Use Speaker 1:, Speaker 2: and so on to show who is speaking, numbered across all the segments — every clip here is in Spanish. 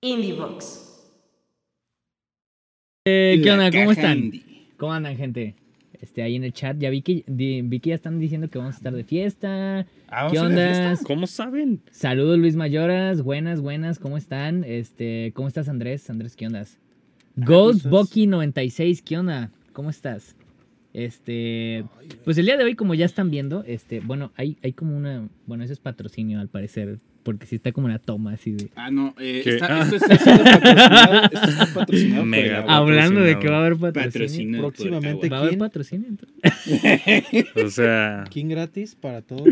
Speaker 1: IndieVox.
Speaker 2: Eh, ¿Qué
Speaker 3: La
Speaker 2: onda? ¿Cómo
Speaker 3: caja
Speaker 2: están?
Speaker 3: indie.
Speaker 2: ¿Cómo andan, gente? Este, ahí en el chat ya vi que, di- vi que ya están diciendo que vamos a estar de fiesta.
Speaker 3: Ah, ¿vamos
Speaker 2: ¿Qué
Speaker 3: a ir de
Speaker 2: onda?
Speaker 3: fiesta?
Speaker 4: ¿Cómo saben?
Speaker 2: Saludos, Luis Mayoras. Buenas, buenas. ¿Cómo están? Este, ¿cómo estás, Andrés? Andrés, ¿qué onda?
Speaker 3: Ah, pues
Speaker 2: Ghost
Speaker 3: estás.
Speaker 2: Bucky 96, ¿qué onda? ¿Cómo estás? Este, pues el día de hoy, como ya están viendo, este, bueno, hay, hay como una, bueno, eso es patrocinio al parecer, porque sí está como una toma así de...
Speaker 3: Ah, no. eh,
Speaker 4: ¿Qué?
Speaker 3: está- esto está siendo patrocinado. Esto está patrocinado. por
Speaker 4: Mega.
Speaker 3: el agua.
Speaker 2: Hablando de que va a haber patrocinio.
Speaker 3: Patrocinado. por
Speaker 5: Próximamente
Speaker 3: el agua.
Speaker 2: ¿Va a haber
Speaker 5: ¿Quién?
Speaker 2: patrocinio? entonces?
Speaker 4: O sea,
Speaker 5: King gratis para todos.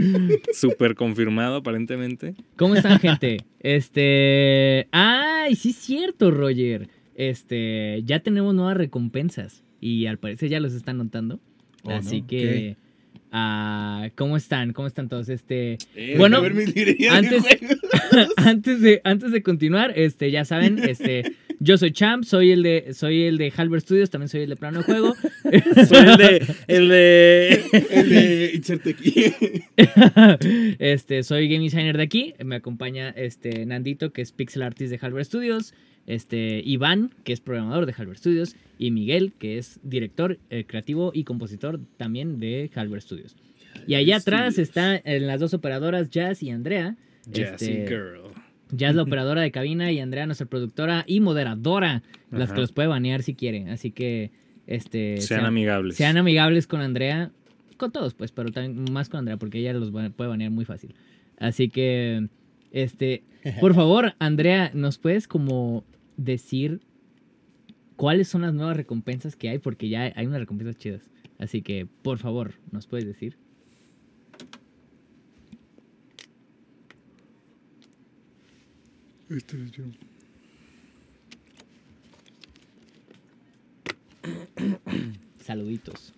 Speaker 4: súper confirmado aparentemente.
Speaker 2: ¿Cómo están, gente? Este. ¡Ay, sí es cierto, Roger! Este. Ya tenemos nuevas recompensas. Y al parecer ya los están notando.
Speaker 5: Oh,
Speaker 2: Así
Speaker 5: no.
Speaker 2: que. ah, ¿Cómo están? ¿Cómo están todos? Este.
Speaker 3: Eh, déjame
Speaker 2: Bueno,
Speaker 3: ver mi librería de
Speaker 2: antes-
Speaker 3: juegos.
Speaker 2: antes, de, antes de continuar, este, ya saben, este. Yo soy Champ, soy el de. Soy el de Halber Studios, también soy el de Plano de Juego.
Speaker 4: Soy el de. El de.
Speaker 3: El de inserte aquí.
Speaker 2: este, soy game designer de aquí. Me acompaña este Nandito, que es pixel artist de Halber Studios. Este, Iván, que es programador de Halber Studios. Y Miguel, que es director eh, creativo y compositor también de Halber Studios. Y allá atrás
Speaker 3: Studios.
Speaker 2: están las dos operadoras, Jazz y Andrea.
Speaker 4: Jazzy
Speaker 2: Este,
Speaker 4: Girl.
Speaker 2: Jazz, la operadora de cabina, y Andrea, nuestra productora y moderadora. Las
Speaker 4: Ajá.
Speaker 2: que los puede banear si quieren. Así que, este.
Speaker 4: Sean amigables.
Speaker 2: Sean amigables con Andrea, con todos pues, pero también más con Andrea porque ella los va- puede banear muy fácil. Así que, este, por favor, Andrea, ¿nos puedes como decir cuáles son las nuevas recompensas que hay? Porque ya hay unas recompensas chidas. Así que, por favor, ¿nos puedes decir? Saluditos.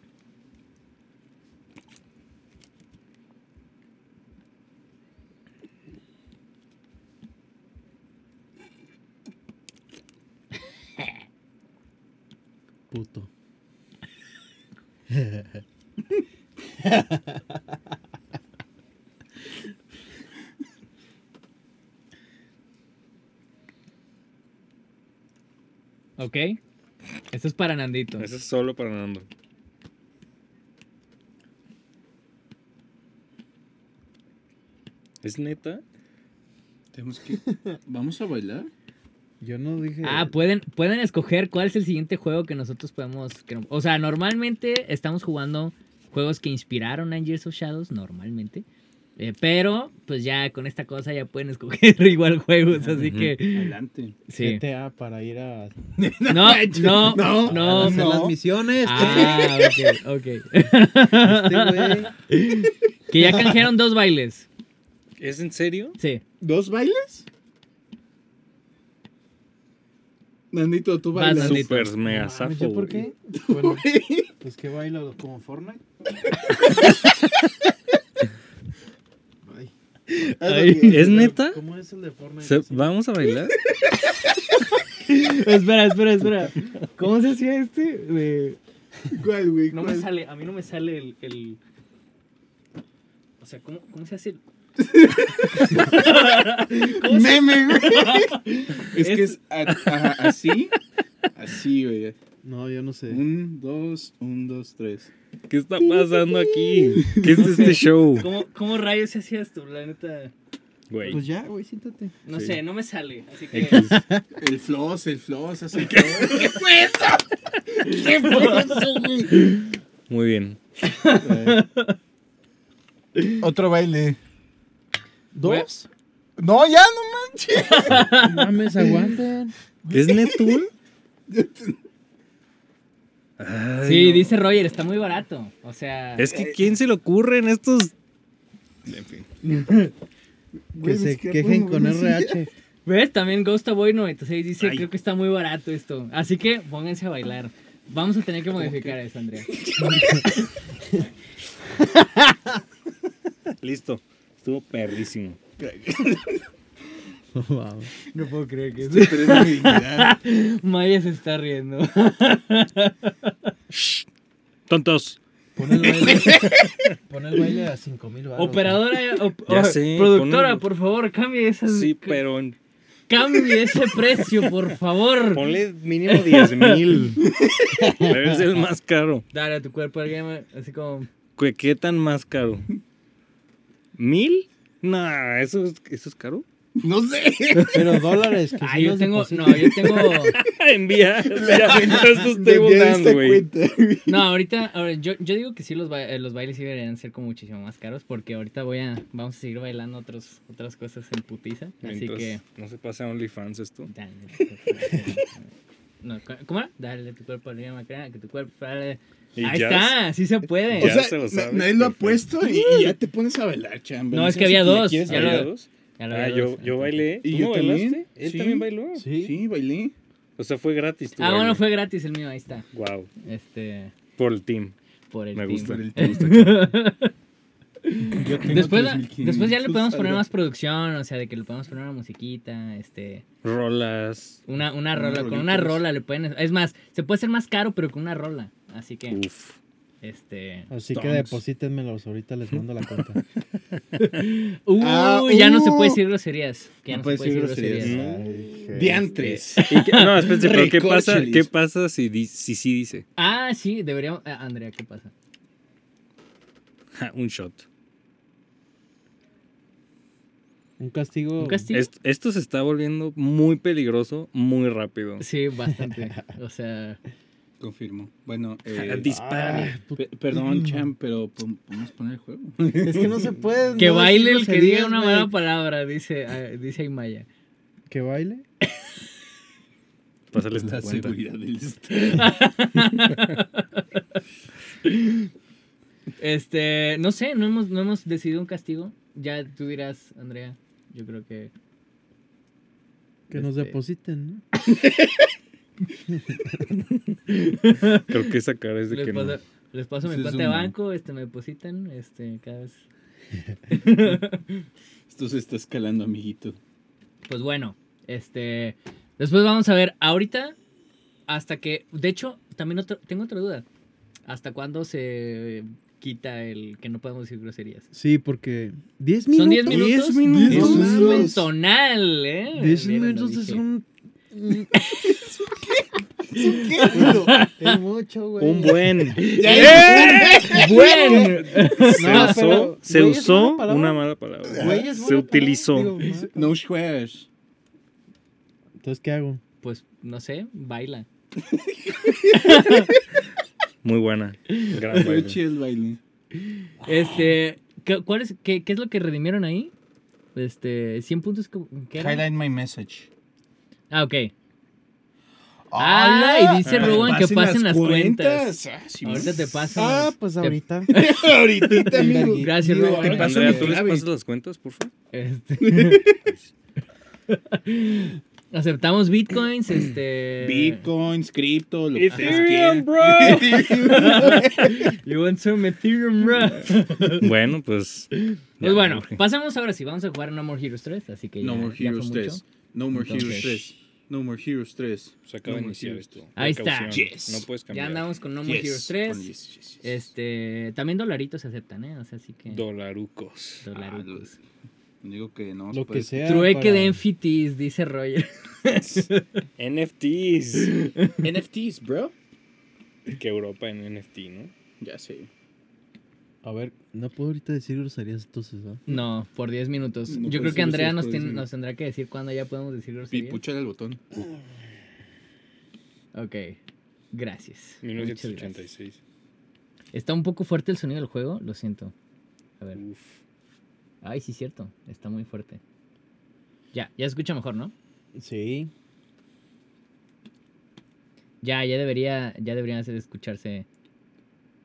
Speaker 5: Puto.
Speaker 2: ¿Ok? Esto es para Nandito.
Speaker 4: Eso es solo para Nando. ¿Es neta?
Speaker 3: Tenemos que- ¿Vamos a bailar?
Speaker 5: Yo no dije.
Speaker 2: Ah, pueden, pueden escoger cuál es el siguiente juego que nosotros podemos. que- o sea, normalmente estamos jugando juegos que inspiraron a Years of Shadows, normalmente. Eh, pero, pues ya con esta cosa ya pueden escoger igual juegos, así
Speaker 4: Ujú.
Speaker 2: que.
Speaker 3: Adelante.
Speaker 2: Sí.
Speaker 5: GTA para ir a.
Speaker 2: No, no, no.
Speaker 5: a hacer
Speaker 3: no.
Speaker 5: las misiones.
Speaker 2: Ah, ok, ok.
Speaker 5: Este güey.
Speaker 2: Que ya canjearon dos bailes.
Speaker 4: ¿Es en serio?
Speaker 2: Sí.
Speaker 3: ¿Dos bailes? Nandito, tú
Speaker 2: Vas,
Speaker 3: bailas.
Speaker 2: Nandito.
Speaker 4: Super mega
Speaker 5: No mames,
Speaker 4: zafo.
Speaker 5: ¿Yo por
Speaker 4: güey.
Speaker 5: qué? Bueno, pues que bailo como Fortnite. Ay.
Speaker 4: ¿Es neta?
Speaker 5: ¿Cómo es el de Fortnite?
Speaker 4: Se- ¿Vamos a bailar?
Speaker 2: Espera, espera, espera. ¿Cómo se hacía este?
Speaker 3: ¿Cuál, güey?
Speaker 2: No me
Speaker 3: ¿Cuál?
Speaker 2: sale, a mí no me sale el. el- O sea, ¿cómo, cómo se hace el.?
Speaker 3: Meme, güey. Es, que
Speaker 2: Es-
Speaker 3: es a- ajá, así. Así, güey.
Speaker 5: No, yo no sé.
Speaker 3: Un, dos, un, dos, tres.
Speaker 4: ¿Qué está pasando aquí? ¿Qué es este show?
Speaker 2: ¿Cómo, cómo rayos se hacía esto? La neta.
Speaker 4: Güey.
Speaker 5: Pues ya, güey, siéntate.
Speaker 2: No
Speaker 4: Sí.
Speaker 2: sé, no me sale. Así que.
Speaker 4: X.
Speaker 3: El floss, el floss, hace el floss.
Speaker 4: Muy bien.
Speaker 6: Otro baile.
Speaker 5: ¿Dos?
Speaker 6: No, ya, no manches.
Speaker 5: No mames, aguanten.
Speaker 4: ¿Es Netun? Ay,
Speaker 2: Sí,
Speaker 4: no.
Speaker 2: dice Roger, está muy barato. O sea.
Speaker 4: Es que ¿quién se le ocurre en estos?
Speaker 5: Que se quejen con RH.
Speaker 2: ¿Ves? También Ghostaboy 96 dice,
Speaker 4: Ay.
Speaker 2: creo que está muy barato esto. Así que pónganse a bailar. Vamos a tener que modificar eso, Andrea.
Speaker 4: Listo. Estuvo perrísimo.
Speaker 5: Wow.
Speaker 2: No puedo creer que
Speaker 3: Este pero es mi dignidad.
Speaker 2: Maya se está riendo.
Speaker 4: Tontos.
Speaker 5: Pon el baile. Pon el baile a 5000 baros.
Speaker 2: Operadora, op-
Speaker 4: Ya
Speaker 2: o-
Speaker 4: sé,
Speaker 2: productora,
Speaker 4: ponen-
Speaker 2: por favor, cambie esas.
Speaker 4: Sí, pero en
Speaker 2: Cambie ese precio, por favor.
Speaker 4: Ponle mínimo 10 mil. Pero es el más caro.
Speaker 2: Dale a tu cuerpo al gamer, así como.
Speaker 4: ¿Qué, qué tan más caro? ¿Mil? Nah, ¿eso, es- ¿eso es caro?
Speaker 3: No sé.
Speaker 5: Pero dólares. Que
Speaker 2: Ah,
Speaker 5: sí
Speaker 2: yo
Speaker 5: los
Speaker 2: tengo.
Speaker 5: deposito.
Speaker 2: No, yo tengo.
Speaker 4: Envía. Ya,
Speaker 6: Envía esta
Speaker 4: esto estoy
Speaker 3: este
Speaker 4: volando, güey.
Speaker 6: cuenta.
Speaker 2: No, ahorita. ahora, yo, yo digo que sí, los, ba- eh, los bailes sí deberían ser como muchísimo más caros. Porque ahorita voy a. Vamos a seguir bailando otros, otras cosas en putiza. Así
Speaker 4: Mientras
Speaker 2: que.
Speaker 4: No se pasa a OnlyFans esto.
Speaker 2: Dale tu cuerpo al gamer. No, cu- ¿Cómo era? Dale tu cuerpo al gamer, crea que tu cuerpo. dale.
Speaker 4: Y
Speaker 2: Ahí
Speaker 4: ya
Speaker 2: está, sí se puede.
Speaker 4: Ya
Speaker 3: o sea,
Speaker 4: se lo
Speaker 3: na-
Speaker 4: sabe.
Speaker 3: nadie lo ha puesto y, y ya te pones a bailar, chamba.
Speaker 2: No, es
Speaker 3: sé
Speaker 2: que
Speaker 3: si
Speaker 2: había
Speaker 3: le
Speaker 2: dos,
Speaker 3: quieres
Speaker 2: ya
Speaker 4: ¿Había
Speaker 2: lo-
Speaker 3: bailar.
Speaker 4: dos?
Speaker 2: Ya lo
Speaker 4: Ah,
Speaker 2: había
Speaker 4: yo,
Speaker 2: dos,
Speaker 4: yo
Speaker 2: entonces.
Speaker 4: bailé.
Speaker 3: Y
Speaker 4: ¿Tú
Speaker 3: yo
Speaker 4: no bailaste?
Speaker 3: también.
Speaker 4: ¿Él
Speaker 3: Sí.
Speaker 4: también bailó?
Speaker 5: Sí.
Speaker 3: Sí, bailé.
Speaker 4: O sea, fue gratis tu
Speaker 2: Ah, bueno,
Speaker 4: baile.
Speaker 2: fue gratis el mío, ahí está.
Speaker 4: Wow.
Speaker 2: Este,
Speaker 4: Por el team.
Speaker 2: por el
Speaker 4: Me
Speaker 2: team.
Speaker 4: gusta.
Speaker 3: Por el
Speaker 6: Yo tengo
Speaker 2: Después,
Speaker 6: 3,500
Speaker 2: después ya le podemos poner
Speaker 6: algo.
Speaker 2: más producción, o sea, de que le podemos poner una musiquita, este,
Speaker 4: Rolas.
Speaker 2: una, una
Speaker 3: Unas
Speaker 2: rola, con una
Speaker 3: rolitas.
Speaker 2: rola le pueden, es más, se puede hacer más caro, pero con una rola, así que,
Speaker 4: Uf.
Speaker 2: este,
Speaker 5: Así que
Speaker 3: Tonks.
Speaker 5: deposítenmelos. Ahorita les mando la cuenta.
Speaker 2: uh,
Speaker 3: Ah,
Speaker 2: ya no se
Speaker 3: uh.
Speaker 2: puede decir groserías, que ya no,
Speaker 3: No puede
Speaker 2: se puede
Speaker 3: decir
Speaker 2: decir groserías,
Speaker 3: groserías. Diantres.
Speaker 4: ¿Y qué- no, espérense, pero ¿qué pasa,
Speaker 3: Recórcholis.
Speaker 4: ¿qué pasa si, di- si sí dice?
Speaker 2: ah, sí, deberíamos, ah, Andrea, ¿qué pasa?
Speaker 4: Ja, un shot.
Speaker 5: Un castigo.
Speaker 2: ¿Un castigo?
Speaker 4: Est- esto se está volviendo muy peligroso muy rápido.
Speaker 2: Sí, bastante, o sea,
Speaker 3: Confirmo. Bueno, eh,
Speaker 4: Ah, Mm. Dispare.
Speaker 5: Ah, put-
Speaker 3: pe- perdón, Cham, pero pon- podemos poner el juego.
Speaker 5: Es que no se puede.
Speaker 2: que
Speaker 5: no
Speaker 2: baile el
Speaker 5: decir
Speaker 2: que diga
Speaker 5: groserías,
Speaker 2: una
Speaker 5: güey.
Speaker 2: mala palabra, dice, ah, dice Aymaya.
Speaker 5: Que baile.
Speaker 4: Pásale
Speaker 3: La
Speaker 4: esta cuenta.
Speaker 3: seguridad del Estado.
Speaker 2: Este, no sé, no hemos, no hemos decidido un castigo. Ya tú dirás, Andrea. Yo creo que.
Speaker 5: Que nos
Speaker 2: Este-
Speaker 5: depositen, ¿no?
Speaker 4: Creo que esa cara es de
Speaker 2: Les
Speaker 4: que no.
Speaker 2: paso, les paso mi
Speaker 3: Ese es
Speaker 2: cuenta de
Speaker 3: un-
Speaker 2: banco, este, me depositan, este, cada vez.
Speaker 3: Esto se está escalando, amiguito.
Speaker 2: Pues bueno, este. Después vamos a ver, ahorita, hasta que. De hecho, también otro- tengo otra duda. ¿Hasta cuándo se quita el que no podemos decir groserías?
Speaker 5: Sí, porque 10 minutos.
Speaker 2: Son 10 minutos.
Speaker 4: 10 minutos.
Speaker 2: Es
Speaker 5: Diez
Speaker 2: un
Speaker 5: minutos.
Speaker 2: mentonal, ¿eh?
Speaker 5: 10
Speaker 2: Vieron, lo
Speaker 5: minutos es
Speaker 2: dije.
Speaker 5: un. Es mucho, güey.
Speaker 4: Un buen.
Speaker 2: Buen.
Speaker 4: Se
Speaker 5: No,
Speaker 4: usó,
Speaker 5: pero,
Speaker 4: se
Speaker 5: güey, es
Speaker 4: usó
Speaker 5: una
Speaker 4: una,
Speaker 5: palabra.
Speaker 4: mala palabra.
Speaker 5: Güey, es
Speaker 4: se
Speaker 5: buena
Speaker 4: utilizó.
Speaker 5: palabra, digo, ma-
Speaker 3: No swears.
Speaker 5: Entonces, ¿qué hago?
Speaker 2: Pues no sé, baila.
Speaker 4: Muy buena.
Speaker 2: Ah,
Speaker 4: Gran
Speaker 3: Fue
Speaker 4: baile.
Speaker 3: chido el baile.
Speaker 2: Este, ¿qué, cuál es, qué, qué es lo que redimieron ahí? Este, 100 puntos que que eran?
Speaker 6: Highlight my message.
Speaker 2: Ah, ok. Ah, y dice
Speaker 4: Ah,
Speaker 2: Ruben que pasen las cuentas.
Speaker 3: Ah, sí,
Speaker 2: Ahorita te paso.
Speaker 5: Ah, pues
Speaker 2: Te-
Speaker 5: ahorita.
Speaker 3: Ahorita, amigo.
Speaker 2: Gracias,
Speaker 3: Digo,
Speaker 2: Ruben.
Speaker 3: te paso
Speaker 4: Andrea,
Speaker 3: mi
Speaker 4: ¿tú les
Speaker 3: clave.
Speaker 4: pasas las cuentas, por favor?
Speaker 2: Este. Aceptamos bitcoins, este.
Speaker 3: Bitcoins, cripto, lo que ustedes
Speaker 4: Ethereum,
Speaker 3: quieran.
Speaker 2: You want some Ethereum, bro.
Speaker 4: Bueno, pues.
Speaker 2: Pues
Speaker 4: ya,
Speaker 2: bueno,
Speaker 4: Jorge.
Speaker 2: pasemos ahora sí. Vamos a jugar No More Heroes 3, así que ya.
Speaker 3: No More
Speaker 2: ya fue
Speaker 3: Heroes
Speaker 2: mucho.
Speaker 3: 3. No More Heroes
Speaker 2: Entonces-
Speaker 3: 3. No More Heroes 3.
Speaker 4: Se acaba
Speaker 3: No
Speaker 4: de
Speaker 3: More
Speaker 4: iniciar
Speaker 3: Heroes.
Speaker 4: esto.
Speaker 2: Ahí está.
Speaker 4: Precaución,
Speaker 3: Yes.
Speaker 4: No puedes cambiar.
Speaker 2: Ya andamos con No More
Speaker 3: Yes.
Speaker 2: Heroes 3.
Speaker 3: Oh, yes, yes, yes.
Speaker 2: Este, también dolaritos se aceptan, ¿eh? O sea, así que.
Speaker 4: Dolarucos.
Speaker 3: Ah,
Speaker 2: Dolarucos.
Speaker 3: los- lo único que no se
Speaker 5: Lo
Speaker 3: puede-
Speaker 5: que sea.
Speaker 2: Trueque
Speaker 5: para-
Speaker 2: de NFTs, dice Roger.
Speaker 4: NFTs.
Speaker 3: NFTs, bro.
Speaker 4: que Europa en NFT, ¿no?
Speaker 3: Ya sé.
Speaker 5: A ver, no puedo ahorita decir groserías entonces, ¿va?
Speaker 2: No, por 10 minutos.
Speaker 3: No
Speaker 2: Yo
Speaker 3: puede
Speaker 2: creo que
Speaker 3: ser
Speaker 2: Andrea
Speaker 3: groserías,
Speaker 2: nos,
Speaker 3: puede
Speaker 2: tiene-
Speaker 3: ser.
Speaker 2: nos tendrá que decir cuándo ya podemos decir groserías.
Speaker 3: Pipuchale el botón.
Speaker 2: Ok, gracias. Muchas gracias.
Speaker 4: 1986.
Speaker 2: Está un poco fuerte el sonido del juego, lo siento. A ver.
Speaker 4: Uf.
Speaker 2: Ay, sí, cierto. Está muy fuerte. Ya, ya escucha mejor, ¿no?
Speaker 5: Sí.
Speaker 2: Ya, ya debería, ya deberían hacer escucharse.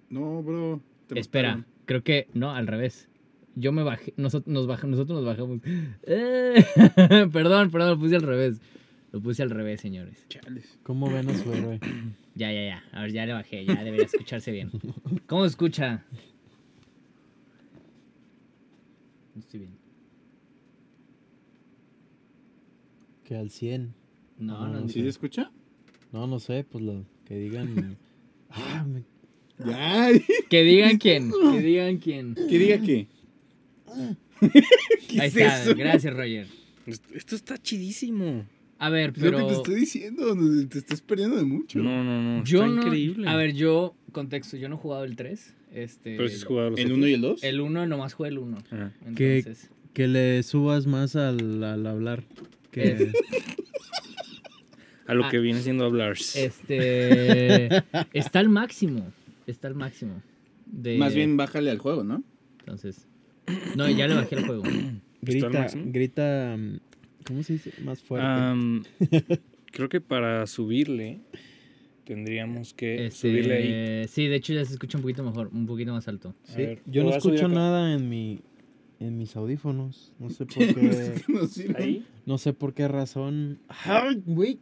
Speaker 3: No, bro. te
Speaker 2: Espera,
Speaker 3: mataron.
Speaker 2: creo que. No, al revés. Yo me bajé. Nosotros nos, baja- nosotros nos bajamos. Eh, perdón, perdón, lo puse al revés. Lo puse al revés, señores.
Speaker 3: Chales.
Speaker 5: ¿Cómo ven a su héroe?
Speaker 2: Ya, ya, ya. A ver, ya le bajé. Ya debería escucharse bien. ¿Cómo se escucha? No estoy bien.
Speaker 5: Que al 100.
Speaker 2: No,
Speaker 5: Ah,
Speaker 2: no, no.
Speaker 3: ¿Sí se escucha?
Speaker 5: No, no sé, pues lo que digan. Ah, me-
Speaker 3: Ya.
Speaker 2: Que digan quién. Que digan quién.
Speaker 3: ¿Qué diga qué?
Speaker 2: Ahí
Speaker 3: es
Speaker 2: está.
Speaker 3: eso?
Speaker 2: Gracias, Roger.
Speaker 4: Est- Esto está chidísimo.
Speaker 2: A ver,
Speaker 3: Es lo que
Speaker 2: pero.
Speaker 3: te estoy diciendo, te estás perdiendo de mucho.
Speaker 4: No, no, no.
Speaker 2: Yo
Speaker 4: está
Speaker 2: no-
Speaker 4: increíble.
Speaker 2: A ver, yo, contexto, yo no he jugado el 3. Este,
Speaker 4: Pero si es jugador.
Speaker 3: ¿El 1 y el 2?
Speaker 2: El 1 nomás jugué el 1.
Speaker 5: ¿Qué?
Speaker 2: Entonces.
Speaker 5: Que le subas más al, al hablar. Que...
Speaker 2: Es-
Speaker 4: A lo
Speaker 2: Ah.
Speaker 4: que viene siendo hablar.
Speaker 2: Este. está al máximo. Está al máximo. De,
Speaker 3: Más bien bájale al juego, ¿no?
Speaker 2: Entonces. No, ya le bajé el juego.
Speaker 4: eh, ¿Está al
Speaker 5: grita,
Speaker 4: máximo? Ah,
Speaker 5: grita. mm, ¿Cómo se dice? Más fuerte.
Speaker 4: Am, creo que para subirle tendríamos que
Speaker 2: Este,
Speaker 4: subirle ahí.
Speaker 2: Sí, de hecho ya se escucha un poquito mejor, un poquito más alto.
Speaker 4: A
Speaker 5: Sí,
Speaker 4: ver,
Speaker 5: yo
Speaker 4: lo
Speaker 5: no
Speaker 4: voy a subir
Speaker 5: escucho
Speaker 4: acá.
Speaker 5: nada en mi en mis audífonos. No sé por
Speaker 2: Eh,
Speaker 5: qué.
Speaker 3: No sirve.
Speaker 4: Ahí.
Speaker 5: no sé por qué razón. ¡Ay, güey!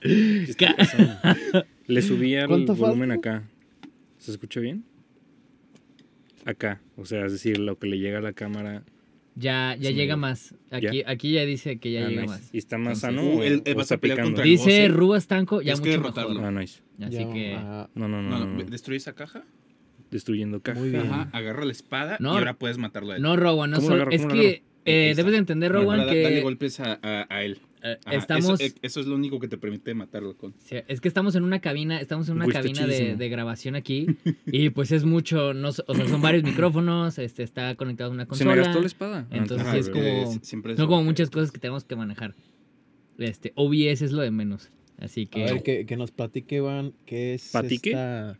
Speaker 4: ¿Qué está pasando? Le subí al
Speaker 5: ¿Cuánto
Speaker 4: volumen acá. ¿Se escucha bien? Acá. O sea, es decir, lo que le llega a la cámara.
Speaker 2: Ya, ya
Speaker 4: Sí,
Speaker 2: llega
Speaker 4: ya.
Speaker 2: más. Aquí, aquí ya dice que ya
Speaker 4: Ah,
Speaker 2: llega
Speaker 4: nice.
Speaker 2: más.
Speaker 4: ¿Y está más
Speaker 2: Entonces-
Speaker 4: sano
Speaker 3: Uh,
Speaker 4: o,
Speaker 3: él- él
Speaker 4: o
Speaker 3: va a
Speaker 4: está
Speaker 3: pelear
Speaker 4: picando?
Speaker 3: contra el-
Speaker 2: Dice
Speaker 3: Goce.
Speaker 2: Rubas Tanco, ya
Speaker 3: Tienes que
Speaker 2: mucho
Speaker 3: derrotarlo.
Speaker 4: Ah, nice.
Speaker 2: mejor. Así
Speaker 5: Ya,
Speaker 2: que.
Speaker 5: ah,
Speaker 4: No, no, no.
Speaker 3: No,
Speaker 4: no,
Speaker 3: no,
Speaker 4: no.
Speaker 3: ve- destruye esa caja.
Speaker 4: Destruyendo caja.
Speaker 5: Muy bien.
Speaker 3: Ajá, agarra la espada
Speaker 2: No.
Speaker 3: y ahora puedes matarlo a él.
Speaker 2: No, Rowan, no
Speaker 4: ¿Cómo lo
Speaker 2: solo.
Speaker 4: agarro?
Speaker 2: Es
Speaker 4: ¿Cómo lo
Speaker 2: que eh,
Speaker 3: Ahí está.
Speaker 2: debes de entender,
Speaker 3: Para
Speaker 2: Rowan,
Speaker 3: da- Dale
Speaker 2: que
Speaker 3: golpes a, a- a él.
Speaker 2: eh,
Speaker 3: Ajá,
Speaker 2: estamos.
Speaker 3: Eso, e- eso es lo único que te permite matarlo con.
Speaker 2: Sí, Es que estamos en una cabina, estamos en una
Speaker 4: Güey, está
Speaker 2: cabina de,
Speaker 4: chidísimo.
Speaker 2: de grabación aquí y pues es mucho, no, so- o sea, son varios micrófonos, este, está conectado a una
Speaker 4: Se
Speaker 2: consola.
Speaker 4: me gastó la espada. Ah,
Speaker 2: Entonces,
Speaker 4: ajá,
Speaker 2: es
Speaker 4: güey.
Speaker 2: como-
Speaker 3: eh, si- siempre es
Speaker 2: Son como
Speaker 3: lo que-
Speaker 2: muchas cosas que tenemos que manejar. Este, OBS es lo de menos. Así
Speaker 5: A
Speaker 2: que.
Speaker 5: ver, que, que nos platique, Iván, qué es
Speaker 4: ¿Patique?
Speaker 5: esta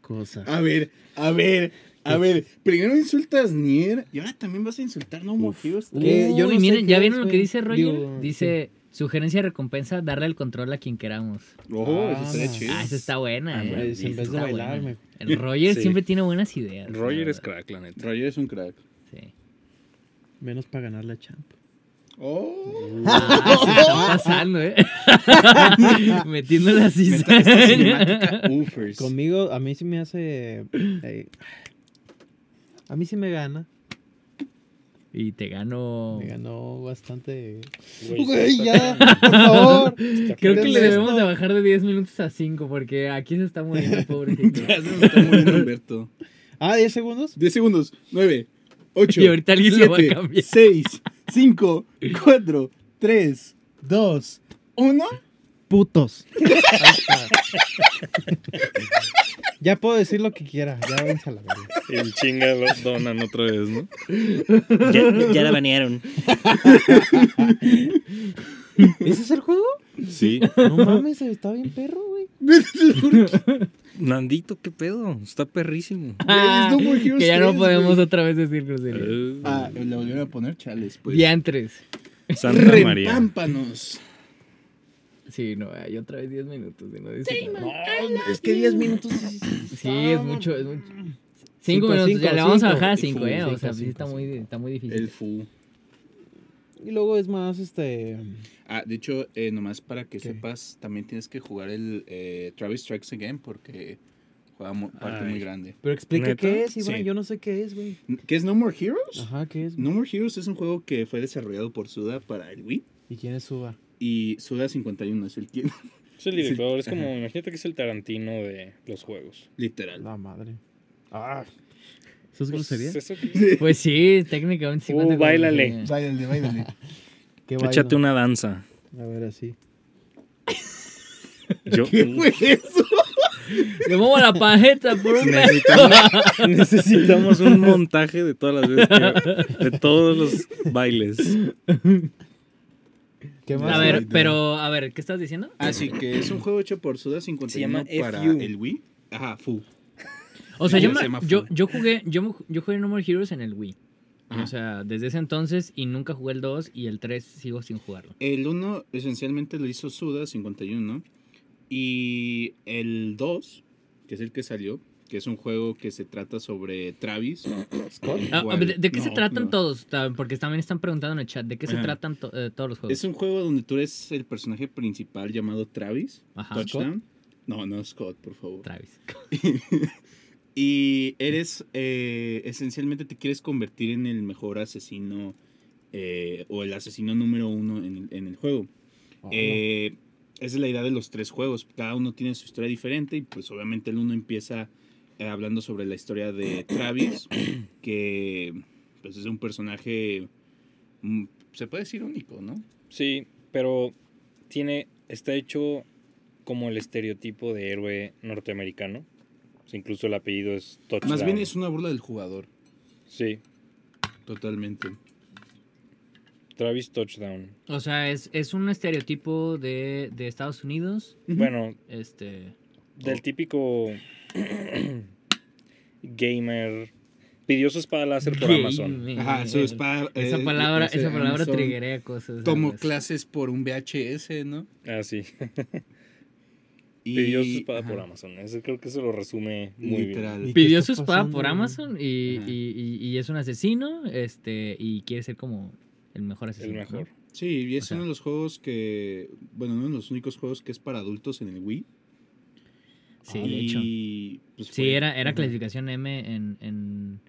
Speaker 5: cosa.
Speaker 2: Ah.
Speaker 3: A ver, a ver, a ver. Primero insultas Nier y ahora también vas a insultar No More Heroes
Speaker 5: Uf.
Speaker 3: 3.
Speaker 5: que yo
Speaker 2: Uy,
Speaker 5: no sé
Speaker 2: uh, miren,
Speaker 5: qué
Speaker 2: ¿ya
Speaker 5: es,
Speaker 2: vieron lo que
Speaker 5: güey.
Speaker 2: dice Roger?
Speaker 5: Digo,
Speaker 2: dice, sugerencia de recompensa, darle el control a quien queramos.
Speaker 3: Oh, eso estaría
Speaker 5: Ah,
Speaker 3: chido.
Speaker 2: Ah, esa está buena.
Speaker 4: Ah,
Speaker 2: eh.
Speaker 5: Pues, en
Speaker 2: Esa
Speaker 5: vez de
Speaker 2: está
Speaker 5: bailar,
Speaker 2: buena.
Speaker 5: me-
Speaker 2: El Roger
Speaker 4: Sí.
Speaker 2: siempre tiene buenas ideas. la
Speaker 4: Roger es
Speaker 2: verdad.
Speaker 4: crack, la neta.
Speaker 3: Roger es un crack.
Speaker 2: Sí.
Speaker 5: menos para ganar la champ.
Speaker 3: Oh.
Speaker 2: Ah, se está pasando, ¿eh? Metiendo la
Speaker 3: Meta- esta
Speaker 2: cizaña.
Speaker 3: cinemática, ufers.
Speaker 5: Conmigo, a mí sí me hace. eh, a mí sí me gana.
Speaker 2: Y te gano.
Speaker 5: Me ganó bastante.
Speaker 4: Güey,
Speaker 5: Güey,
Speaker 4: está-
Speaker 5: ya, por favor.
Speaker 4: está-
Speaker 2: Creo que le
Speaker 5: Esto-
Speaker 2: debemos de bajar de 10 minutos a 5 porque aquí se está muriendo, pobrecito.
Speaker 3: Ya se nos está muriendo Humberto.
Speaker 5: Ah, 10 segundos.
Speaker 3: 10 segundos, 9, 8,
Speaker 2: Y ahorita alguien lo va a cambiar.
Speaker 3: 6, 5, 4, 3, 2, 1.
Speaker 5: Putos. ya puedo decir lo que quiera. Ya váyanse a la verga.
Speaker 4: El chinga lo donan otra vez, ¿no? Ya, la banearon.
Speaker 5: ¿Ese es el juego?
Speaker 4: Sí.
Speaker 5: No mames, está bien perro, güey.
Speaker 4: Nandito, ¿qué pedo? Está perrísimo.
Speaker 2: Ah,
Speaker 3: No More Heroes
Speaker 2: que ya no
Speaker 3: 3,
Speaker 2: podemos
Speaker 3: güey.
Speaker 2: otra vez decir groserías.
Speaker 4: Eh,
Speaker 3: Ah, le volvieron a poner chales, pues.
Speaker 2: Diantres.
Speaker 4: Santa María.
Speaker 3: Repámpanos.
Speaker 2: Sí, no, hay otra vez 10 minutos. y no dice nada.
Speaker 5: Es que 10 minutos.
Speaker 2: Sí, es mucho, es mucho. 5
Speaker 5: Cinco,
Speaker 2: minutos, ya
Speaker 5: cinco,
Speaker 2: le vamos a
Speaker 5: cinco.
Speaker 2: bajar a 5,
Speaker 5: Fu,
Speaker 2: ¿eh? o
Speaker 5: cinco,
Speaker 2: sea, sí
Speaker 5: cinco,
Speaker 2: está muy, está muy difícil.
Speaker 3: El fu.
Speaker 5: Y luego es más este.
Speaker 3: Ah, de hecho, eh, nomás para que
Speaker 5: ¿Qué?
Speaker 3: sepas, también tienes que jugar el eh, Travis Strikes Again porque juega mu- parte
Speaker 4: Ay.
Speaker 3: muy grande.
Speaker 5: Pero explica
Speaker 4: ¿Neta?
Speaker 5: qué es, Iván.
Speaker 3: Sí.
Speaker 5: Yo no sé qué es, güey.
Speaker 3: ¿Qué es No More Heroes?
Speaker 5: Ajá, qué es. güey?
Speaker 3: No More Heroes es un juego que fue desarrollado por Suda para el Wii
Speaker 5: ¿Y quién es Suba?
Speaker 3: y Suda 51 es el quien,
Speaker 4: Es el
Speaker 3: director,
Speaker 4: director,
Speaker 3: es
Speaker 4: es
Speaker 3: como-
Speaker 4: como, imagínate que es el Tarantino de los juegos.
Speaker 3: literal.
Speaker 5: La madre. Ah. eh, ¿Eso es grosería?
Speaker 2: Pues sí, técnicamente sí.
Speaker 4: Uh,
Speaker 2: cuenta como
Speaker 4: báilale.
Speaker 2: grosería.
Speaker 6: Báilale, báilale.
Speaker 5: ¿Qué
Speaker 4: Échate
Speaker 5: bailo?
Speaker 4: una danza.
Speaker 5: A ver, así.
Speaker 4: Yo
Speaker 3: ¿Qué fue eso?
Speaker 2: Le muevo la pajeta por un mes.
Speaker 4: necesitamos, necesitamos un montaje de todas las veces que- de todos los bailes.
Speaker 5: ¿Qué más?
Speaker 2: A ver, pero, a ver, ¿qué estás diciendo?
Speaker 3: Así que es un juego hecho por Suda 51
Speaker 4: llama
Speaker 3: para
Speaker 4: FU.
Speaker 3: el Wii. Ajá, fu.
Speaker 2: O sea, yo,
Speaker 3: Se
Speaker 2: me-
Speaker 3: llama
Speaker 2: yo,
Speaker 3: Fu.
Speaker 2: yo jugué yo, mu- yo jugué No More Heroes en el Wii.
Speaker 3: Ajá.
Speaker 2: O sea, desde ese entonces y nunca jugué el 2 y el 3 sigo sin jugarlo.
Speaker 3: El 1 esencialmente lo hizo Suda 51 y el 2, que es el que salió, que es un juego que se trata sobre Travis. el
Speaker 2: Ah,
Speaker 3: cual-
Speaker 2: ¿De, de qué se
Speaker 3: No,
Speaker 2: tratan
Speaker 3: no.
Speaker 2: todos? Ta- Porque también están preguntando en el chat, ¿de qué se
Speaker 3: Ajá.
Speaker 2: tratan to- eh, todos los juegos?
Speaker 3: Es un juego donde tú eres el personaje principal llamado Travis.
Speaker 2: Ajá.
Speaker 3: Touchdown. No, no, Scott, por favor.
Speaker 2: Travis.
Speaker 3: Y eres, eh, esencialmente te quieres convertir en el mejor asesino eh, o el asesino número uno en el, en el juego.
Speaker 2: Oh,
Speaker 5: Hola.
Speaker 3: Eh, esa es la idea de los tres juegos. Cada uno tiene su historia diferente y pues obviamente el uno empieza eh, hablando sobre la historia de Travis, que pues es un personaje, mm, se puede decir único, ¿no?
Speaker 4: Sí, pero tiene, está hecho como el estereotipo de héroe norteamericano. O sea, incluso el apellido es Touchdown.
Speaker 3: Más bien es una burla del jugador,
Speaker 4: Sí,
Speaker 3: totalmente.
Speaker 4: Travis Touchdown.
Speaker 2: O sea, es, es un estereotipo de, de Estados Unidos.
Speaker 4: Bueno,
Speaker 2: Este.
Speaker 4: del típico gamer. Pidió su espada láser por
Speaker 2: gay,
Speaker 4: Amazon.
Speaker 2: eh,
Speaker 3: Ajá, su
Speaker 2: eh,
Speaker 3: espada-
Speaker 2: Esa
Speaker 3: eh,
Speaker 2: palabra,
Speaker 3: ese
Speaker 2: esa palabra
Speaker 3: Amazon
Speaker 2: triggerea cosas.
Speaker 3: Tomó
Speaker 2: ¿sabes?
Speaker 3: clases por un VHS, ¿no?
Speaker 4: Ah, sí.
Speaker 3: Y,
Speaker 4: Pidió su espada por
Speaker 3: ajá,
Speaker 4: Amazon. Eso creo que eso lo resume muy
Speaker 3: Literal.
Speaker 5: ¿Y qué
Speaker 2: Pidió
Speaker 5: está
Speaker 2: su espada por
Speaker 5: pasando?
Speaker 2: Amazon y,
Speaker 3: Ajá.
Speaker 2: y- y- y es un asesino. Este. Y quiere ser como el mejor
Speaker 4: bien. El
Speaker 2: asesino. ¿no?
Speaker 4: mejor.
Speaker 3: Sí, y es
Speaker 2: O sea.
Speaker 3: uno de los juegos que, bueno, uno de los únicos juegos que es para adultos en el Wii.
Speaker 2: Sí, de hecho.
Speaker 3: Ah, y, pues,
Speaker 2: Sí,
Speaker 3: fue-
Speaker 2: era, era
Speaker 3: Ujú.
Speaker 2: clasificación M en. en-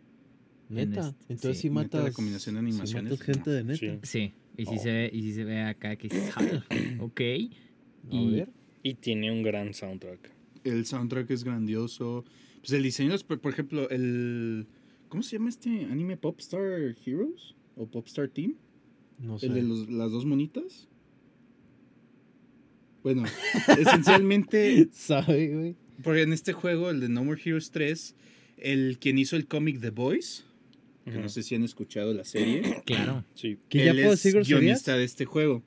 Speaker 5: Neta.
Speaker 2: en este-
Speaker 5: Entonces sí,
Speaker 2: sí,
Speaker 3: neta,
Speaker 5: matas.
Speaker 3: la combinación de
Speaker 5: sí
Speaker 3: animaciones,
Speaker 5: matas gente de neta.
Speaker 4: Sí.
Speaker 2: sí. Y si
Speaker 5: Oh.
Speaker 2: se ve, y sí se ve acá que dices, "Ah, ok.
Speaker 5: A
Speaker 2: Y-
Speaker 5: ver.
Speaker 4: Y tiene un gran soundtrack.
Speaker 3: El soundtrack es grandioso. Pues el diseño es, por por ejemplo, el... ¿Cómo se llama este anime? ¿Popstar Heroes? ¿O Popstar Team?
Speaker 5: No sé.
Speaker 3: ¿El de los- las dos monitas? Bueno, esencialmente,
Speaker 5: ¿Sabe, güey?
Speaker 3: porque en este juego, el de No More Heroes 3, el quien hizo el cómic The Boys, que
Speaker 4: Ujú.
Speaker 3: no sé si han escuchado la serie,
Speaker 2: Claro.
Speaker 4: Sí.
Speaker 5: ¿Que ya
Speaker 3: él
Speaker 5: puedo
Speaker 3: es
Speaker 5: decir groserías?
Speaker 3: guionista de este juego.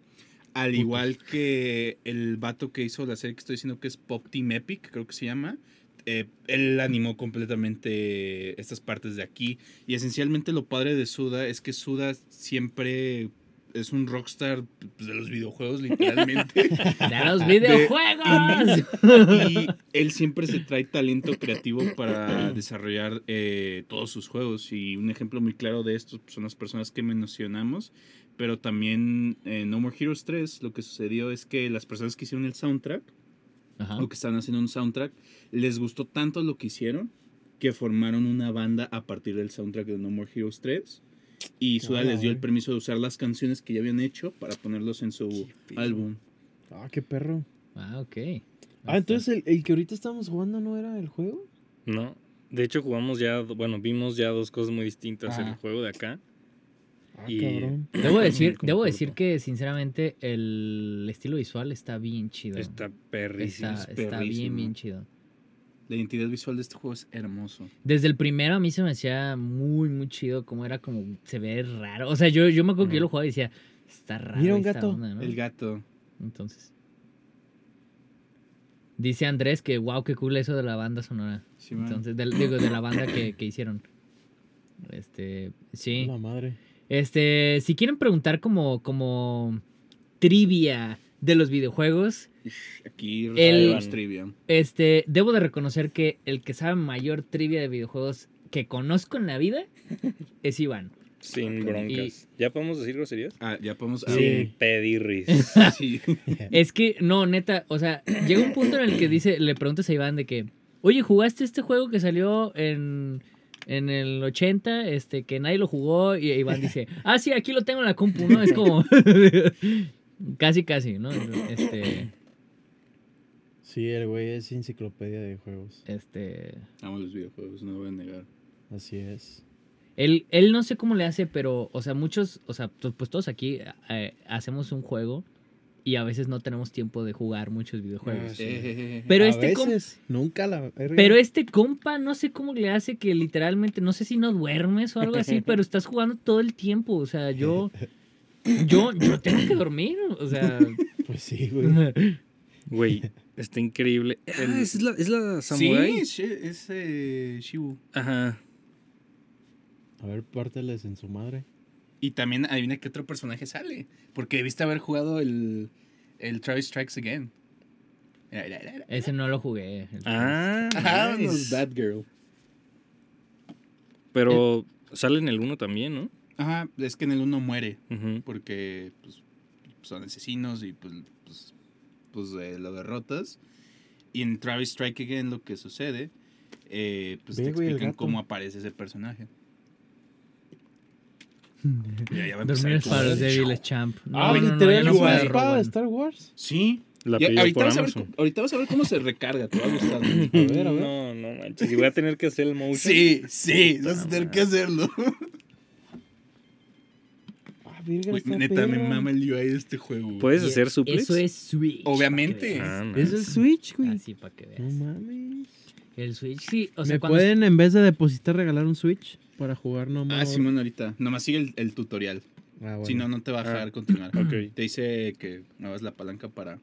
Speaker 3: Al igual que el vato que hizo la serie que estoy diciendo que es Pop Team Epic, creo que se llama. eh, él animó completamente estas partes de aquí. Y esencialmente lo padre de Suda es que Suda siempre es un rockstar pues, de los videojuegos, literalmente.
Speaker 2: ¡De los videojuegos!
Speaker 3: y él siempre se trae talento creativo para desarrollar eh, todos sus juegos. Y un ejemplo muy claro de esto son las personas que mencionamos. Pero también en No More Heroes 3 lo que sucedió es que las personas que hicieron el soundtrack
Speaker 2: Ajá.
Speaker 3: o que están haciendo un soundtrack les gustó tanto lo que hicieron que formaron una banda a partir del soundtrack de No More Heroes 3. Y Suda
Speaker 5: Ah,
Speaker 3: les dio el
Speaker 5: güey.
Speaker 3: permiso de usar las canciones que ya habían hecho para ponerlos en su álbum.
Speaker 5: Ah, qué perro.
Speaker 2: Ah, ok.
Speaker 5: Ah, entonces el, el que ahorita estamos jugando no era el juego.
Speaker 4: No. De hecho, jugamos ya, bueno, vimos ya dos cosas muy distintas.
Speaker 3: Ajá.
Speaker 4: El juego de acá.
Speaker 5: Ah,
Speaker 4: Y-
Speaker 5: cabrón.
Speaker 2: Debo decir,
Speaker 4: Como
Speaker 2: debo
Speaker 4: corto.
Speaker 2: decir que sinceramente el estilo visual está bien chido.
Speaker 4: Está
Speaker 2: Está-
Speaker 4: perrísimo.
Speaker 2: está bien,
Speaker 3: perrísimo.
Speaker 2: bien chido.
Speaker 3: La identidad visual de este juego es hermoso.
Speaker 2: Desde el primero a mí se me hacía muy, muy chido, como era como, se ve raro. O sea, yo, yo me acuerdo que yo lo jugaba y decía, está raro.
Speaker 5: Mira un
Speaker 2: esta
Speaker 5: gato.
Speaker 2: onda, ¿no?".
Speaker 3: El gato.
Speaker 2: Entonces. Dice Andrés que, wow, qué cool eso de la banda sonora.
Speaker 3: Sí, man.
Speaker 2: Entonces, del- digo, de la banda que, que hicieron. Este, sí.
Speaker 5: La madre.
Speaker 2: Este, si quieren preguntar como, como trivia de los videojuegos,
Speaker 3: Aquí
Speaker 2: El-
Speaker 3: recibimos trivia.
Speaker 2: este, debo de reconocer que el que sabe mayor trivia de videojuegos que conozco en la vida es Iván.
Speaker 4: Sin
Speaker 3: Ok.
Speaker 4: broncas. ¿Ya podemos decir groserías?
Speaker 3: Ah, ya podemos.
Speaker 5: Sí.
Speaker 4: Sin pedirris.
Speaker 3: Ah, sí.
Speaker 2: Es que, no, neta, o sea, llega un punto en el que dice, le preguntas a Iván de que, oye, ¿jugaste este juego que salió en, en el 80? Este, que nadie lo jugó, y Iván dice, ah, sí, aquí lo tengo en la compu, ¿no? Es como, casi, casi, ¿no? Este,
Speaker 5: Sí, el güey es enciclopedia de juegos.
Speaker 2: este...
Speaker 3: Amo los videojuegos, no lo voy a negar.
Speaker 5: Así es.
Speaker 2: Él, él no sé cómo le hace, pero, o sea, muchos, o sea, to- pues todos aquí eh, hacemos un juego y a veces no tenemos tiempo de jugar muchos videojuegos.
Speaker 4: Ah, sí.
Speaker 3: Eh,
Speaker 2: Pero
Speaker 5: a
Speaker 2: este com-
Speaker 5: veces, nunca la verga.
Speaker 2: Pero este compa, no sé cómo le hace que literalmente, no sé si no duermes o algo así, pero estás jugando todo el tiempo. O sea, yo, yo, yo tengo que dormir. O sea,
Speaker 5: Pues sí, güey.
Speaker 4: Güey, está increíble. El-
Speaker 3: es la, es
Speaker 4: samurai?
Speaker 3: Sí, es, es, eh, Shibu.
Speaker 4: Ajá.
Speaker 5: A ver, párteles en su madre.
Speaker 3: Y también adivina qué otro personaje sale. Porque debiste haber jugado el, el Travis Strikes Again. Mira, mira, mira, mira.
Speaker 2: ese no lo jugué.
Speaker 4: Ah,
Speaker 3: Ah,
Speaker 4: nice.
Speaker 3: no, Bad Girl.
Speaker 4: Pero sale en el 1 también, ¿no?
Speaker 3: Ajá, es que en el uno muere.
Speaker 4: Ujú.
Speaker 3: porque pues, son asesinos y pues, pues, pues, eh, lo derrotas. Y en Travis Strike Again lo que sucede, eh, pues te
Speaker 5: Ve, güey, el
Speaker 3: explican
Speaker 5: gato.
Speaker 3: cómo aparece ese personaje. Mira, ya va a empezar
Speaker 2: Dormir es
Speaker 3: el
Speaker 2: para los
Speaker 3: juego.
Speaker 2: débiles, champ. No,
Speaker 5: ah,
Speaker 2: no, no,
Speaker 5: literal,
Speaker 2: ya no
Speaker 5: es una
Speaker 2: puedo,
Speaker 5: espada de
Speaker 2: Rowan.
Speaker 5: Star Wars.
Speaker 3: Sí,
Speaker 4: La
Speaker 3: y
Speaker 4: pidió
Speaker 3: ahorita
Speaker 4: por
Speaker 3: vas, a ver,
Speaker 4: Amazon.
Speaker 3: cómo- ahorita vas a ver cómo se recarga. Te va a gustar.
Speaker 5: A ver, a ver.
Speaker 4: No, no manches. Y voy a tener que hacer el motion.
Speaker 3: sí, sí, vas a tener que hacerlo.
Speaker 5: virga,
Speaker 3: Güey,
Speaker 5: Ah, está
Speaker 3: neta, me
Speaker 5: perra.
Speaker 3: mama el UI de este juego. güey.
Speaker 4: ¿Puedes
Speaker 2: Y
Speaker 4: hacer suplex?
Speaker 2: Eso es Switch.
Speaker 3: Obviamente.
Speaker 4: Ah, man.
Speaker 5: Es el Switch, güey.
Speaker 2: Así para que
Speaker 5: No
Speaker 2: veas.
Speaker 5: mames.
Speaker 2: El Switch, sí. O sea,
Speaker 5: ¿Me
Speaker 2: cuando.
Speaker 5: pueden, en vez de depositar, regalar un Switch para jugar nomás?
Speaker 3: Ah, Simón, ahorita. Nomás sigue el, el tutorial.
Speaker 5: Ah, bueno.
Speaker 3: Si no, no te va a
Speaker 4: Ah.
Speaker 3: dejar continuar.
Speaker 4: Ok.
Speaker 3: Te dice que muevas la palanca para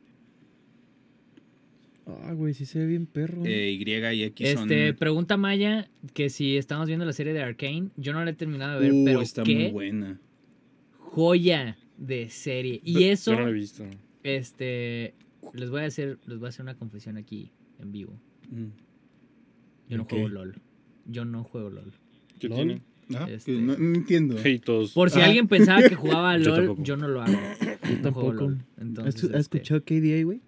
Speaker 5: Ah, güey, sí se ve bien perro.
Speaker 3: eh, Y y X. son-
Speaker 2: Mm. Este, pregunta Maya que si estamos viendo la serie de Arkane. Yo no la he terminado de ver,
Speaker 3: Uh,
Speaker 2: pero
Speaker 3: está
Speaker 2: qué
Speaker 3: muy buena.
Speaker 2: joya de serie. Y
Speaker 4: Yo-
Speaker 2: eso,
Speaker 4: Yo no lo he visto.
Speaker 2: este, les voy a hacer, les voy a hacer una confesión aquí en vivo.
Speaker 3: Mm.
Speaker 2: Yo no
Speaker 3: Ok.
Speaker 2: juego LOL. Yo no juego LOL.
Speaker 4: ¿Qué
Speaker 5: ¿Lol?
Speaker 4: tiene?
Speaker 3: Ah, que
Speaker 2: Este-
Speaker 3: no, no entiendo.
Speaker 4: Hey, todos.
Speaker 2: Por si
Speaker 3: Ah.
Speaker 2: alguien pensaba que jugaba
Speaker 4: Yo
Speaker 2: LOL, yo,
Speaker 4: tampoco.
Speaker 2: no lo hago. Yo
Speaker 5: tampoco. ¿Has,
Speaker 2: Entonces,
Speaker 5: has
Speaker 2: este,
Speaker 5: escuchado KDA, güey?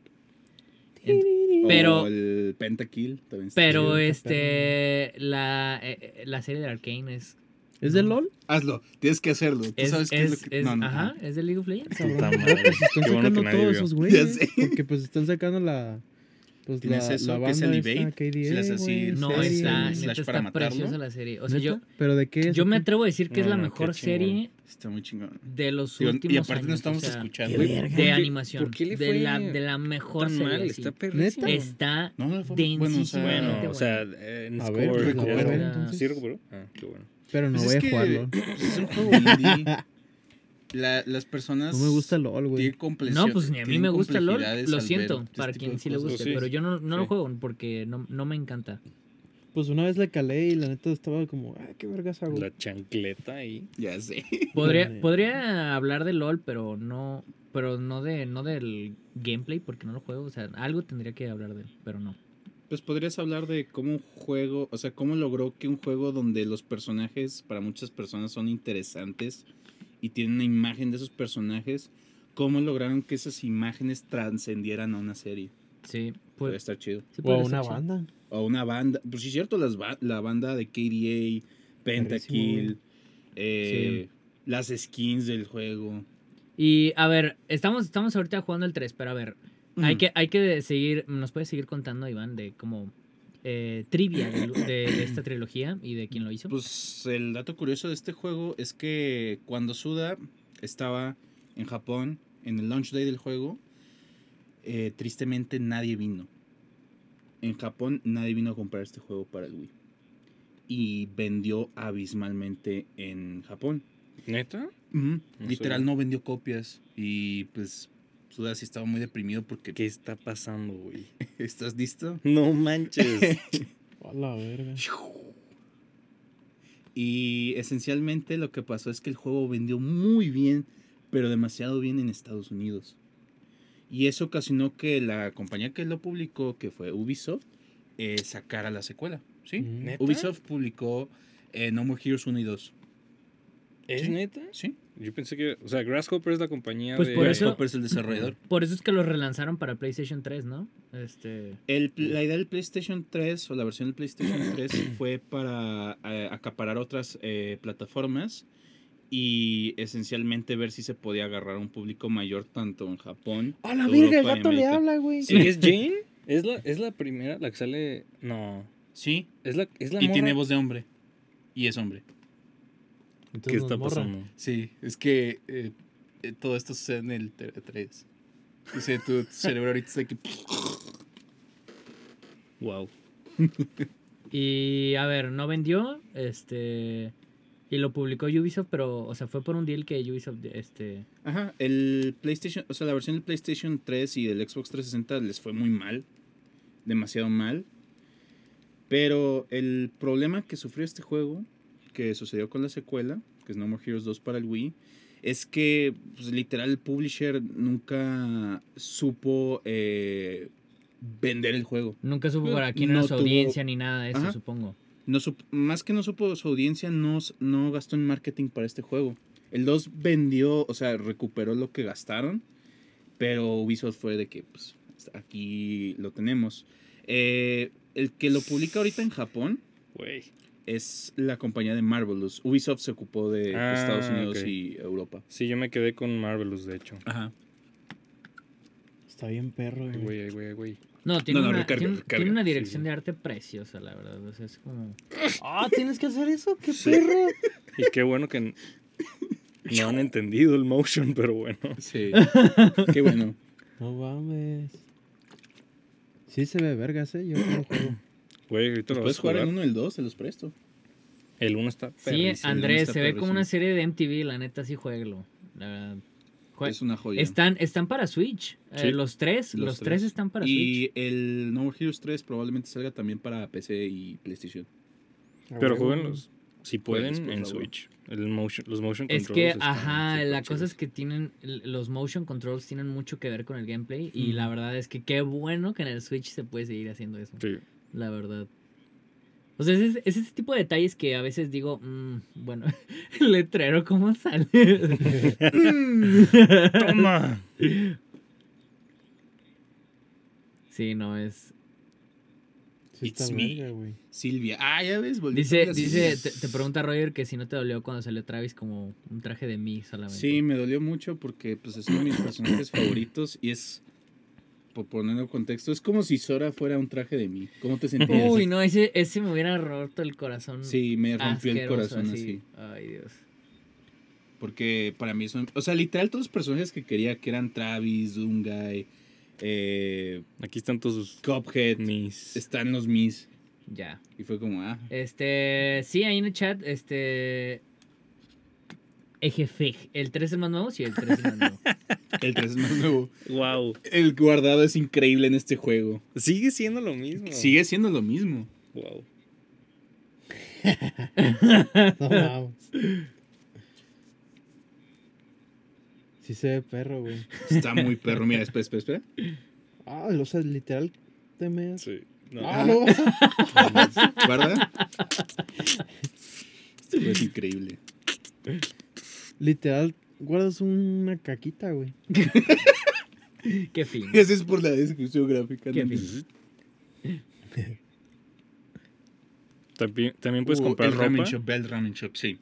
Speaker 2: en- pero
Speaker 3: O el Pentakill también está
Speaker 2: Pero eh,
Speaker 3: chido.
Speaker 5: Sí, está
Speaker 2: este la, eh, eh, la serie de Arkane es
Speaker 5: ¿Es de
Speaker 2: no.
Speaker 5: LOL?
Speaker 3: Hazlo, tienes que hacerlo. Tú
Speaker 2: es,
Speaker 3: sabes qué es,
Speaker 2: es,
Speaker 3: lo que.
Speaker 2: es-
Speaker 3: no, no,
Speaker 2: ajá, es de League of Legends.
Speaker 4: Puta
Speaker 5: Ah,
Speaker 4: madre.
Speaker 5: pues están
Speaker 4: Qué bueno
Speaker 5: sacando
Speaker 4: que nadie
Speaker 5: todos
Speaker 4: vio.
Speaker 5: esos güeyes.
Speaker 3: sé.
Speaker 5: Porque pues están sacando la... Pues la,
Speaker 3: Tienes eso,
Speaker 5: la
Speaker 3: que es
Speaker 5: banda
Speaker 3: el
Speaker 5: esa,
Speaker 3: debate,
Speaker 5: KDA,
Speaker 3: si las así,
Speaker 5: güey,
Speaker 2: No,
Speaker 5: series.
Speaker 2: está,
Speaker 3: slash
Speaker 2: neta,
Speaker 3: para
Speaker 2: está
Speaker 3: matarlo.
Speaker 2: preciosa la serie. O sea,
Speaker 5: ¿Neta?
Speaker 2: yo,
Speaker 5: ¿Pero de qué es?
Speaker 2: yo me
Speaker 5: ¿O qué?
Speaker 2: atrevo a decir que es
Speaker 4: No,
Speaker 2: la
Speaker 4: no,
Speaker 2: mejor
Speaker 4: qué chingón.
Speaker 2: serie
Speaker 3: Está muy chingón.
Speaker 2: de los
Speaker 3: Digo,
Speaker 2: últimos
Speaker 3: y aparte no
Speaker 2: años,
Speaker 3: estamos
Speaker 2: o sea,
Speaker 3: escuchando.
Speaker 5: qué
Speaker 3: güey.
Speaker 5: verga.
Speaker 2: De
Speaker 4: qué-
Speaker 2: animación.
Speaker 4: por qué le
Speaker 2: de,
Speaker 4: fue
Speaker 2: la, de la mejor
Speaker 4: Tan
Speaker 2: serie.
Speaker 4: mal,
Speaker 2: así.
Speaker 4: está perrísimo.
Speaker 5: ¿Neta?
Speaker 2: Está
Speaker 3: No, no, fue muy bueno. O
Speaker 2: densísima.
Speaker 3: sea,
Speaker 4: Bueno,
Speaker 2: Bueno.
Speaker 4: o sea, en
Speaker 5: A ver,
Speaker 4: score.
Speaker 5: recupero,
Speaker 4: ya-
Speaker 5: bueno, entonces.
Speaker 4: ¿Sí recuperó? Ah, qué bueno.
Speaker 5: Pero no
Speaker 3: Pues
Speaker 5: voy
Speaker 3: es
Speaker 5: a
Speaker 3: que
Speaker 5: jugarlo.
Speaker 3: Es un juego indie. La- las personas.
Speaker 5: No me gusta LOL, güey.
Speaker 3: tienen complejo-
Speaker 2: No, pues ni a mí
Speaker 3: tienen
Speaker 2: me gusta LOL.
Speaker 3: complejidades
Speaker 2: Lo
Speaker 3: al
Speaker 2: siento
Speaker 3: ver este
Speaker 2: para
Speaker 3: tipo
Speaker 2: quien
Speaker 3: de
Speaker 2: sí le
Speaker 3: cosas.
Speaker 2: guste,
Speaker 4: Sí,
Speaker 2: pero yo no, no lo
Speaker 4: sí.
Speaker 2: juego porque no, no me encanta.
Speaker 5: Pues una vez la calé y la neta estaba como... Ah, qué vergas hago.
Speaker 4: La chancleta ahí.
Speaker 3: Ya sé.
Speaker 2: Podría,
Speaker 5: Madre.
Speaker 2: podría hablar de LOL, pero no pero no de no del gameplay porque no lo juego, o sea, algo tendría que hablar de él, pero no.
Speaker 3: Pues podrías hablar de cómo un juego, o sea, cómo logró que un juego donde los personajes para muchas personas son interesantes y tienen una imagen de esos personajes, cómo lograron que esas imágenes trascendieran a una serie.
Speaker 2: Sí,
Speaker 3: Puede
Speaker 2: pues
Speaker 3: estar chido.
Speaker 2: sí
Speaker 5: O a
Speaker 2: podría
Speaker 5: una
Speaker 2: ser chido.
Speaker 5: banda.
Speaker 3: O a una banda, pues sí es cierto, las ba- la banda de KDA, Pentakill, eh, las skins del juego.
Speaker 2: Y a ver, estamos estamos ahorita jugando el 3, pero a ver, hay
Speaker 3: Mm.
Speaker 2: que hay que seguir nos puedes seguir contando Iván de como eh, trivia de, de- de esta trilogía y de quién lo hizo.
Speaker 3: Pues el dato curioso de este juego es que cuando Suda estaba en Japón, en el launch day del juego, eh, tristemente nadie vino. En Japón nadie vino a comprar este juego para el Wii. Y vendió abismalmente en Japón.
Speaker 4: ¿Neta?
Speaker 3: Ujú.
Speaker 4: No
Speaker 3: Literal
Speaker 4: sabía.
Speaker 3: no vendió copias. Y pues Suda sí estaba muy deprimido porque
Speaker 4: ¿Qué está pasando, güey?
Speaker 3: estás listo.
Speaker 4: No manches.
Speaker 5: A la verga.
Speaker 3: Y esencialmente lo que pasó es que el juego vendió muy bien, pero demasiado bien en Estados Unidos. Y eso ocasionó que la compañía que lo publicó, que fue Ubisoft, eh, sacara la secuela. ¿sí?
Speaker 5: Mm.
Speaker 4: ¿Neta?
Speaker 3: Ubisoft publicó eh, No More Heroes 1 y 2.
Speaker 4: ¿Es
Speaker 3: Sí.
Speaker 4: neta?
Speaker 3: ¿sí?
Speaker 4: Yo pensé que. O sea, Grasshopper es la compañía
Speaker 2: Pues
Speaker 4: de.
Speaker 2: por eso-
Speaker 3: Grasshopper es el desarrollador.
Speaker 2: Por eso es que lo relanzaron para PlayStation 3, ¿no? Este
Speaker 3: El pl- la idea del PlayStation 3 o la versión del PlayStation 3 fue para eh, acaparar otras eh, plataformas y esencialmente ver si se podía agarrar a un público mayor tanto en Japón.
Speaker 5: A la
Speaker 3: Europa
Speaker 5: verga, el
Speaker 3: y
Speaker 5: gato le
Speaker 3: América.
Speaker 5: habla, güey.
Speaker 4: Sí, ¿Es Jane? ¿Es la, ¿Es la primera? ¿La que sale.? No.
Speaker 3: Sí,
Speaker 4: ¿Es la, es la
Speaker 3: y
Speaker 4: morra?
Speaker 3: tiene voz de hombre. Y es hombre.
Speaker 4: ¿Qué está pasando?
Speaker 3: Sí, es que eh, eh, todo esto sucede en el 3. Dice, tu, tu cerebro ahorita está que...
Speaker 4: Wow.
Speaker 2: Y a ver, no vendió, este y lo publicó Ubisoft, pero o sea, fue por un deal que Ubisoft este
Speaker 3: Ajá, el PlayStation, o sea, la versión del PlayStation 3 y del Xbox 360 les fue muy mal, demasiado mal. Pero el problema que sufrió este juego, que sucedió con la secuela, que es No More Heroes 2 para el Wii, es que pues, literal el publisher nunca supo eh, vender el juego.
Speaker 2: nunca supo
Speaker 3: No,
Speaker 2: para quién era
Speaker 3: no
Speaker 2: su
Speaker 3: tuvo-
Speaker 2: audiencia ni nada de eso,
Speaker 3: Ajá.
Speaker 2: supongo.
Speaker 3: No sup- más que no supo su audiencia, no, s- no gastó en marketing para este juego. El 2 vendió, o sea, recuperó lo que gastaron, pero Ubisoft fue de que, pues, hasta aquí lo tenemos. Eh, el que lo publica ahorita en Japón
Speaker 4: Güey.
Speaker 3: es la compañía de Marvelous. Ubisoft se ocupó de
Speaker 4: Ah,
Speaker 3: Estados Unidos
Speaker 4: ok.
Speaker 3: y Europa.
Speaker 4: Sí, yo me quedé con Marvelous, de hecho.
Speaker 3: Ajá.
Speaker 5: Está bien perro,
Speaker 4: Ay,
Speaker 5: güey.
Speaker 4: güey, ay, güey, ay, güey.
Speaker 2: No, tiene,
Speaker 3: No, no,
Speaker 2: una,
Speaker 3: recarga,
Speaker 2: tiene,
Speaker 3: recarga,
Speaker 2: tiene una
Speaker 4: sí,
Speaker 2: dirección
Speaker 4: sí.
Speaker 2: de arte preciosa, la verdad. O sea, es como
Speaker 5: Ah, tienes que hacer eso, qué perro.
Speaker 4: Y qué bueno que. No han entendido el motion, pero bueno.
Speaker 3: Sí. Qué bueno.
Speaker 5: No mames. Sí se ve vergas, eh. Yo no juego.
Speaker 4: Güey, ahorita lo vas
Speaker 3: Puedes
Speaker 4: a
Speaker 3: jugar
Speaker 4: jugar.
Speaker 3: en uno el dos, se los presto.
Speaker 4: El uno está
Speaker 2: Sí,
Speaker 3: Perrísimo,
Speaker 2: Andrés,
Speaker 3: está
Speaker 2: se ve como
Speaker 3: perrísimo.
Speaker 2: una serie de MTV, la neta, sí, jueguelo. La verdad. Jue-
Speaker 3: Es una joya.
Speaker 2: Están, están para Switch. eh,
Speaker 4: Sí,
Speaker 2: los tres, los,
Speaker 3: los
Speaker 2: tres.
Speaker 3: tres.
Speaker 2: están para Switch.
Speaker 3: y el No More Heroes 3 probablemente salga también para PC y PlayStation.
Speaker 2: ah,
Speaker 4: Pero jueguenlos, si pueden,
Speaker 3: Jueguenlos, por
Speaker 4: en
Speaker 3: favor.
Speaker 4: Switch. El motion, los motion
Speaker 2: Es
Speaker 4: controls
Speaker 2: que,
Speaker 4: están
Speaker 2: ajá,
Speaker 4: súper
Speaker 2: la cosa
Speaker 4: chidos.
Speaker 2: es que tienen, l- los motion controls tienen mucho que ver con el gameplay y la verdad es que qué bueno que en el Switch se puede seguir haciendo eso,
Speaker 4: Sí.
Speaker 2: la verdad. O sea, es, es- es ese tipo de detalles que a veces digo, mm, bueno, el letrero, ¿cómo sale? Mm.
Speaker 4: ¡Toma!
Speaker 2: sí, no, es...
Speaker 5: Sí está
Speaker 3: It's me.
Speaker 5: verga, güey.
Speaker 3: Silvia. Ah, ya ves, volví a
Speaker 2: Dice,
Speaker 3: hablar así.
Speaker 2: dice te, te pregunta Roger que si no te dolió cuando salió Travis como un traje de mí solamente.
Speaker 3: Sí, me dolió mucho porque pues es uno de mis personajes favoritos y es, por ponerlo en contexto, es como si Sora fuera un traje de mí. ¿Cómo te sentías?
Speaker 2: Uy, no, ese, ese me hubiera roto el corazón.
Speaker 3: Sí, me rompió el
Speaker 2: asqueroso,
Speaker 3: corazón así.
Speaker 2: Ay, Dios.
Speaker 3: Porque para mí son, o sea, literal todos los personajes que quería, que eran Travis, Doomguy, eh,
Speaker 4: Aquí están todos sus
Speaker 3: Cuphead,
Speaker 4: mis.
Speaker 3: están los Mis.
Speaker 2: Ya.
Speaker 3: Y fue como, ah,
Speaker 2: Este, sí, ahí en el chat, este... Ejefej. ¿El 3 es el más nuevo? Sí, el 3 es el más nuevo.
Speaker 3: el 3 es más nuevo.
Speaker 4: Wow.
Speaker 3: El guardado es increíble en este juego.
Speaker 4: Sigue siendo lo mismo.
Speaker 3: Sigue siendo lo mismo.
Speaker 4: Wow.
Speaker 5: No mames. Sí se ve perro, güey.
Speaker 3: Está muy perro. Mira, espera, espera, espera.
Speaker 5: Ah, o sea, literal te meas.
Speaker 4: Sí. No.
Speaker 5: Ah, no.
Speaker 3: ¿Guarda? Este juego es increíble.
Speaker 5: Literal, guardas una caquita, güey.
Speaker 2: Qué fin.
Speaker 3: Ese es por la descripción gráfica.
Speaker 2: Qué
Speaker 3: ¿no?
Speaker 2: fin.
Speaker 4: También, también puedes
Speaker 3: Uh,
Speaker 4: comprar
Speaker 3: el ramen
Speaker 4: ropa.
Speaker 3: shop, ve al ramen shop, sí.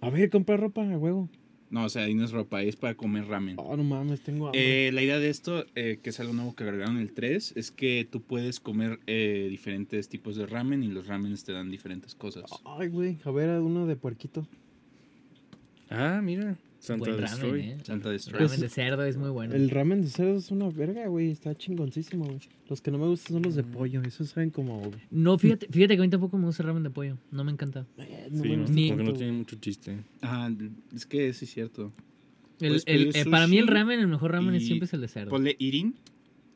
Speaker 5: A ver, compra ropa a huevo.
Speaker 3: No, o sea, ahí no es ropa, ahí es para comer ramen.
Speaker 5: Ah, no mames, tengo hambre.
Speaker 3: Eh, la idea de esto, eh, que es algo nuevo que agregaron en el 3, es que tú puedes comer eh, diferentes tipos de ramen y los ramenes te dan diferentes cosas.
Speaker 5: Ay, güey, a ver, uno de puerquito.
Speaker 4: Ah, mira. Santa
Speaker 2: Buen ramen,
Speaker 4: Destroy.
Speaker 2: ¿eh?
Speaker 3: Santa Destroy.
Speaker 2: Ramen de cerdo es muy bueno.
Speaker 5: El ramen de cerdo es una verga, güey. Está chingoncísimo, güey. Los que no me gustan son los de pollo. Esos saben como. eh,
Speaker 2: No, fíjate, fíjate que a mí tampoco me gusta el ramen de pollo. No me encanta.
Speaker 5: no
Speaker 4: Sí,
Speaker 5: me
Speaker 4: no,
Speaker 5: gustan
Speaker 2: Ni-
Speaker 4: porque no
Speaker 5: tanto,
Speaker 4: tiene mucho chiste.
Speaker 3: Ah, es que sí es cierto.
Speaker 2: El-
Speaker 5: Pues,
Speaker 3: Puedes
Speaker 2: el-
Speaker 3: pedir
Speaker 2: eh, para mí el
Speaker 3: sushi
Speaker 2: ramen, el mejor ramen es
Speaker 3: y
Speaker 2: siempre es el de cerdo.
Speaker 3: Ponle eating,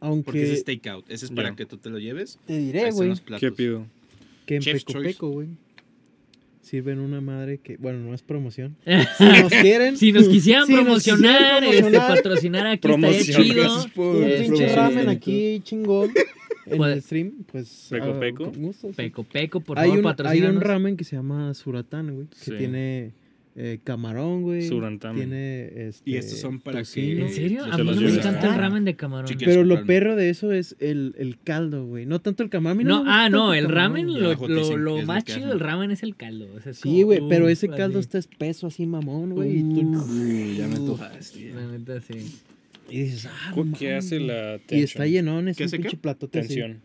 Speaker 5: güey.
Speaker 3: porque ese
Speaker 5: Aunque
Speaker 3: es stakeout. Ese es para
Speaker 4: Ya.
Speaker 3: que tú te lo lleves.
Speaker 5: te
Speaker 3: Ahí
Speaker 5: diré,
Speaker 3: están
Speaker 5: güey,
Speaker 3: los platos.
Speaker 4: ¿Qué pido?
Speaker 5: que en
Speaker 3: Chef's
Speaker 5: Peco
Speaker 3: Choice.
Speaker 5: Peco, güey, sirven una madre que. Bueno, no es promoción. Si nos quieren.
Speaker 2: Si nos quisieran
Speaker 5: si nos
Speaker 2: promocionar,
Speaker 5: quisieran
Speaker 2: este,
Speaker 5: promocionar,
Speaker 2: patrocinar aquí, estaría
Speaker 4: Promoción,
Speaker 2: chido.
Speaker 3: gracias por este
Speaker 5: Un
Speaker 2: Eh,
Speaker 5: pinche
Speaker 2: sí.
Speaker 5: ramen aquí chingón en
Speaker 2: Pues-
Speaker 5: el stream, pues.
Speaker 4: Peco
Speaker 5: ah,
Speaker 4: Peco.
Speaker 5: con gusto, sí.
Speaker 2: Peco, peco, por
Speaker 5: hay,
Speaker 2: favor,
Speaker 5: un, hay
Speaker 2: patrocínanos.
Speaker 5: un ramen que se llama Suratán, güey, que
Speaker 4: Sí.
Speaker 5: tiene eh, camarón, güey.
Speaker 4: Surantamen.
Speaker 5: Tiene este,
Speaker 3: Y estos son para que-
Speaker 5: tocino.
Speaker 2: Eh, pues ¿En serio?
Speaker 3: Yo
Speaker 2: A
Speaker 4: se
Speaker 2: mí
Speaker 4: los
Speaker 2: no me
Speaker 4: llevo.
Speaker 2: encanta el
Speaker 5: Ah.
Speaker 2: ramen de camarón.
Speaker 3: Si quieres
Speaker 5: Pero lo
Speaker 3: comprarme.
Speaker 5: perro de eso es el, el caldo, güey. No tanto el camarón. A mí no
Speaker 2: No,
Speaker 5: me gusta
Speaker 2: ah, no,
Speaker 5: tanto
Speaker 2: el ramen,
Speaker 5: camarón.
Speaker 2: lo,
Speaker 3: Abajo te
Speaker 2: lo-
Speaker 3: dicen
Speaker 2: lo
Speaker 3: qué es lo
Speaker 2: más
Speaker 3: que
Speaker 2: chido
Speaker 3: hacen.
Speaker 2: del ramen es el caldo. o sea, es
Speaker 5: Sí,
Speaker 2: como, uh,
Speaker 5: güey, pero
Speaker 2: uf,
Speaker 5: ese caldo
Speaker 2: así.
Speaker 5: está espeso, así mamón,
Speaker 3: Ah,
Speaker 5: güey. Y, tú-
Speaker 3: Uy, ya me antojaste.
Speaker 2: La neta, sí.
Speaker 5: y dices, ah, no
Speaker 4: ¿Cu- ¿Qué
Speaker 5: mames,
Speaker 4: hace
Speaker 5: güey.
Speaker 4: la tensión?
Speaker 5: Y está llenón, es
Speaker 3: ¿Qué
Speaker 5: un
Speaker 3: hace qué?
Speaker 5: pinche platote así.
Speaker 4: Tensión.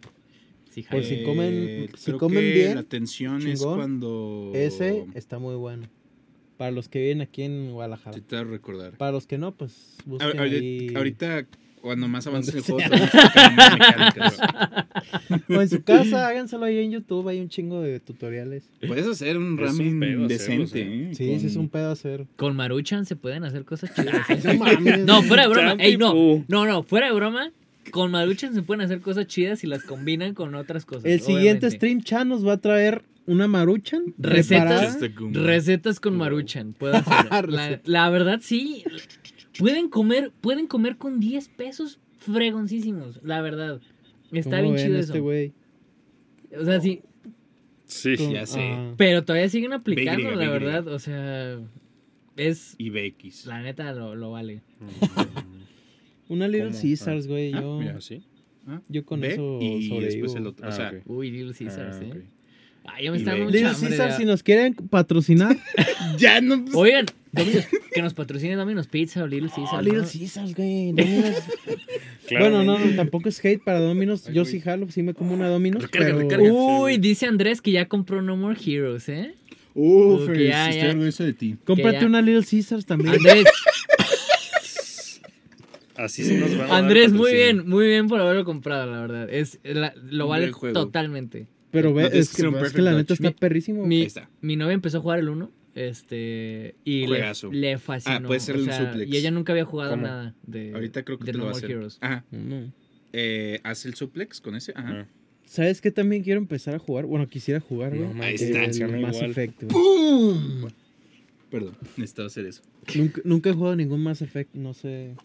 Speaker 2: Sí, jala.
Speaker 5: Por si comen-
Speaker 3: Eh,
Speaker 5: si
Speaker 3: creo
Speaker 5: comen
Speaker 3: que
Speaker 5: bien,
Speaker 3: La tensión es
Speaker 5: chingón.
Speaker 3: cuando.
Speaker 5: Ese está muy bueno. Para los que viven aquí en Guadalajara.
Speaker 3: Sí, te voy a recordar.
Speaker 5: Para los que no, pues
Speaker 3: A-
Speaker 5: busquen
Speaker 3: ahorita-
Speaker 5: ahí-
Speaker 3: Ahorita, cuando más avances el juego,
Speaker 5: Cuando
Speaker 3: te voy a explicar mecánicas.
Speaker 5: O en su casa, háganselo ahí en YouTube, hay un chingo de tutoriales.
Speaker 3: Puedes hacer un
Speaker 4: Es un
Speaker 3: ramen
Speaker 4: pedo hacerlos,
Speaker 3: decente, ¿eh?
Speaker 5: Sí, sí es un pedo hacer.
Speaker 2: Con Maruchan se pueden hacer cosas chidas. ¿eh?
Speaker 5: No mames.
Speaker 2: No, fuera de broma.
Speaker 4: Champi,
Speaker 2: Ey, no.
Speaker 4: pu.
Speaker 2: No, no, fuera de broma. Con Maruchan se pueden hacer cosas chidas y las combinan con otras cosas.
Speaker 5: El siguiente
Speaker 2: obviamente.
Speaker 5: stream Chan nos va a traer una maruchan.
Speaker 2: Recetas.
Speaker 5: preparada.
Speaker 3: Just a goon.
Speaker 2: Recetas con
Speaker 4: Wow.
Speaker 2: Maruchan. puedo
Speaker 5: Ah,
Speaker 2: hacer. La, la verdad, sí. Pueden comer, pueden comer con 10 pesos fregoncísimos. La verdad. Está
Speaker 5: ¿Cómo
Speaker 2: bien
Speaker 5: ven
Speaker 2: chido
Speaker 5: este
Speaker 2: eso.
Speaker 5: güey?
Speaker 2: O sea, sí.
Speaker 4: Sí.
Speaker 5: Con-
Speaker 3: Ya sé.
Speaker 5: ah,
Speaker 2: Pero todavía siguen aplicando,
Speaker 3: Big
Speaker 2: la
Speaker 3: Liga, Big
Speaker 2: verdad. O sea, es.
Speaker 3: Y BX.
Speaker 2: La neta lo, lo vale.
Speaker 5: una Little
Speaker 4: ¿Cómo?
Speaker 5: Caesars, güey.
Speaker 3: Ah,
Speaker 5: yo,
Speaker 3: mira.
Speaker 4: ¿Sí?
Speaker 5: yo con
Speaker 3: B
Speaker 5: eso
Speaker 3: y
Speaker 5: sobrevivo.
Speaker 3: después el otro.
Speaker 4: Ah,
Speaker 3: o sea,
Speaker 4: ok.
Speaker 2: Uy, Little Caesars,
Speaker 4: Ah,
Speaker 2: eh.
Speaker 4: ok.
Speaker 2: Ay, ya me
Speaker 3: Y
Speaker 2: está
Speaker 3: ve-
Speaker 2: dando mucha
Speaker 5: Little
Speaker 2: hambre,
Speaker 5: Caesars,
Speaker 2: ya.
Speaker 5: si nos quieren patrocinar.
Speaker 3: ya no.
Speaker 2: Oigan, Domino's, que nos patrocine Domino's Pizza o
Speaker 3: Oh,
Speaker 2: Little Caesars.
Speaker 5: Ah,
Speaker 2: ¿no?
Speaker 5: Little Caesars, güey. Domino's. bueno,
Speaker 4: Claramente.
Speaker 5: no, no, tampoco es hate para Dominos.
Speaker 3: Ay,
Speaker 5: Yo
Speaker 3: güey.
Speaker 5: sí jalo, sí me como una Dominos.
Speaker 3: Recarga,
Speaker 5: pero... uh,
Speaker 3: recarga.
Speaker 2: Uy, dice Andrés que ya compró No More Heroes, ¿eh?
Speaker 3: Uy, Uf,
Speaker 2: Ok,
Speaker 3: Fers,
Speaker 2: ya,
Speaker 3: estoy
Speaker 2: ya.
Speaker 3: orgulloso de ti.
Speaker 5: Cómprate
Speaker 2: ya-
Speaker 5: una Little Caesars también.
Speaker 2: Andrés,
Speaker 4: Así sí nos van a dar
Speaker 2: Andrés, muy
Speaker 4: patrocinio.
Speaker 2: bien, muy bien por haberlo comprado, la verdad. Es, la- lo
Speaker 3: Un
Speaker 2: vale
Speaker 3: buen juego.
Speaker 2: totalmente.
Speaker 5: Pero ve,
Speaker 3: No te
Speaker 5: es, que,
Speaker 3: hicieron
Speaker 5: es que
Speaker 3: perfect
Speaker 5: la neta
Speaker 3: Dutch.
Speaker 5: está perrísimo.
Speaker 2: Mi,
Speaker 3: Ahí está.
Speaker 2: mi novia empezó a jugar el 1, este, y le,
Speaker 3: Juegazo.
Speaker 2: le fascinó.
Speaker 3: Ah, puede ser
Speaker 2: o
Speaker 3: un
Speaker 2: sea,
Speaker 3: suplex.
Speaker 2: Y ella nunca había jugado
Speaker 4: ¿Cómo?
Speaker 2: nada de
Speaker 3: Ahorita creo que
Speaker 2: de
Speaker 3: te lo
Speaker 2: No
Speaker 3: va a
Speaker 2: More
Speaker 3: hacer.
Speaker 2: Heroes.
Speaker 3: Ajá.
Speaker 5: No.
Speaker 3: Eh, haz el suplex con ese. Ajá.
Speaker 4: Ajá.
Speaker 5: ¿Sabes qué también quiero empezar a jugar? Bueno, quisiera jugar, güey.
Speaker 4: No, man,
Speaker 3: Ahí
Speaker 4: que
Speaker 3: está.
Speaker 5: el
Speaker 4: funciona
Speaker 5: Mass
Speaker 4: igual.
Speaker 5: Effect, güey.
Speaker 6: ¡Pum!
Speaker 3: Perdón, Ah. necesitaba hacer eso.
Speaker 5: Nunca, nunca he jugado ningún Mass Effect, no sé.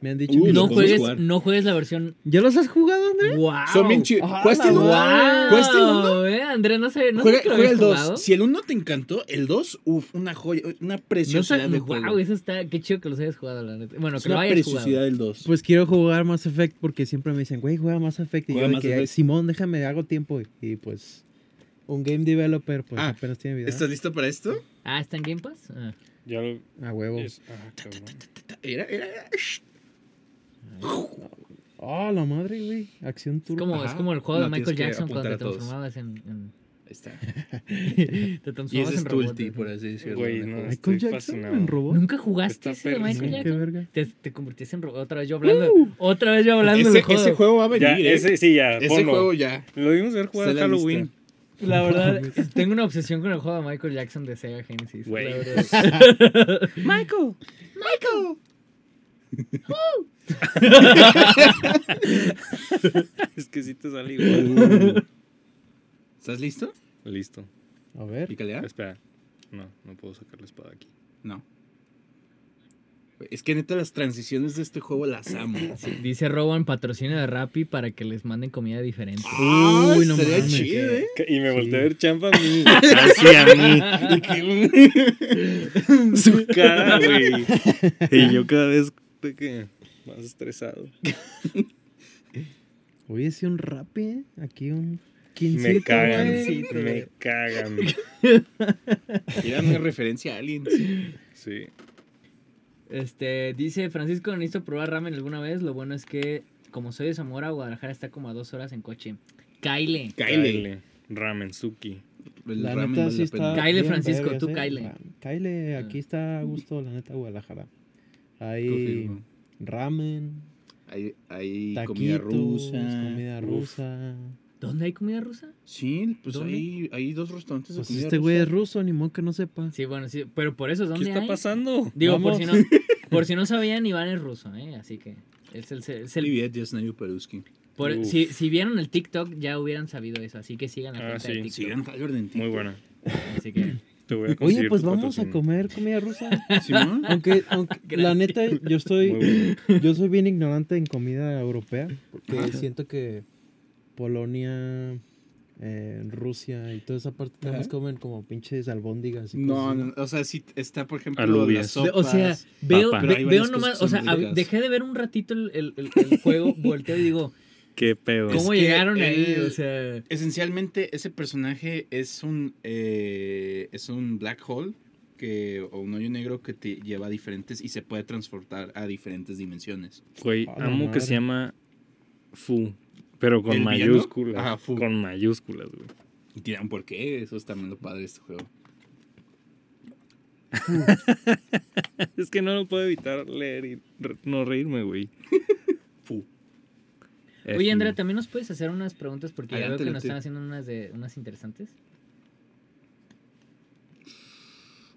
Speaker 5: Me han dicho.
Speaker 3: Uh,
Speaker 5: que
Speaker 2: No
Speaker 3: lo podemos
Speaker 2: juegues,
Speaker 3: jugar.
Speaker 2: no juegues la versión.
Speaker 5: ¿Ya los has jugado, Andrés?
Speaker 2: ¡Wow!
Speaker 3: Son bien chidos.
Speaker 5: Ah,
Speaker 3: ¿Jugaste el
Speaker 5: la
Speaker 3: uno?
Speaker 2: ¡Wow!
Speaker 3: ¿Jugaste el uno?
Speaker 2: eh, Andrés, no sé, no
Speaker 3: juega
Speaker 2: sé que lo
Speaker 3: juega el
Speaker 2: habías jugado.
Speaker 3: 2. Si el 1 te encantó, el 2, uff, una joya, una
Speaker 2: No sé,
Speaker 3: preciosidad de juego.
Speaker 2: wow, eso está, qué chido que los hayas jugado, la neta. Bueno,
Speaker 3: es
Speaker 2: que lo
Speaker 3: una
Speaker 2: hayas jugado.
Speaker 3: preciosidad del 2.
Speaker 5: Pues quiero jugar Mass Effect porque siempre me dicen, güey, juega Mass Effect. Y
Speaker 3: Juega
Speaker 5: yo de
Speaker 3: Mass
Speaker 5: que, "Ay,
Speaker 3: Effect.
Speaker 5: Simón, déjame, hago tiempo. Y, y, pues, un game developer, pues
Speaker 3: Ah,
Speaker 5: apenas tiene vida.
Speaker 3: ¿Estás listo para esto?
Speaker 2: Ah, ¿está en Game Pass? Ah,
Speaker 4: Ya lo-
Speaker 5: A huevo.
Speaker 4: es- ah, cabrón.
Speaker 3: Era, era, era.
Speaker 5: Ah, la madre, güey. Acción
Speaker 2: es,
Speaker 5: turbo.
Speaker 2: como, es
Speaker 3: Ajá.
Speaker 2: como el juego de
Speaker 3: No,
Speaker 2: Michael
Speaker 3: tienes que
Speaker 2: Jackson cuando te
Speaker 3: apuntar a todos.
Speaker 2: transformabas en... en-
Speaker 3: Ahí está.
Speaker 2: te transformabas
Speaker 3: Y ese
Speaker 2: Pues en
Speaker 3: es
Speaker 2: robot,
Speaker 3: Tulti,
Speaker 2: así.
Speaker 3: por así decirlo.
Speaker 4: Güey,
Speaker 3: mejor.
Speaker 4: no.
Speaker 5: Michael
Speaker 4: Estoy
Speaker 5: Jackson
Speaker 4: fascinado.
Speaker 5: en robot.
Speaker 2: ¿Nunca jugaste
Speaker 4: Está
Speaker 2: ese de
Speaker 5: No,
Speaker 2: Michael
Speaker 4: perrísimo.
Speaker 5: qué
Speaker 2: Jackson.
Speaker 5: verga.
Speaker 2: Te, te convertías en robot. Otra vez yo hablando. Otra vez yo hablando
Speaker 3: Uh. Ese,
Speaker 2: de juego.
Speaker 3: ese juego va a
Speaker 4: Ya,
Speaker 3: venir. eh.
Speaker 4: ese sí, ya.
Speaker 3: Ese
Speaker 4: ponlo.
Speaker 3: juego ya.
Speaker 4: Lo vimos ver jugar
Speaker 3: Está en la
Speaker 4: Halloween.
Speaker 3: lista.
Speaker 2: La verdad, tengo una obsesión con el juego de Michael Jackson de Sega Genesis.
Speaker 4: Güey.
Speaker 2: La verdad.
Speaker 4: Michael.
Speaker 3: Michael.
Speaker 4: Es que sí te sale igual.
Speaker 3: ¿Estás listo?
Speaker 4: Uh, Listo.
Speaker 5: A ver.
Speaker 3: Pícale A.
Speaker 4: Espera. No, no puedo sacar la espada aquí.
Speaker 3: No. Es que neta las transiciones de este juego las amo.
Speaker 2: Dice Rowan patrocinio de Rappi para que les manden comida diferente.
Speaker 3: Ah,
Speaker 5: Uy, no
Speaker 3: estaría
Speaker 5: mames.
Speaker 3: chido, ¿eh?
Speaker 4: Y me volteé a ver champa a mí.
Speaker 3: Así a mí.
Speaker 4: Su cara, güey. Y yo cada vez de que más estresado.
Speaker 5: Oye, sí, un rap, ¿eh? Aquí un
Speaker 4: Me
Speaker 5: 15.
Speaker 4: cagan.
Speaker 5: güey.
Speaker 4: Me cagan.
Speaker 3: Era una referencia a alguien.
Speaker 4: Sí.
Speaker 2: Este, dice Francisco, necesito probar ramen alguna vez. Lo bueno es que, como soy de Zamora, Guadalajara está como a dos horas en coche. Kyle.
Speaker 3: Kyle.
Speaker 4: Kyle. Ramen, Suki.
Speaker 3: El
Speaker 5: La
Speaker 3: ramen
Speaker 5: neta
Speaker 3: vale
Speaker 5: sí
Speaker 3: la pena.
Speaker 5: está.
Speaker 2: Kyle
Speaker 5: bien
Speaker 2: Francisco,
Speaker 5: vergas,
Speaker 2: tú
Speaker 5: eh.
Speaker 2: Kyle.
Speaker 5: Ah, Kyle, aquí
Speaker 2: Ah.
Speaker 5: está a gusto, la neta, Guadalajara. Hay
Speaker 3: Confirmo.
Speaker 5: ramen,
Speaker 3: Hay, hay
Speaker 5: taquitos,
Speaker 3: comida
Speaker 5: ah,
Speaker 3: rusa.
Speaker 5: comida
Speaker 3: Uf.
Speaker 5: rusa.
Speaker 2: ¿Dónde hay comida rusa?
Speaker 3: Sí, pues
Speaker 2: ¿Dónde?
Speaker 3: hay, hay dos restaurantes de
Speaker 5: Pues
Speaker 3: comida
Speaker 5: este
Speaker 3: rusa.
Speaker 5: güey es ¿eh? ruso, ni modo que no sepa.
Speaker 2: Sí, bueno, sí, pero por eso, ¿dónde
Speaker 4: ¿Qué está
Speaker 2: hay?
Speaker 4: pasando?
Speaker 2: Digo, por
Speaker 5: Vamos.
Speaker 2: si, no, por si no sabían, Iván es ruso, ¿eh? Así que es el... es el-
Speaker 3: Привет, я знаю по-русски.
Speaker 2: por-
Speaker 4: Uf.
Speaker 2: si, si vieron el TikTok, ya hubieran sabido eso. Así que sigan la
Speaker 4: Ah,
Speaker 2: cuenta de
Speaker 4: sí,
Speaker 2: TikTok.
Speaker 3: Sigan Tyler Dentito.
Speaker 4: Muy buena.
Speaker 2: Así que...
Speaker 4: Te voy a conseguir
Speaker 5: Oye, pues
Speaker 4: tu
Speaker 5: vamos a
Speaker 4: patrocinio.
Speaker 5: comer comida rusa.
Speaker 3: ¿Sí, no?
Speaker 5: Aunque, aunque la neta, yo
Speaker 4: Muy
Speaker 5: estoy,
Speaker 4: bueno.
Speaker 5: yo soy bien ignorante en comida europea. Porque
Speaker 3: Ajá.
Speaker 5: siento que Polonia, eh, Rusia y toda esa parte nada más
Speaker 3: Ajá.
Speaker 5: comen como pinches albóndigas. Y
Speaker 3: No,
Speaker 5: cosas
Speaker 3: no, o sea, sí está, por ejemplo,
Speaker 4: Alubias.
Speaker 3: las
Speaker 2: De-
Speaker 3: sopas.
Speaker 2: o sea, veo,
Speaker 4: papas.
Speaker 2: ve-
Speaker 3: Pero hay
Speaker 2: veo
Speaker 3: varias cosas
Speaker 2: nomás,
Speaker 3: que
Speaker 2: o sea,
Speaker 3: son
Speaker 2: a-
Speaker 3: ricas.
Speaker 2: dejé de ver un ratito el, el- el- el juego, volteo y digo,
Speaker 4: Qué pedo.
Speaker 2: ¿cómo
Speaker 3: que
Speaker 2: llegaron ahí?
Speaker 3: el-
Speaker 2: O sea,
Speaker 3: Esencialmente, ese personaje es un, eh, es un black hole que, o un hoyo negro que te lleva a diferentes y se puede transportar a diferentes dimensiones.
Speaker 4: Güey,
Speaker 5: A la
Speaker 4: amo que se
Speaker 5: madre.
Speaker 4: llama Fu, pero con
Speaker 3: ¿El villano?
Speaker 4: mayúsculas.
Speaker 3: Ajá, Fu.
Speaker 4: Con mayúsculas, güey.
Speaker 3: Y tiran por qué, eso es también lo padre de este juego.
Speaker 4: Es que no lo puedo evitar leer y re- no reírme, güey.
Speaker 3: Fu.
Speaker 4: Eh,
Speaker 2: oye, Andrea,
Speaker 4: Fu.
Speaker 2: también nos puedes hacer unas preguntas porque ya veo
Speaker 3: Adelante,
Speaker 2: que nos
Speaker 3: adelante.
Speaker 2: están haciendo unas, de, unas interesantes.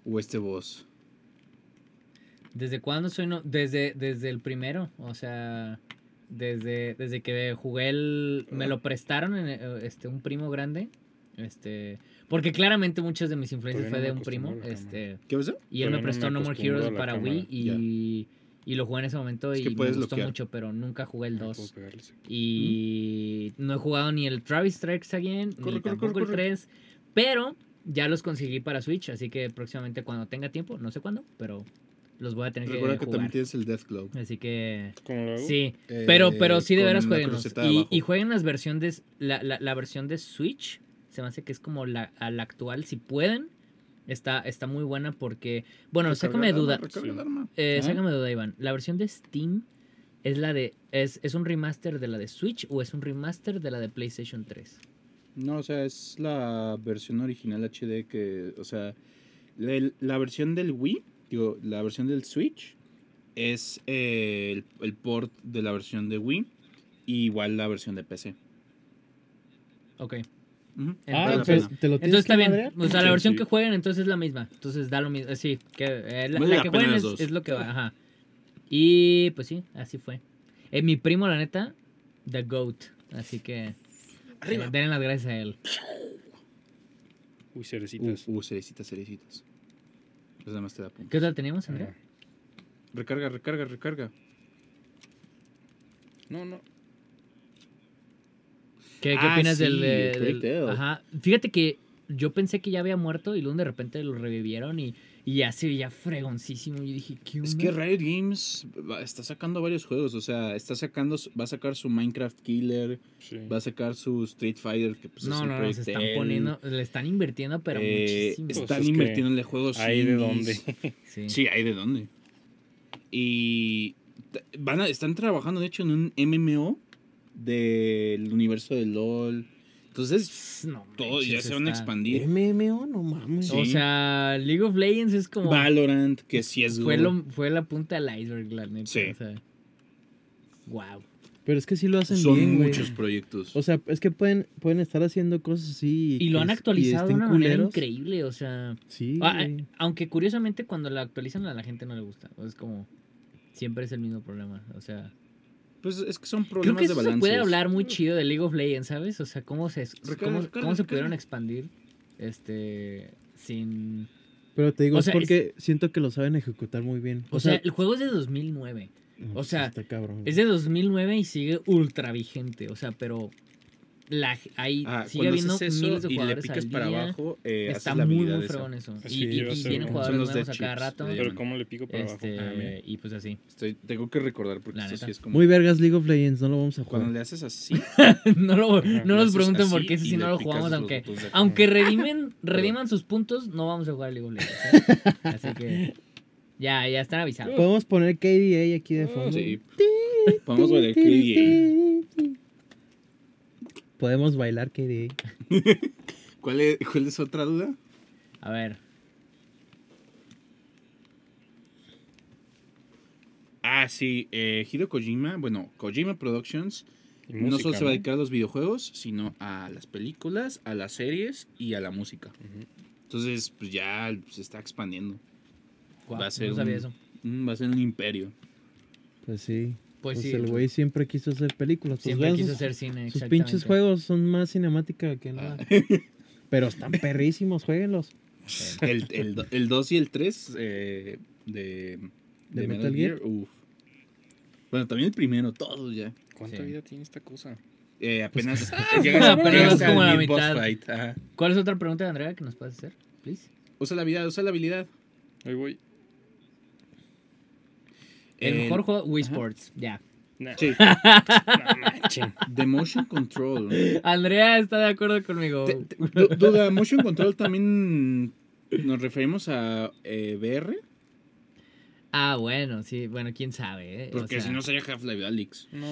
Speaker 3: O este boss.
Speaker 2: ¿Desde cuándo soy no? Desde, desde el primero, o sea, desde, desde que jugué el... Me lo prestaron en, eh, este, un primo grande, este... Porque claramente muchas de mis influencias fue
Speaker 4: Todavía
Speaker 2: de
Speaker 4: no me
Speaker 2: un primo,
Speaker 4: acostumbro a la cámara.
Speaker 2: este...
Speaker 3: ¿Qué pasa?
Speaker 2: Y él me
Speaker 4: Todavía no me
Speaker 2: prestó No More
Speaker 4: acostumbro
Speaker 2: Heroes
Speaker 4: a la
Speaker 2: para
Speaker 4: cámara.
Speaker 2: Wii y, y lo jugué en ese momento
Speaker 3: Es que
Speaker 2: y me
Speaker 3: puedes
Speaker 2: gustó
Speaker 3: bloquear.
Speaker 2: mucho, pero nunca jugué el
Speaker 4: No puedo
Speaker 2: 2.
Speaker 4: pegarles aquí.
Speaker 2: Y no he jugado ni el Travis Strikes Again,
Speaker 3: Corre,
Speaker 2: ni
Speaker 3: corre,
Speaker 2: tampoco
Speaker 3: corre,
Speaker 2: el 3, pero ya los conseguí para Switch, así que próximamente cuando tenga tiempo, no sé cuándo, pero los voy a tener
Speaker 3: Recuerda
Speaker 2: que
Speaker 3: que
Speaker 2: jugar.
Speaker 3: también tienes el Death Club.
Speaker 2: Así que
Speaker 4: ¿Cómo lo hago?
Speaker 2: sí, pero
Speaker 3: Eh,
Speaker 2: pero sí de veras
Speaker 3: jueguen.
Speaker 2: jueguen y, y jueguen las versiones la, la, la versión de Switch, se me hace que es como la, a la actual si pueden. Está, está muy buena porque, bueno, sácame duda, eh,
Speaker 3: Ajá.
Speaker 2: sácame duda, Iván. ¿La versión de Steam es la de. Es, es un remaster de la de Switch o es un remaster de la de PlayStation 3?
Speaker 3: No, o sea, es la versión original HD que, o sea, la, la versión del Wii, digo, la versión del Switch es eh, el, el port de la versión de Wii y igual la versión de PC.
Speaker 2: Ok.
Speaker 3: Ujú.
Speaker 5: Ah,
Speaker 2: Entonces,
Speaker 5: pero te lo tienes
Speaker 2: entonces está
Speaker 5: que
Speaker 2: bien.
Speaker 5: madrear.
Speaker 2: O sea, la
Speaker 3: Sí,
Speaker 2: versión
Speaker 3: sí.
Speaker 2: que jueguen entonces es la misma. Entonces da lo mismo. eh, Sí, que, eh, la,
Speaker 3: Vale
Speaker 2: la
Speaker 3: la
Speaker 2: que
Speaker 3: pena
Speaker 2: jueguen
Speaker 3: las
Speaker 2: es,
Speaker 3: dos.
Speaker 2: es lo que va. Ajá. Y pues sí, así fue. Eh, mi primo, la neta, The GOAT. Así que
Speaker 3: Arriba.
Speaker 2: eh, denle las gracias a él.
Speaker 4: Uy,
Speaker 3: Uh,
Speaker 4: cerecitas.
Speaker 3: uh, cerecitas, cerecitas. Pues nada más te da punto.
Speaker 2: ¿Qué otra teníamos, Andrea?
Speaker 4: Ah.
Speaker 3: Recarga, recarga, recarga.
Speaker 4: No, no.
Speaker 2: ¿Qué, qué
Speaker 3: Ah,
Speaker 2: opinas
Speaker 3: sí,
Speaker 2: del, eh,
Speaker 3: Fairy
Speaker 2: del-
Speaker 3: Tail.
Speaker 2: Ajá. Fíjate que yo pensé que ya había muerto y luego de repente lo revivieron y, y ya se veía fregoncísimo. Yo dije, ¿qué
Speaker 3: Es
Speaker 2: onda?
Speaker 3: que Riot Games va- está sacando varios juegos, o sea, está sacando, su- va a sacar su Minecraft Killer,
Speaker 4: Sí.
Speaker 3: va a sacar su Street Fighter, que pues es
Speaker 2: no,
Speaker 3: el
Speaker 2: no, no, se
Speaker 3: Project
Speaker 2: están
Speaker 3: L.
Speaker 2: poniendo, le están invirtiendo, pero
Speaker 3: Eh,
Speaker 2: muchísimo.
Speaker 4: Pues
Speaker 3: Están
Speaker 4: es que
Speaker 3: invirtiéndole juegos.
Speaker 4: Ahí de
Speaker 3: indies.
Speaker 4: dónde.
Speaker 2: Sí.
Speaker 3: Sí, hay de dónde. Y t- van a- están trabajando, de hecho, en un MMO del universo de LOL. Entonces,
Speaker 2: No,
Speaker 3: todo ya
Speaker 2: manches,
Speaker 3: se van a
Speaker 2: está-
Speaker 3: expandir.
Speaker 5: MMO, no mames.
Speaker 3: Sí.
Speaker 2: O sea, League of Legends es como.
Speaker 3: Valorant, que sí es
Speaker 2: fue, lo- fue la punta del iceberg, la neta.
Speaker 3: Sí.
Speaker 2: O sea, wow.
Speaker 5: Pero es que sí lo hacen
Speaker 3: Son
Speaker 5: bien, güey.
Speaker 3: muchos proyectos.
Speaker 5: O sea, es que pueden, pueden estar haciendo cosas así.
Speaker 2: Y lo
Speaker 5: que
Speaker 2: han
Speaker 5: es- y
Speaker 2: actualizado de
Speaker 5: estén
Speaker 2: una manera
Speaker 5: culeros.
Speaker 2: increíble, o sea.
Speaker 5: Sí.
Speaker 2: Ah,
Speaker 5: güey.
Speaker 2: eh, aunque curiosamente cuando la actualizan a la gente no le gusta. Es como. Siempre es el mismo problema. O sea.
Speaker 3: pues es que son
Speaker 2: Creo
Speaker 3: problemas
Speaker 2: que
Speaker 3: de
Speaker 2: eso se
Speaker 3: balance.
Speaker 2: puede hablar muy chido de League of Legends, ¿sabes? O sea, cómo se,
Speaker 3: Recarga,
Speaker 2: cómo,
Speaker 3: recarga,
Speaker 2: cómo se
Speaker 3: recarga.
Speaker 2: pudieron expandir. Este. Sin.
Speaker 5: Pero te digo,
Speaker 2: o
Speaker 5: es
Speaker 2: sea,
Speaker 5: porque siento que lo saben ejecutar muy bien.
Speaker 2: O sea, el juego es de 2009.
Speaker 5: no,
Speaker 2: o
Speaker 5: pues,
Speaker 2: sea,
Speaker 5: está cabrón.
Speaker 2: Es de 2009 y sigue ultra vigente, o sea, pero la, hay,
Speaker 3: Ah,
Speaker 2: sigue
Speaker 3: cuando
Speaker 2: habiendo
Speaker 3: haces eso
Speaker 2: miles de
Speaker 3: y le
Speaker 2: jugadores
Speaker 3: picas
Speaker 2: al
Speaker 3: para
Speaker 2: día.
Speaker 3: abajo, eh,
Speaker 2: Está
Speaker 3: haces la
Speaker 2: muy,
Speaker 3: habilidad
Speaker 2: muy
Speaker 3: esa.
Speaker 2: fregón eso. Y,
Speaker 4: Sí,
Speaker 2: y-
Speaker 4: yo
Speaker 2: y
Speaker 4: sé,
Speaker 2: tienen
Speaker 4: son
Speaker 2: jugadores
Speaker 3: los dead
Speaker 2: nuevos a cada
Speaker 3: chips,
Speaker 2: rato.
Speaker 3: le
Speaker 4: Pero ¿cómo le pico para
Speaker 2: Este,
Speaker 4: abajo? Ah, mira.
Speaker 2: y pues así.
Speaker 3: Estoy- tengo que recordar porque
Speaker 2: La
Speaker 3: esto
Speaker 2: neta.
Speaker 3: sí es como...
Speaker 5: Muy vergas League of Legends, no lo vamos a
Speaker 3: cuando
Speaker 5: jugar.
Speaker 3: le haces así...
Speaker 2: no lo-
Speaker 4: Ajá,
Speaker 2: no
Speaker 3: le
Speaker 2: nos
Speaker 3: haces
Speaker 2: pregunten
Speaker 3: así
Speaker 2: por qué ese
Speaker 3: ah, y
Speaker 2: si
Speaker 3: le
Speaker 2: no lo
Speaker 3: picas
Speaker 2: jugamos,
Speaker 3: los
Speaker 2: aunque,
Speaker 3: botones de acá.
Speaker 2: aunque redimen, rediman sus puntos, no vamos a jugar League of Legends, ¿eh? Así que ya, ya están avisados.
Speaker 5: Podemos poner KDA aquí de
Speaker 3: Ah,
Speaker 5: fondo.
Speaker 3: Sí. Podemos bailar KDA.
Speaker 5: Podemos bailar KDA.
Speaker 3: ¿Cuál es, ¿Cuál es otra duda?
Speaker 2: A ver,
Speaker 3: Ah, sí, eh, Hideo Kojima, bueno, Kojima Productions
Speaker 4: Y
Speaker 3: no solo
Speaker 4: música,
Speaker 3: se va a dedicar a los videojuegos, sino a las películas, a las series y a la música.
Speaker 4: Ujú.
Speaker 3: Entonces, pues ya se está expandiendo.
Speaker 2: guau,
Speaker 3: Va a ser
Speaker 2: no sabía
Speaker 3: un-
Speaker 2: eso.
Speaker 3: Mm, Va a ser un imperio.
Speaker 5: Pues sí.
Speaker 2: Pues,
Speaker 5: Pues
Speaker 2: sí,
Speaker 5: el güey siempre quiso hacer películas. Pues
Speaker 2: siempre
Speaker 5: vean
Speaker 2: quiso
Speaker 5: sus-
Speaker 2: hacer cine,
Speaker 5: Sus pinches
Speaker 2: exactamente. Ah.
Speaker 5: juegos son más cinemática que nada. Pero están perrísimos, jueguenlos.
Speaker 3: El, el, do- el 2 y el 3 eh, de, de
Speaker 5: Metal Gear?
Speaker 3: uf. Bueno, también el primero, todos ya.
Speaker 4: ¿Cuánta
Speaker 2: Sí.
Speaker 4: vida tiene esta cosa?
Speaker 3: Eh, apenas llegan
Speaker 2: apenas
Speaker 3: llegas
Speaker 2: Ah, como
Speaker 3: al
Speaker 2: a la
Speaker 3: mid-boss
Speaker 2: mitad.
Speaker 3: fight, ajá.
Speaker 2: ¿Cuál es otra pregunta de Andrea que nos puedes hacer? Please.
Speaker 3: Usa la habilidad, usa la habilidad.
Speaker 4: Ahí voy.
Speaker 2: El,
Speaker 3: Eh,
Speaker 2: mejor juego, Wii
Speaker 3: ajá.
Speaker 2: Sports. Ya.
Speaker 4: Nah,
Speaker 3: Sí,
Speaker 4: no manchen.
Speaker 3: de motion control.
Speaker 2: Andrea está de acuerdo conmigo.
Speaker 3: Te- te- du- Duda, motion control también nos referimos a eh, VR,
Speaker 2: Ah, bueno, sí. Bueno, quién sabe. eh, o
Speaker 3: porque
Speaker 2: sea.
Speaker 3: si no sería Half-Life Alyx.
Speaker 4: No.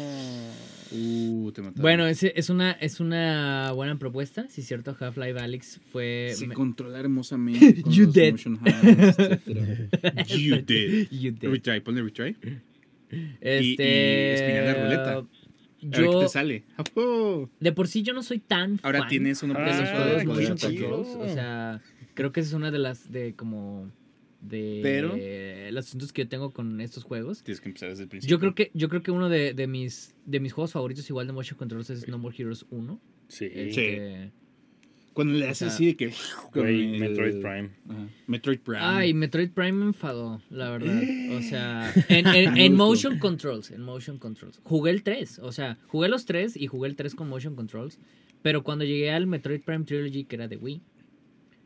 Speaker 3: Uh, te mataron.
Speaker 2: Bueno, es, es, una, es una buena propuesta. Si es cierto, Half-Life Alyx fue.
Speaker 3: se
Speaker 2: eh, me-
Speaker 3: controla hermosamente con
Speaker 2: You
Speaker 3: los
Speaker 2: dead.
Speaker 3: motion hands, etcétera. You dead.
Speaker 2: You did.
Speaker 3: Retry, ponle retry. y- y
Speaker 2: Este,
Speaker 3: espiral de ruleta. A ver qué
Speaker 2: Yo,
Speaker 3: te sale. ¡Apo!
Speaker 2: de por sí, yo no soy tan.
Speaker 3: Ahora
Speaker 2: fan
Speaker 3: tienes una
Speaker 2: de
Speaker 4: Ah,
Speaker 2: los juegos
Speaker 3: aplicación para
Speaker 4: qué
Speaker 3: poder
Speaker 2: motion
Speaker 3: atacar.
Speaker 4: chido.
Speaker 2: controls. O sea, creo que esa es una de las. de como. de.
Speaker 3: Pero-
Speaker 2: los asuntos que yo tengo con estos juegos.
Speaker 3: Tienes que empezar desde el principio.
Speaker 2: Yo creo que, yo creo que uno de, de mis, de mis juegos favoritos, igual de Motion Controls, es No More Heroes 1.
Speaker 4: Sí.
Speaker 2: Este,
Speaker 3: Cuando le haces
Speaker 2: sea,
Speaker 3: así de que. con
Speaker 4: Güey,
Speaker 3: el-
Speaker 4: Metroid Prime.
Speaker 3: Ajá, Metroid Prime.
Speaker 2: Ay, Metroid Prime me enfadó, la verdad. O sea, en, en- en
Speaker 3: No
Speaker 2: Motion Controls, en Motion Controls. Jugué el 3, o sea, jugué los 3 y jugué el 3 con Motion Controls. Pero cuando llegué al Metroid Prime Trilogy, que era de Wii,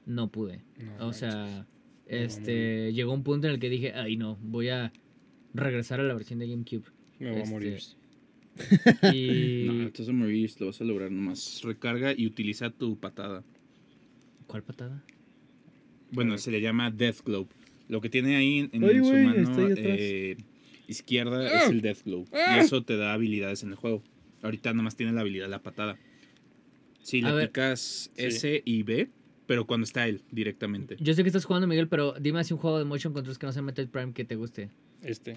Speaker 2: no pude.
Speaker 4: No,
Speaker 2: O
Speaker 4: manches.
Speaker 2: sea, este, llegó un punto en el que dije, ay no, voy a regresar a la versión de GameCube.
Speaker 4: Me voy
Speaker 2: este,
Speaker 4: a morir.
Speaker 2: Y...
Speaker 3: No, te vas a morir, lo vas a lograr nomás. Recarga y utiliza tu patada.
Speaker 2: ¿Cuál patada?
Speaker 3: Bueno, se le llama Death Globe. Lo que tiene ahí en, en
Speaker 5: Ay,
Speaker 3: su
Speaker 5: güey, está
Speaker 3: mano
Speaker 5: ahí atrás.
Speaker 3: eh, izquierda
Speaker 2: Ah.
Speaker 3: es el Death Globe. Y eso te da habilidades en el juego. Ahorita nomás tiene la habilidad de la patada. Sí,
Speaker 2: A
Speaker 3: le
Speaker 2: ver.
Speaker 3: picas
Speaker 4: Sí.
Speaker 3: S y B, pero cuando está él directamente.
Speaker 2: Yo sé que estás jugando, Miguel, pero dime si un juego de motion controls que no sea Metroid Prime que te guste.
Speaker 4: Este.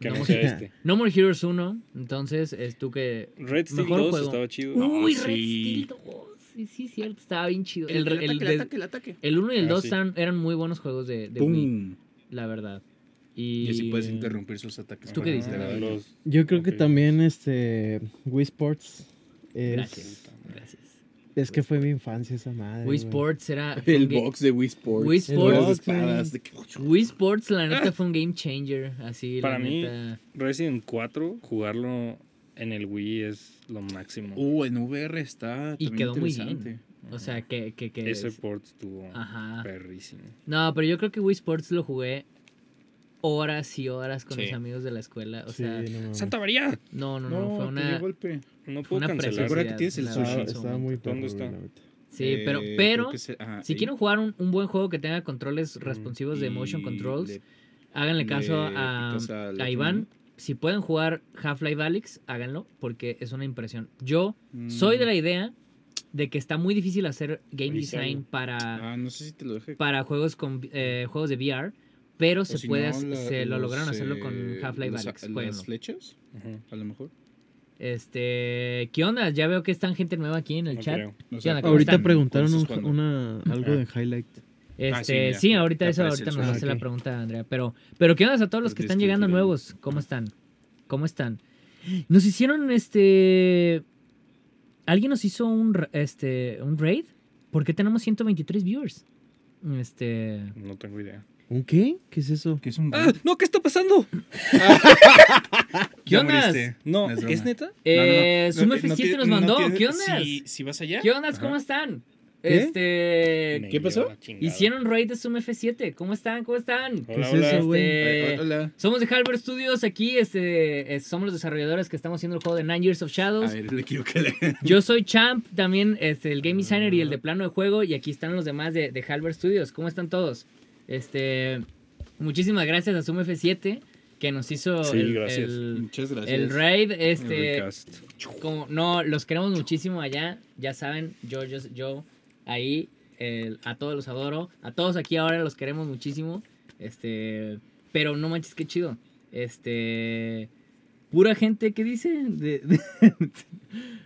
Speaker 4: Que
Speaker 2: No.
Speaker 4: no, sea este.
Speaker 2: No More Heroes 1, entonces es tú que...
Speaker 4: Red Steel
Speaker 2: Mejor
Speaker 4: 2
Speaker 2: juego.
Speaker 4: estaba chido.
Speaker 3: No,
Speaker 2: Uy, Red
Speaker 3: sí.
Speaker 2: Steel 2. Sí, sí, cierto, estaba bien chido. El, el, de-
Speaker 3: el ataque.
Speaker 2: el 1 y el
Speaker 4: Ah,
Speaker 2: 2
Speaker 4: sí.
Speaker 2: eran, eran muy buenos juegos de, de Wii,
Speaker 3: ¡Pum!
Speaker 2: la verdad.
Speaker 3: Y...
Speaker 2: Y,
Speaker 3: así puedes interrumpir sus ataques.
Speaker 2: ¿Tú qué
Speaker 3: con
Speaker 2: dices,
Speaker 3: la-
Speaker 4: Ah, los-
Speaker 5: Yo creo que
Speaker 4: Ok.
Speaker 5: también este Wii Sports es,
Speaker 2: Gracias, gracias.
Speaker 5: es que fue mi infancia esa madre.
Speaker 2: Wii
Speaker 5: güey.
Speaker 2: Sports era... fue
Speaker 6: El
Speaker 2: un ga-
Speaker 6: box de Wii Sports.
Speaker 2: Wii
Speaker 5: El
Speaker 2: Sports.
Speaker 6: Las
Speaker 5: box, güey.
Speaker 6: espadas. de que-
Speaker 2: Wii Sports, la neta, fue un game changer. Así,
Speaker 4: Para
Speaker 2: la
Speaker 4: mí-
Speaker 2: neta.
Speaker 4: Resident 4, jugarlo en el Wii es lo máximo.
Speaker 3: Uh, en VR está.
Speaker 2: Y
Speaker 3: también
Speaker 2: quedó muy bien.
Speaker 3: interesante.
Speaker 2: O sea, que... que, que
Speaker 4: Ese port estuvo
Speaker 2: Ajá.
Speaker 4: perrísimo.
Speaker 2: No, pero yo creo que Wii Sports lo jugué horas y horas con
Speaker 3: Sí.
Speaker 2: mis amigos de la escuela. O
Speaker 5: Sí,
Speaker 2: sea,
Speaker 5: no mames.
Speaker 4: ¡Santa María!
Speaker 2: no, no, no,
Speaker 3: No,
Speaker 2: fue
Speaker 3: te dio
Speaker 2: una...
Speaker 3: golpe.
Speaker 4: No
Speaker 2: fue
Speaker 4: puedo
Speaker 2: una
Speaker 4: cancelar.
Speaker 3: Recuerda que tienes el
Speaker 2: preciosidad,
Speaker 5: Estaba,
Speaker 2: la
Speaker 3: sushi.
Speaker 2: verdad, en su
Speaker 5: estaba muy
Speaker 2: momento.
Speaker 5: perro,
Speaker 4: ¿Dónde
Speaker 5: güey,
Speaker 4: está?
Speaker 5: la neta.
Speaker 2: Sí,
Speaker 3: Eh,
Speaker 2: pero,
Speaker 3: creo
Speaker 2: pero
Speaker 3: que se- ajá,
Speaker 2: si
Speaker 3: ahí. Mm,
Speaker 2: quieren jugar un, un buen juego que tenga controles responsivos de
Speaker 3: Y
Speaker 2: motion controls,
Speaker 3: le-
Speaker 2: háganle caso
Speaker 3: le
Speaker 2: a,
Speaker 3: picas al
Speaker 2: a
Speaker 3: otro
Speaker 2: Iván.
Speaker 3: menú.
Speaker 2: Si pueden jugar Half-Life Alyx, háganlo, porque es una impresión. Yo
Speaker 3: Mm.
Speaker 2: soy de la idea de que está muy difícil hacer game
Speaker 4: Revisarlo.
Speaker 2: design para...
Speaker 3: Ah, no sé si te lo dejé.
Speaker 2: para juegos con eh, juegos de VR, pero
Speaker 3: O
Speaker 2: se
Speaker 3: si
Speaker 2: puede
Speaker 3: no,
Speaker 2: hac-
Speaker 3: la-
Speaker 2: se lo
Speaker 3: los,
Speaker 2: lograron hacerlo
Speaker 3: eh,
Speaker 2: con Half-Life
Speaker 3: las-
Speaker 2: Alyx,
Speaker 3: Las
Speaker 2: jueguenlo.
Speaker 3: flechas,
Speaker 4: Ujú,
Speaker 3: a lo mejor.
Speaker 2: Este, ¿qué onda? Ya veo que están gente nueva aquí en el
Speaker 4: no
Speaker 2: chat.
Speaker 4: creo.
Speaker 3: No
Speaker 2: ¿Qué onda? ¿Cómo
Speaker 5: Ahorita
Speaker 2: están?
Speaker 5: preguntaron
Speaker 3: ¿Cuándo
Speaker 5: un-
Speaker 3: estás jugando?
Speaker 5: una, algo
Speaker 4: Ah.
Speaker 5: de highlight.
Speaker 2: Este,
Speaker 3: Ah, sí,
Speaker 2: sí,
Speaker 3: mira, ya-
Speaker 2: ahorita
Speaker 3: ya
Speaker 2: eso
Speaker 3: aparece
Speaker 2: ahorita
Speaker 3: el Pues
Speaker 2: nos
Speaker 5: chat.
Speaker 2: hace
Speaker 5: Ah,
Speaker 2: la
Speaker 5: ok.
Speaker 2: pregunta Andrea, pero pero ¿qué onda a todos los que
Speaker 3: Pero tienes
Speaker 2: están
Speaker 3: que
Speaker 2: llegando
Speaker 3: elegir ahí.
Speaker 2: nuevos? ¿Cómo están? ¿Cómo están? Nos hicieron este alguien nos hizo un ra- este un raid? ¿Por qué tenemos 123 viewers? Este,
Speaker 4: No tengo idea.
Speaker 5: ¿Un qué? ¿Qué es eso?
Speaker 6: Que es un.
Speaker 4: ¡Ah! ¡No! ¿Qué está pasando?
Speaker 2: ¿Qué
Speaker 3: Ya
Speaker 2: onda?
Speaker 3: moriste.
Speaker 4: No,
Speaker 3: No es
Speaker 4: ¿es
Speaker 3: broma.
Speaker 4: neta?
Speaker 2: eh,
Speaker 3: No, no, no,
Speaker 2: Sumo F7
Speaker 3: tiene-
Speaker 2: nos
Speaker 3: no
Speaker 2: mandó,
Speaker 3: tiene-
Speaker 2: ¿qué onda?
Speaker 3: Si, si vas allá.
Speaker 2: ¿Qué onda?
Speaker 3: Ajá.
Speaker 2: ¿Cómo están?
Speaker 5: ¿Qué?
Speaker 2: Este.
Speaker 4: Me
Speaker 3: ¿qué pasó?
Speaker 4: lleva la chingada.
Speaker 2: Hicieron raid de Zoom F7. ¿Cómo están? ¿Cómo están?
Speaker 5: ¿Qué
Speaker 4: Hola,
Speaker 5: es
Speaker 4: hola.
Speaker 5: eso, güey?
Speaker 2: Este,
Speaker 3: Eh, hola.
Speaker 2: somos de Halber Studios aquí. Este, eh, somos los desarrolladores que estamos haciendo el juego de Nine Years of
Speaker 3: A
Speaker 2: Shadows.
Speaker 3: ver, le quiero que le.
Speaker 2: Yo soy Champ, también este, el game designer y el de plano de juego. Y aquí están los demás de, de Halber Studios. ¿Cómo están todos? Este, muchísimas gracias a Zoom F7 que nos hizo
Speaker 4: Sí,
Speaker 2: el,
Speaker 4: gracias.
Speaker 2: el-
Speaker 3: Muchas gracias.
Speaker 2: el raid. Este,
Speaker 4: Recast.
Speaker 2: como- no, los queremos muchísimo allá. Ya saben, yo, yo, yo, ahí, el- a todos los adoro. A todos aquí ahora los queremos muchísimo. Este, pero no manches, qué chido. Este, pura gente que dice. De- de-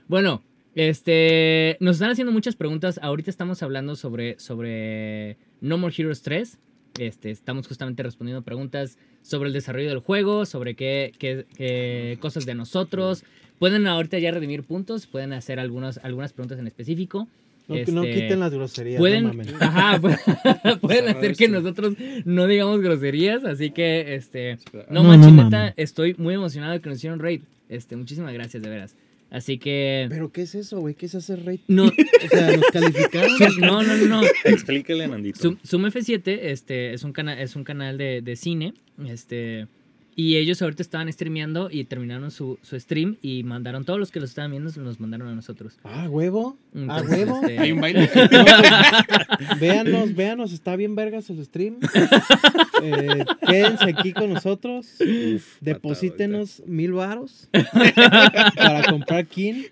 Speaker 2: bueno, este, nos están haciendo muchas preguntas. Ahorita estamos hablando sobre, sobre No More Heroes 3. Este, estamos justamente respondiendo preguntas sobre el desarrollo del juego, sobre qué, qué- qué cosas de nosotros. Pueden ahorita ya redimir puntos, pueden hacer algunas, algunas preguntas en específico.
Speaker 5: No, que no
Speaker 2: Este,
Speaker 5: quiten las groserías. no
Speaker 2: Pueden,
Speaker 5: mamen.
Speaker 2: ajá, pu- pueden
Speaker 3: raro
Speaker 2: hacer que
Speaker 3: esto.
Speaker 2: nosotros no digamos groserías, así que este
Speaker 3: Espera,
Speaker 2: no,
Speaker 5: No,
Speaker 2: manches,
Speaker 5: no
Speaker 2: neta,
Speaker 5: mames.
Speaker 2: estoy muy emocionado de que nos hicieron raid. Este, muchísimas gracias, de veras. Así que
Speaker 5: Pero ¿qué es eso, güey? ¿Qué es hacer rey?
Speaker 2: no,
Speaker 5: O sea, nos calificaron.
Speaker 2: Zoom- no, no, no, no.
Speaker 4: Explícale, Nandito.
Speaker 2: Zoom, Zoom F7 este, es, un cana- es un canal de, de cine. Este, y ellos ahorita estaban streameando y terminaron su, su stream y mandaron, todos los que los estaban viendo, se los mandaron a nosotros.
Speaker 5: Ah, huevo. Ah,
Speaker 2: Entonces,
Speaker 5: huevo.
Speaker 2: este,
Speaker 3: Hay un baile.
Speaker 5: Véanos, véanos, está bien vergas el stream. Eh, quédense aquí con nosotros. Deposítenos mil varos para comprar King.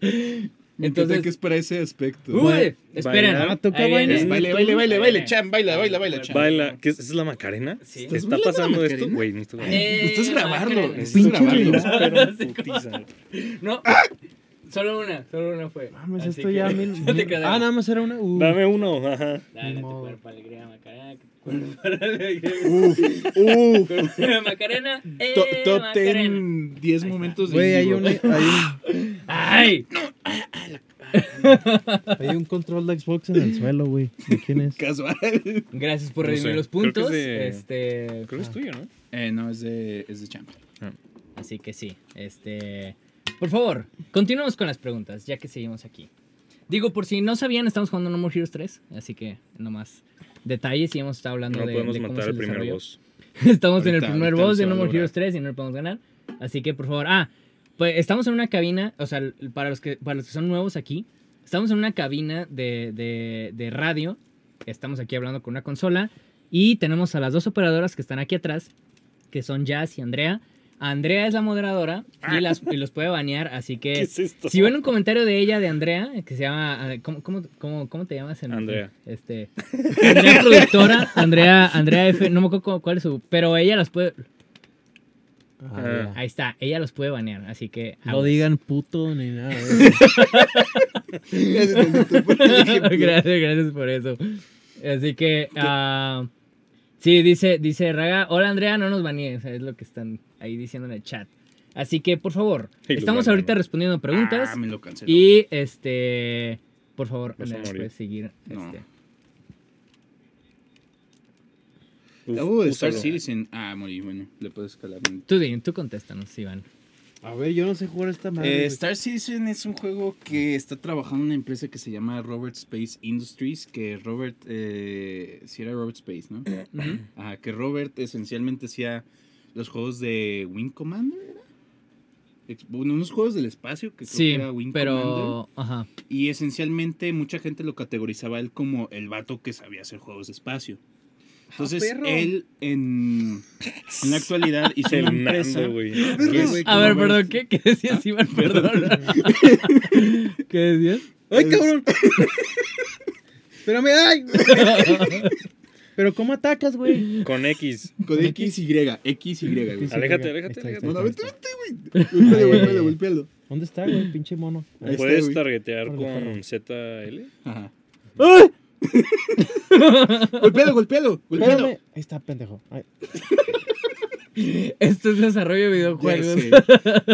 Speaker 2: Entonces-
Speaker 3: Entonces, ¿qué es para ese aspecto?
Speaker 2: Uy,
Speaker 5: Baile.
Speaker 2: esperen.
Speaker 4: Ah,
Speaker 5: toca
Speaker 2: ahí viene.
Speaker 5: baile.
Speaker 3: Es baile, baile, baile, baile, chan, baila, baila, baila, chan.
Speaker 4: Baila. ¿Qué es, ¿Es la Macarena?
Speaker 2: Sí.
Speaker 4: ¿Te
Speaker 3: ¿Estás
Speaker 4: está
Speaker 3: bailando la
Speaker 4: pasando esto?
Speaker 3: Macarena?
Speaker 4: Güey, necesito grabar.
Speaker 2: Eh,
Speaker 3: Necesitas grabarlo.
Speaker 2: Macarena.
Speaker 3: Necesitas
Speaker 5: Pinche
Speaker 3: grabarlo.
Speaker 5: reloj.
Speaker 4: Pero putiza.
Speaker 2: No, solo una, solo una fue.
Speaker 5: Mames,
Speaker 2: Así
Speaker 5: esto
Speaker 2: que-
Speaker 5: ya mil.
Speaker 2: No te
Speaker 5: mil-
Speaker 2: creas.
Speaker 5: Ah, nada más era una. Uh,
Speaker 4: Dame uno. Ajá.
Speaker 2: Dale tu
Speaker 5: modo.
Speaker 2: cuerpo alegría, Macarena. que tu cuerpo alegría.
Speaker 3: Uf.
Speaker 2: Cuerpo- Macarena. eh,
Speaker 3: To- Top
Speaker 2: Macarena.
Speaker 3: 10, 10
Speaker 2: Ahí está.
Speaker 3: momentos de.
Speaker 5: Güey, hay
Speaker 3: Indie
Speaker 5: un, hay,
Speaker 3: Rock.
Speaker 5: un,
Speaker 2: ¡Ay!
Speaker 5: hay un control de Xbox en el suelo, güey. ¿De quién es? Ah,
Speaker 3: Casual.
Speaker 2: Gracias por
Speaker 4: No
Speaker 2: redimir
Speaker 4: sé,
Speaker 2: los
Speaker 4: creo que es
Speaker 2: puntos.
Speaker 4: de-
Speaker 2: Este.
Speaker 4: Creo que es tuyo, ¿no?
Speaker 3: Eh, no, es de, es de champ.
Speaker 2: Así que sí, este... Por favor, continuemos con las preguntas, ya que seguimos aquí. Digo, por si no sabían, estamos jugando No More Heroes 3, así que nomás detalles y hemos estado hablando
Speaker 4: No
Speaker 2: Ah, de,
Speaker 4: podemos
Speaker 2: de cómo
Speaker 4: matar
Speaker 2: se
Speaker 4: al primer
Speaker 2: desarrolló.
Speaker 4: boss.
Speaker 2: Estamos en el
Speaker 3: Ahorita-
Speaker 2: primer
Speaker 3: ahorita
Speaker 2: boss
Speaker 3: se
Speaker 2: de
Speaker 3: va
Speaker 2: No
Speaker 3: a
Speaker 2: More
Speaker 3: lograr.
Speaker 2: Heroes 3 y no lo podemos ganar, así que por favor... Ah, pues estamos en una cabina, o sea, para los que, para los que son nuevos aquí, estamos en una cabina de, de, de radio, estamos aquí hablando con una consola y tenemos a las dos operadoras que están aquí atrás, que son Jazz y Andrea. Andrea es la moderadora y, las, y los puede banear, así
Speaker 4: ¿Qué
Speaker 2: que
Speaker 4: es esto?
Speaker 2: si ven un comentario de ella, de Andrea, que se llama... eh, ¿Cómo, cómo, cómo, cómo te llamas? en-
Speaker 4: Andrea.
Speaker 2: Este, Andrea productora, Andrea, Andrea F, no me acuerdo cu- cuál es su... Pero ella los puede...
Speaker 5: Ah, ya.
Speaker 2: Ahí está, ella los puede banear, así que... ah,
Speaker 5: No
Speaker 2: aguas.
Speaker 5: digan puto ni nada. ¿eh?
Speaker 2: gracias, gracias por eso. Así que, ah, sí, dice, dice Raga, hola Andrea, no nos banees, es lo que están ahí diciendo en el chat. Así que, por favor,
Speaker 4: Sí, los
Speaker 2: estamos
Speaker 4: banean,
Speaker 2: ahorita
Speaker 4: ¿no?
Speaker 2: respondiendo preguntas
Speaker 3: Ah, me lo canceló.
Speaker 2: y, este, por favor,
Speaker 4: Vas a
Speaker 2: Andrea,
Speaker 4: morir.
Speaker 2: puedes seguir.
Speaker 3: No.
Speaker 2: este.
Speaker 4: Uf,
Speaker 3: Uh, Star
Speaker 4: úsalo.
Speaker 3: Citizen. Ah, morí, bueno, le puedo escalar.
Speaker 2: Tú, di- tú contéstanos, Iván.
Speaker 5: A ver, yo no sé jugar esta madre.
Speaker 3: Eh,
Speaker 5: güey.
Speaker 3: Star Citizen es un juego que está trabajando una empresa que se llama Robert Space Industries, que Robert, eh, si era Robert Space, ¿no?
Speaker 2: Ujú.
Speaker 3: Ajá, que Robert esencialmente hacía los juegos de Wing Commander, ¿era? Ex- bueno, unos juegos del espacio que creo que
Speaker 2: Sí,
Speaker 3: era Wing Commander.
Speaker 2: pero, ajá,
Speaker 3: Y esencialmente mucha gente lo categorizaba él como el vato que sabía hacer juegos de espacio. Entonces,
Speaker 5: perro.
Speaker 3: él en, en la actualidad hizo una empresa...
Speaker 4: Fernando, güey.
Speaker 3: ¿Qué es?
Speaker 2: A ver, perdón, ¿qué, qué decías, Iván? Perdón. ¿Qué decías?
Speaker 5: ¡Ay, cabrón! Espérame, ay. Pero ¿cómo atacas, güey?
Speaker 4: Con X.
Speaker 3: Con XY, XY, güey.
Speaker 4: Aléjate,
Speaker 5: Ahí
Speaker 4: aléjate,
Speaker 5: está, ahí
Speaker 4: aléjate.
Speaker 5: está, ahí
Speaker 3: No,
Speaker 5: está,
Speaker 3: no,
Speaker 5: ahí
Speaker 3: vete,
Speaker 5: está.
Speaker 3: vete, güey. Golpéalo,
Speaker 5: Ay,
Speaker 3: golpéalo,
Speaker 5: ay,
Speaker 3: golpéalo.
Speaker 5: ¿Dónde está, güey? Pinche mono.
Speaker 3: Ahí está,
Speaker 4: ¿Puedes
Speaker 3: güey.
Speaker 4: targetear
Speaker 5: Por favor.
Speaker 4: con ZL?
Speaker 3: Ajá. golpéalo, golpéalo, golpéalo.
Speaker 5: Espérame. Ahí está, pendejo. Ay,
Speaker 2: Esto es desarrollo de
Speaker 3: Ya
Speaker 2: videojuegos.
Speaker 3: sé.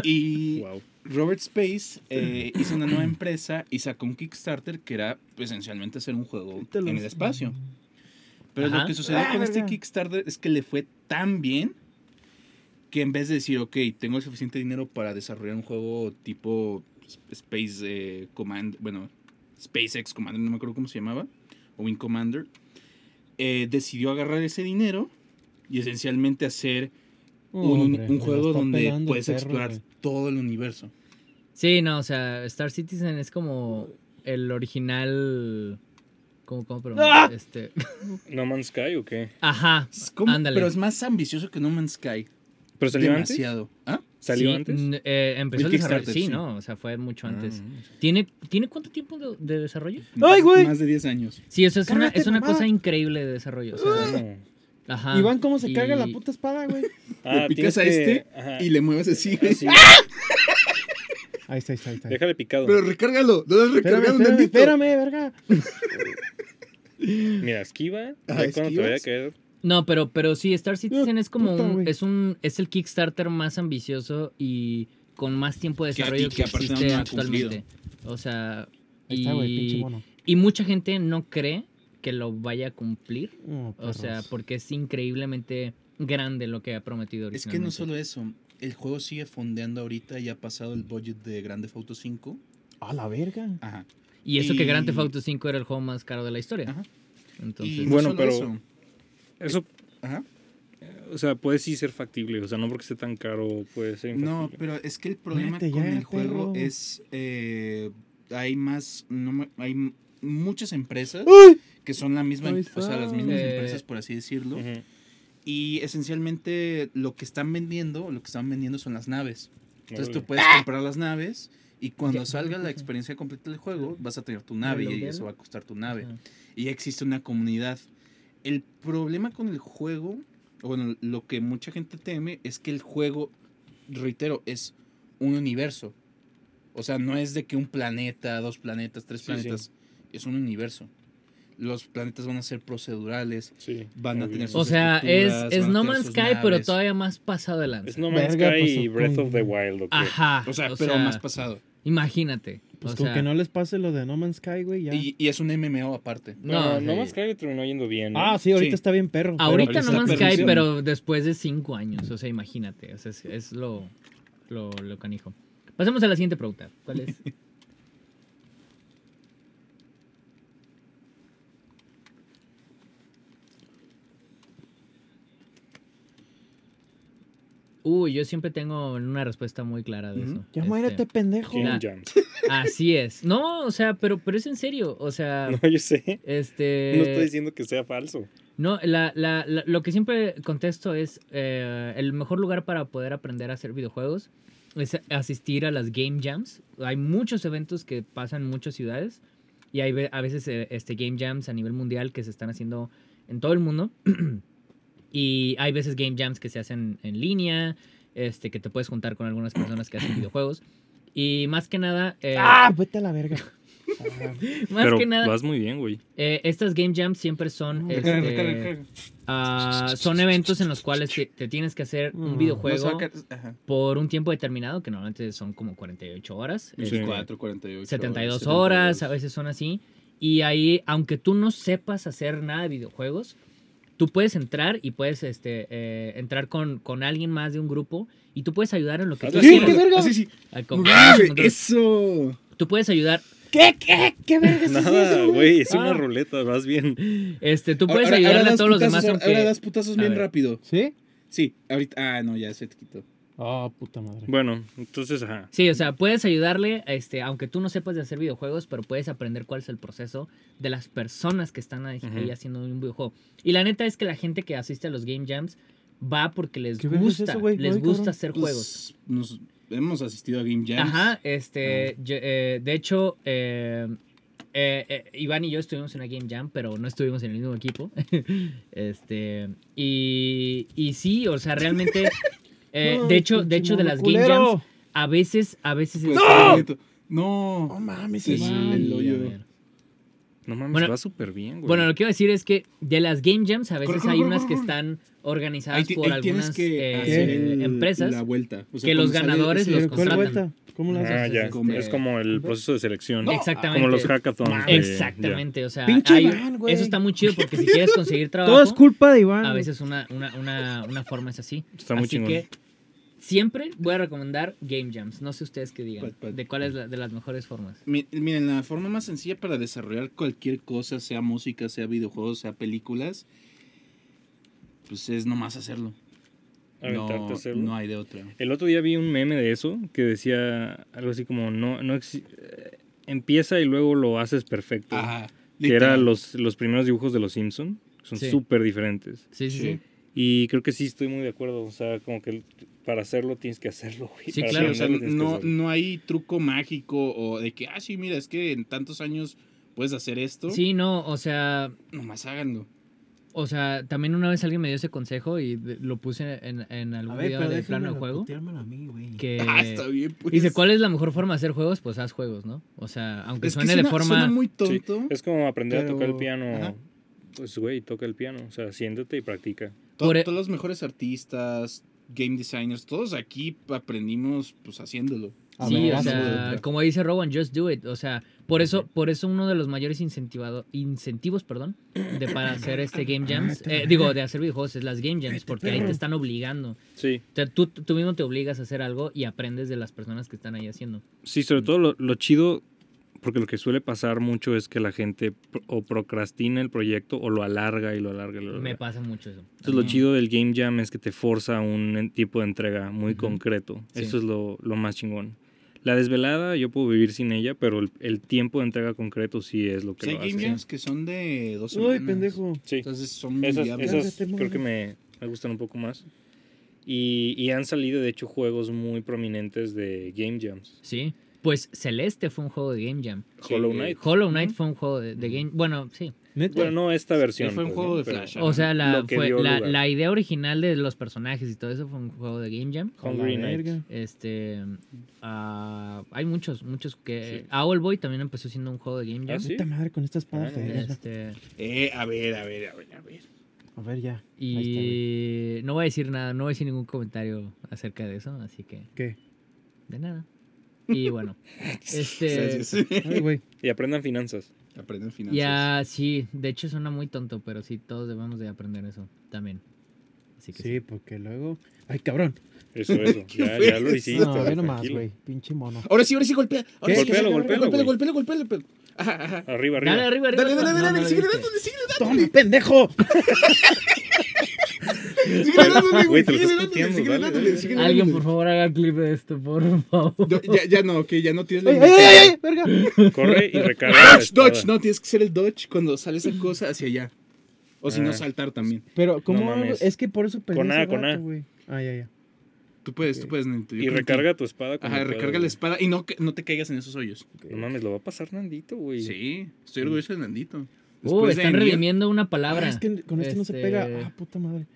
Speaker 3: Y
Speaker 4: Wow.
Speaker 3: Robert Space eh, hizo una nueva empresa y sacó un Kickstarter que era pues, esencialmente hacer un juego
Speaker 5: te lo-
Speaker 3: en el espacio. Pero
Speaker 2: Ajá.
Speaker 3: lo que sucedió
Speaker 5: Ah,
Speaker 3: con este
Speaker 5: verga.
Speaker 3: Kickstarter es que le fue tan bien que en vez de decir, ok, tengo el suficiente dinero para desarrollar un juego tipo Space eh, Command, bueno, SpaceX Commander, no me acuerdo cómo se llamaba, o Wing Commander, eh, decidió agarrar ese dinero y esencialmente hacer un,
Speaker 5: Oh, hombre, me
Speaker 3: un
Speaker 5: la
Speaker 3: juego
Speaker 5: está
Speaker 3: donde
Speaker 5: pelando el
Speaker 3: puedes
Speaker 5: perro,
Speaker 3: explorar
Speaker 5: güey.
Speaker 3: todo el universo.
Speaker 2: Sí, no, o sea, Star Citizen es como el original. ¿Cómo, cómo pregunto? Este.
Speaker 4: ¿No Man's Sky o qué?
Speaker 2: Ajá.
Speaker 3: Es como-
Speaker 2: Ándale.
Speaker 3: pero es más ambicioso que No Man's Sky.
Speaker 4: ¿Pero
Speaker 3: ¿Pues
Speaker 4: salió antes?
Speaker 3: Demasiado. ¿Ah?
Speaker 4: ¿Salió
Speaker 2: Sí,
Speaker 4: antes?
Speaker 2: n- eh, empezó
Speaker 3: El
Speaker 2: el desarrollo.
Speaker 3: Kickstarter,
Speaker 2: Sí,
Speaker 3: sí.
Speaker 2: no, o sea, fue mucho antes.
Speaker 3: Ah,
Speaker 2: ¿Tiene, ¿Tiene cuánto tiempo de, de desarrollo?
Speaker 5: ¡Ay, güey!
Speaker 3: Más de 10 años.
Speaker 2: Sí, eso es una,
Speaker 5: Cálmate,
Speaker 2: es una
Speaker 5: mamá.
Speaker 2: cosa increíble de desarrollo. o sea,
Speaker 4: No.
Speaker 2: ajá.
Speaker 5: Iván, ¿cómo se
Speaker 2: Y-
Speaker 5: carga la puta espada, güey?
Speaker 3: Le picas
Speaker 4: Ah, tienes
Speaker 3: a
Speaker 4: que-
Speaker 3: este
Speaker 4: ajá.
Speaker 3: Y le mueves así. güey.
Speaker 4: Así.
Speaker 5: Ahí está, ahí está, ahí está.
Speaker 4: Déjale picado.
Speaker 3: Pero recárgalo. No lo has
Speaker 5: Espérame,
Speaker 3: recargado,
Speaker 5: espérame,
Speaker 3: Nandito.
Speaker 5: espérame, verga.
Speaker 4: Mira, esquiva.
Speaker 3: Ah,
Speaker 4: ya cuando te vaya a
Speaker 3: esquivas.
Speaker 4: caer.
Speaker 2: No, pero, pero sí, Star Citizen es como
Speaker 5: puta,
Speaker 2: un,
Speaker 5: güey.
Speaker 2: es un. Es el Kickstarter más ambicioso y con más tiempo de
Speaker 3: Que- y
Speaker 2: desarrollo
Speaker 3: que
Speaker 2: que,
Speaker 3: aparte no
Speaker 2: existe
Speaker 3: han cumplido.
Speaker 2: actualmente. O sea.
Speaker 5: Ahí está, güey, pinche mono.
Speaker 2: Y mucha gente no cree que lo vaya a cumplir.
Speaker 5: Oh,
Speaker 2: O
Speaker 5: perros.
Speaker 2: sea, porque es increíblemente grande lo que ha prometido
Speaker 3: Es que no
Speaker 2: originalmente.
Speaker 3: solo eso. El juego sigue fondeando ahorita. Ya ha pasado el budget de Grande Theft Auto 5.
Speaker 5: A la verga.
Speaker 3: Ajá.
Speaker 2: Y eso que Grand
Speaker 3: y-
Speaker 2: Theft Auto 5 era el juego más caro de la historia.
Speaker 3: Ajá.
Speaker 2: Entonces,
Speaker 3: y
Speaker 4: Bueno,
Speaker 3: solo
Speaker 4: pero-
Speaker 3: eso.
Speaker 4: Eso,
Speaker 3: Ajá.
Speaker 4: o sea, puede sí ser factible. O sea, no porque esté tan caro, puede ser
Speaker 3: No,
Speaker 4: infactible.
Speaker 3: pero es que el problema
Speaker 5: Muérete
Speaker 3: con
Speaker 5: ya,
Speaker 3: el juego
Speaker 5: perro.
Speaker 3: es. eh, hay más. No, me- hay m- muchas empresas
Speaker 5: ¡Ay!
Speaker 3: que son la misma,
Speaker 5: Ay,
Speaker 3: o sea, las mismas
Speaker 2: eh,
Speaker 3: empresas, por así decirlo.
Speaker 4: Ujú.
Speaker 3: Y esencialmente lo que están vendiendo, lo que están vendiendo son las naves. Entonces tú
Speaker 4: Órale.
Speaker 3: puedes comprar las naves y cuando salga la experiencia completa del juego, vas a tener tu nave y
Speaker 2: Reloadea.
Speaker 3: eso va a costar tu nave.
Speaker 2: ajá.
Speaker 3: Y ya existe una comunidad. El problema con el juego, o bueno, lo que mucha gente teme es que el juego, reitero, es un universo. O sea, no es de que un planeta, dos planetas, tres
Speaker 4: Sí,
Speaker 3: planetas, es un universo. Los planetas van a ser procedurales,
Speaker 4: Sí,
Speaker 3: van a
Speaker 4: obvio.
Speaker 3: tener sus
Speaker 2: O sea, es,
Speaker 3: estructuras,
Speaker 2: es
Speaker 3: van a
Speaker 2: No
Speaker 3: tener
Speaker 2: Man's
Speaker 3: sus
Speaker 2: Sky, pero
Speaker 3: naves.
Speaker 2: todavía más pasado de lanza.
Speaker 4: Es No Man's
Speaker 5: Verga,
Speaker 4: Sky
Speaker 5: pues,
Speaker 4: y Breath of the
Speaker 5: supongo.
Speaker 4: Wild, ¿o qué?
Speaker 2: Ajá.
Speaker 3: O sea, pero más pasado.
Speaker 2: Imagínate.
Speaker 5: Pues
Speaker 2: o
Speaker 5: con
Speaker 2: sea,
Speaker 5: que no les pase lo de No Man's Sky, güey, ya.
Speaker 3: Y, y es un MMO aparte.
Speaker 4: No,
Speaker 2: No,
Speaker 4: No
Speaker 2: sí.
Speaker 4: Man's Sky le terminó yendo bien. ¿eh? ¿no?
Speaker 5: Ah, sí, ahorita
Speaker 3: Sí.
Speaker 5: está bien perro. pero-
Speaker 2: Ahorita
Speaker 3: Pero
Speaker 2: no
Speaker 3: está
Speaker 2: Man's Sky,
Speaker 3: perrísimo.
Speaker 2: pero después de cinco años. O sea, imagínate. O sea, es, es lo, lo, lo canijo. Pasemos a la siguiente pregunta. ¿Cuál es? Uy, yo siempre tengo una respuesta muy clara de
Speaker 3: Ujú.
Speaker 2: eso.
Speaker 5: Ya
Speaker 2: Este,
Speaker 5: muérete, pendejo.
Speaker 4: Jim
Speaker 2: Nah.
Speaker 4: Jones.
Speaker 2: Así es. No, o sea, pero, pero es en serio. O sea,
Speaker 4: No, yo sé.
Speaker 2: este.
Speaker 4: No estoy diciendo que sea falso.
Speaker 2: No, la- la- la- lo que siempre contesto es, eh, el mejor lugar para poder aprender a hacer videojuegos es asistir a las game jams. Hay muchos eventos que pasan en muchas ciudades y hay ve- a veces eh, este, game jams a nivel mundial que se están haciendo en todo el mundo. y hay veces game jams que se hacen en línea, este, que te puedes juntar con algunas personas que hacen videojuegos. Y más que nada... eh,
Speaker 5: Ah, vete a la verga. Ah,
Speaker 2: más
Speaker 4: Pero
Speaker 2: que nada...
Speaker 4: vas muy bien, güey.
Speaker 2: Eh, estas game jams siempre son, este,
Speaker 6: Recarga, recarga, recarga.
Speaker 2: ah, son eventos en los cuales te, te tienes que hacer un
Speaker 5: Mm.
Speaker 3: No
Speaker 2: videojuego
Speaker 3: saca- ajá.
Speaker 2: por un tiempo determinado, que normalmente son como 48 horas,
Speaker 4: Sí.
Speaker 2: este,
Speaker 3: 4, 48.
Speaker 2: 72 horas, a
Speaker 3: 72.
Speaker 2: veces son así. Y ahí, aunque tú no sepas hacer nada de videojuegos, tú puedes entrar y puedes este, eh, entrar con, con alguien más de un grupo y tú puedes ayudar en lo que tú
Speaker 5: Sí,
Speaker 2: quieras.
Speaker 5: qué verga.
Speaker 3: Ah, sí, sí.
Speaker 2: Ah, con-
Speaker 3: Ah,
Speaker 2: con-
Speaker 3: Eso.
Speaker 2: Tú puedes ayudar.
Speaker 5: ¿Qué, qué, qué verga es
Speaker 4: Nada,
Speaker 5: eso, güey?
Speaker 4: güey, es
Speaker 2: Ah.
Speaker 4: una ruleta, vas bien.
Speaker 2: Este, tú puedes
Speaker 3: Ahora- ahora
Speaker 2: ayudarle a
Speaker 3: das
Speaker 2: todos los
Speaker 3: putazos,
Speaker 2: demás.
Speaker 3: Ahora,
Speaker 2: aunque-
Speaker 3: ahora das putazos
Speaker 2: A
Speaker 3: bien
Speaker 2: ver.
Speaker 3: rápido.
Speaker 5: ¿Sí?
Speaker 3: Sí, ahorita. Ah, no, ya se te quitó.
Speaker 5: Ah, puta madre.
Speaker 4: Bueno, entonces, ajá.
Speaker 2: Sí, o sea, puedes ayudarle, este, aunque tú no sepas de hacer videojuegos, pero puedes aprender cuál es el proceso de las personas que están ahí,
Speaker 4: Ujú.
Speaker 2: ahí haciendo un videojuego. Y la neta es que la gente que asiste a los game jams va porque les
Speaker 5: ¿Qué verga es
Speaker 2: gusta,
Speaker 5: eso, güey?
Speaker 2: les
Speaker 5: Ay,
Speaker 2: gusta
Speaker 5: cabrón.
Speaker 2: hacer
Speaker 3: Pues,
Speaker 2: juegos.
Speaker 3: Nos, hemos asistido a Game Jams.
Speaker 2: Ajá, este, yo- eh, de hecho, eh, eh, eh, Iván y yo estuvimos en una game jam, pero no estuvimos en el mismo equipo. este, y, y sí, o sea, realmente, eh, de hecho, de hecho, de las game jams, a veces, a veces...
Speaker 3: Pues,
Speaker 2: este,
Speaker 3: bonito. ¡No!
Speaker 6: No mames,
Speaker 3: Sí,
Speaker 6: Iván.
Speaker 2: sí,
Speaker 3: el
Speaker 2: a
Speaker 3: hoyo.
Speaker 2: ver.
Speaker 4: No mames,
Speaker 2: Bueno.
Speaker 4: va súper bien, güey.
Speaker 2: Bueno, lo que iba a decir es que de las game jams a veces
Speaker 6: Corre, corre,
Speaker 2: hay
Speaker 6: corre,
Speaker 2: unas que
Speaker 6: corre.
Speaker 2: están
Speaker 3: Ahí
Speaker 2: organizadas
Speaker 3: ti-
Speaker 2: por
Speaker 3: ahí tienes
Speaker 2: algunas
Speaker 3: que
Speaker 2: eh,
Speaker 3: hacer el-
Speaker 2: empresas. Ah,
Speaker 3: la vuelta. O sea,
Speaker 2: que los
Speaker 3: cuando sale
Speaker 2: ganadores
Speaker 3: ese-
Speaker 2: los
Speaker 5: Pero, ¿Cuál
Speaker 2: contratan.
Speaker 5: vuelta? ¿Cómo lo
Speaker 4: Ah,
Speaker 5: haces?
Speaker 4: ya.
Speaker 3: Este-
Speaker 4: Es como el proceso de selección.
Speaker 2: Exactamente. Ah,
Speaker 4: Como los hackathons. de-
Speaker 2: Exactamente, o sea,
Speaker 5: Pinche
Speaker 2: hay-
Speaker 5: Iván, güey.
Speaker 2: eso está muy chido porque si quieres conseguir
Speaker 5: Todo es
Speaker 2: trabajo,
Speaker 5: culpa de Iván.
Speaker 2: a
Speaker 5: güey.
Speaker 2: veces una, una, una, una forma es así.
Speaker 4: ya. Está muy
Speaker 2: así
Speaker 4: chingón.
Speaker 2: que siempre voy a recomendar game jams. No sé ustedes qué digan
Speaker 3: Pat, pat.
Speaker 2: de cuál es la- de las mejores formas.
Speaker 3: Mi- Miren, la forma más sencilla para desarrollar cualquier cosa, sea música, sea videojuegos, sea películas, pues es nomás hacerlo.
Speaker 4: Aventarte
Speaker 3: No,
Speaker 4: a hacerlo.
Speaker 3: no hay de otra.
Speaker 4: El otro día vi un meme de eso que decía algo así como no, no exi- eh, empieza y luego lo haces perfecto.
Speaker 3: Ajá.
Speaker 4: que eran
Speaker 3: literal.
Speaker 4: los, los primeros dibujos de los Simpson, que son
Speaker 2: Sí.
Speaker 4: súper diferentes.
Speaker 2: Sí, sí, sí.
Speaker 3: Sí.
Speaker 4: Y creo que sí estoy muy de acuerdo, o sea, como que el- para hacerlo tienes que hacerlo, güey.
Speaker 2: Sí,
Speaker 4: Para
Speaker 2: claro,
Speaker 3: O sea,
Speaker 4: aprenderlo tienes que
Speaker 3: no,
Speaker 4: hacerlo.
Speaker 3: no hay truco mágico o de que, ah, sí, mira, es que en tantos años puedes hacer esto.
Speaker 2: Sí, no, o sea,
Speaker 3: Nomás háganlo.
Speaker 2: O sea, también una vez alguien me dio ese consejo y de- lo puse en, en algún video de plano de juego. Que
Speaker 3: Ah, está bien, pues.
Speaker 2: dice, ¿cuál es la mejor forma de hacer juegos? Pues haz juegos, ¿no? O sea, aunque
Speaker 3: Es que
Speaker 2: suene de
Speaker 3: suena-
Speaker 2: forma...
Speaker 3: suena muy
Speaker 4: Sí,
Speaker 3: tonto.
Speaker 4: Es como aprender a tocar el
Speaker 3: pero-
Speaker 4: piano.
Speaker 3: ajá.
Speaker 4: Pues, güey, toca el piano. O sea, siéntate y practica.
Speaker 3: To-
Speaker 2: Por e-
Speaker 3: todos los mejores artistas, game designers, todos aquí aprendimos pues haciéndolo.
Speaker 5: A
Speaker 2: Sí,
Speaker 5: ver,
Speaker 2: o
Speaker 5: hazlo,
Speaker 2: sea,
Speaker 3: güey.
Speaker 2: como dice Rowan, just do it. O sea, por eso, por eso uno de los mayores incentivado, incentivos, perdón, de para hacer este
Speaker 3: Ah,
Speaker 2: game jams, eh, digo, de hacer videojuegos es las game jams, porque ahí te están obligando.
Speaker 4: Sí,
Speaker 2: O sea, tú, tú mismo te obligas a hacer algo y aprendes de las personas que están ahí haciendo.
Speaker 4: sí, sobre todo lo, lo chido, porque lo que suele pasar mucho es que la gente pro- o procrastina el proyecto o lo alarga y lo alarga. y lo
Speaker 2: Me
Speaker 4: alarga.
Speaker 2: pasa mucho eso.
Speaker 4: Entonces, lo chido del Game Jam es que te forza un en- tipo de entrega muy
Speaker 2: Ujú.
Speaker 4: concreto.
Speaker 2: Sí.
Speaker 4: Eso es lo, lo más chingón. La desvelada, yo puedo vivir sin ella, pero el, el tiempo de entrega concreto sí es lo que
Speaker 3: Pues, hay
Speaker 4: lo hace.
Speaker 3: game jams que son de dos
Speaker 5: Uy,
Speaker 3: semanas.
Speaker 5: pendejo.
Speaker 4: Sí.
Speaker 3: Entonces son muy
Speaker 4: Esas,
Speaker 3: viables.
Speaker 4: esas
Speaker 5: Cállate,
Speaker 4: creo que
Speaker 5: mona.
Speaker 4: me, me gustan un poco más. Y, y han salido, de hecho, juegos muy prominentes de Game Jams.
Speaker 2: Sí. Pues Celeste fue un juego de game jam.
Speaker 4: Hollow Knight.
Speaker 2: Hollow Knight fue un juego de, de game. Bueno, sí.
Speaker 5: Neta.
Speaker 4: Bueno, no esta versión.
Speaker 3: fue un
Speaker 4: pues,
Speaker 3: juego
Speaker 4: ¿no?
Speaker 3: de
Speaker 4: Pero
Speaker 3: Flash.
Speaker 2: O sea, la,
Speaker 4: Lo que
Speaker 2: fue-
Speaker 4: dio
Speaker 2: la,
Speaker 4: lugar.
Speaker 2: la idea original de los personajes y todo eso fue un juego de Game Jam.
Speaker 5: A la
Speaker 4: Hungry Knight.
Speaker 5: verga.
Speaker 2: Este. ah, hay muchos, muchos que.
Speaker 4: Sí.
Speaker 2: Owl Boy también empezó siendo un juego de Game Jam.
Speaker 4: ¿Ah, sí?
Speaker 5: Puta madre con esta espada
Speaker 4: Ah, no,
Speaker 5: fea.
Speaker 2: Este,
Speaker 3: Eh, a ver, a ver, a ver, a ver.
Speaker 5: A ver, ya. Ahí
Speaker 2: y no voy a decir nada, no voy a decir ningún comentario acerca de eso, así que
Speaker 5: está, güey.
Speaker 2: de nada. Y bueno, este.
Speaker 3: Gracias.
Speaker 5: ¿Qué? Ay, güey.
Speaker 4: Y aprendan finanzas.
Speaker 3: Aprenden finanzas.
Speaker 2: Ya, sí, de hecho suena muy tonto, pero sí, todos debemos de aprender eso también. Así que sí.
Speaker 5: Sí, porque luego. Ay, cabrón.
Speaker 4: Eso, eso.
Speaker 3: ¿Qué
Speaker 4: ya,
Speaker 3: fue
Speaker 4: ya lo
Speaker 3: eso?
Speaker 4: hiciste.
Speaker 5: No, ve nomás,
Speaker 4: tranquilo.
Speaker 5: güey. Pinche mono.
Speaker 3: Ahora sí, ahora sí, golpea. Ahora
Speaker 5: ¿Qué?
Speaker 3: sí,
Speaker 4: Golpéalo,
Speaker 3: golpea,
Speaker 4: golpéalo,
Speaker 3: golpea, golpea, golpea. Ajá, ajá.
Speaker 4: Arriba, arriba.
Speaker 2: Dale arriba, arriba.
Speaker 3: Dale, dale,
Speaker 2: arriba. No,
Speaker 3: dale, dale,
Speaker 2: no lo
Speaker 3: síguele
Speaker 2: viste.
Speaker 3: dándole, síguele
Speaker 5: ¡Toma, pendejo!
Speaker 3: dándole, síguele dándole,
Speaker 4: Güey,
Speaker 3: güey,
Speaker 4: te lo estás
Speaker 3: síguele dándole,
Speaker 4: puteando,
Speaker 3: síguele
Speaker 4: dale,
Speaker 3: dándole,
Speaker 4: dale.
Speaker 3: síguele
Speaker 2: Alguien, por
Speaker 3: dándole.
Speaker 2: favor, haga clip de esto, por favor.
Speaker 3: No, ya, ya no, que ya no tienes la
Speaker 5: ¡Ey, ey, ey,
Speaker 3: inventiva.
Speaker 5: ey! ¡Verga!
Speaker 4: Corre y recarga. la
Speaker 3: Dodge,
Speaker 4: espada.
Speaker 3: dodge, no, tienes que ser el dodge cuando sale esa cosa hacia allá. O si no,
Speaker 4: Ah.
Speaker 3: saltar también.
Speaker 5: Pero, ¿cómo?
Speaker 4: No mames.
Speaker 5: es que por eso perdí
Speaker 4: Con A,
Speaker 5: ese
Speaker 4: con A.
Speaker 5: rato, güey. Ah, ya, ya.
Speaker 3: Tú puedes, tú
Speaker 5: Ok.
Speaker 3: puedes, Nandito. Yo
Speaker 4: Y
Speaker 3: creo en ti.
Speaker 4: recarga tu espada. como
Speaker 3: Ajá,
Speaker 4: puedas,
Speaker 3: recarga la
Speaker 4: güey.
Speaker 3: espada y no, que- no te caigas en esos hoyos.
Speaker 4: No mames, lo va a pasar Nandito, güey.
Speaker 3: Sí, estoy orgulloso de Nandito.
Speaker 2: Uh,
Speaker 3: Después de
Speaker 2: están
Speaker 3: Emiel-
Speaker 2: redimiendo una palabra.
Speaker 5: Ah, es que con esto no se
Speaker 2: Este-
Speaker 5: pega. Ah, puta madre.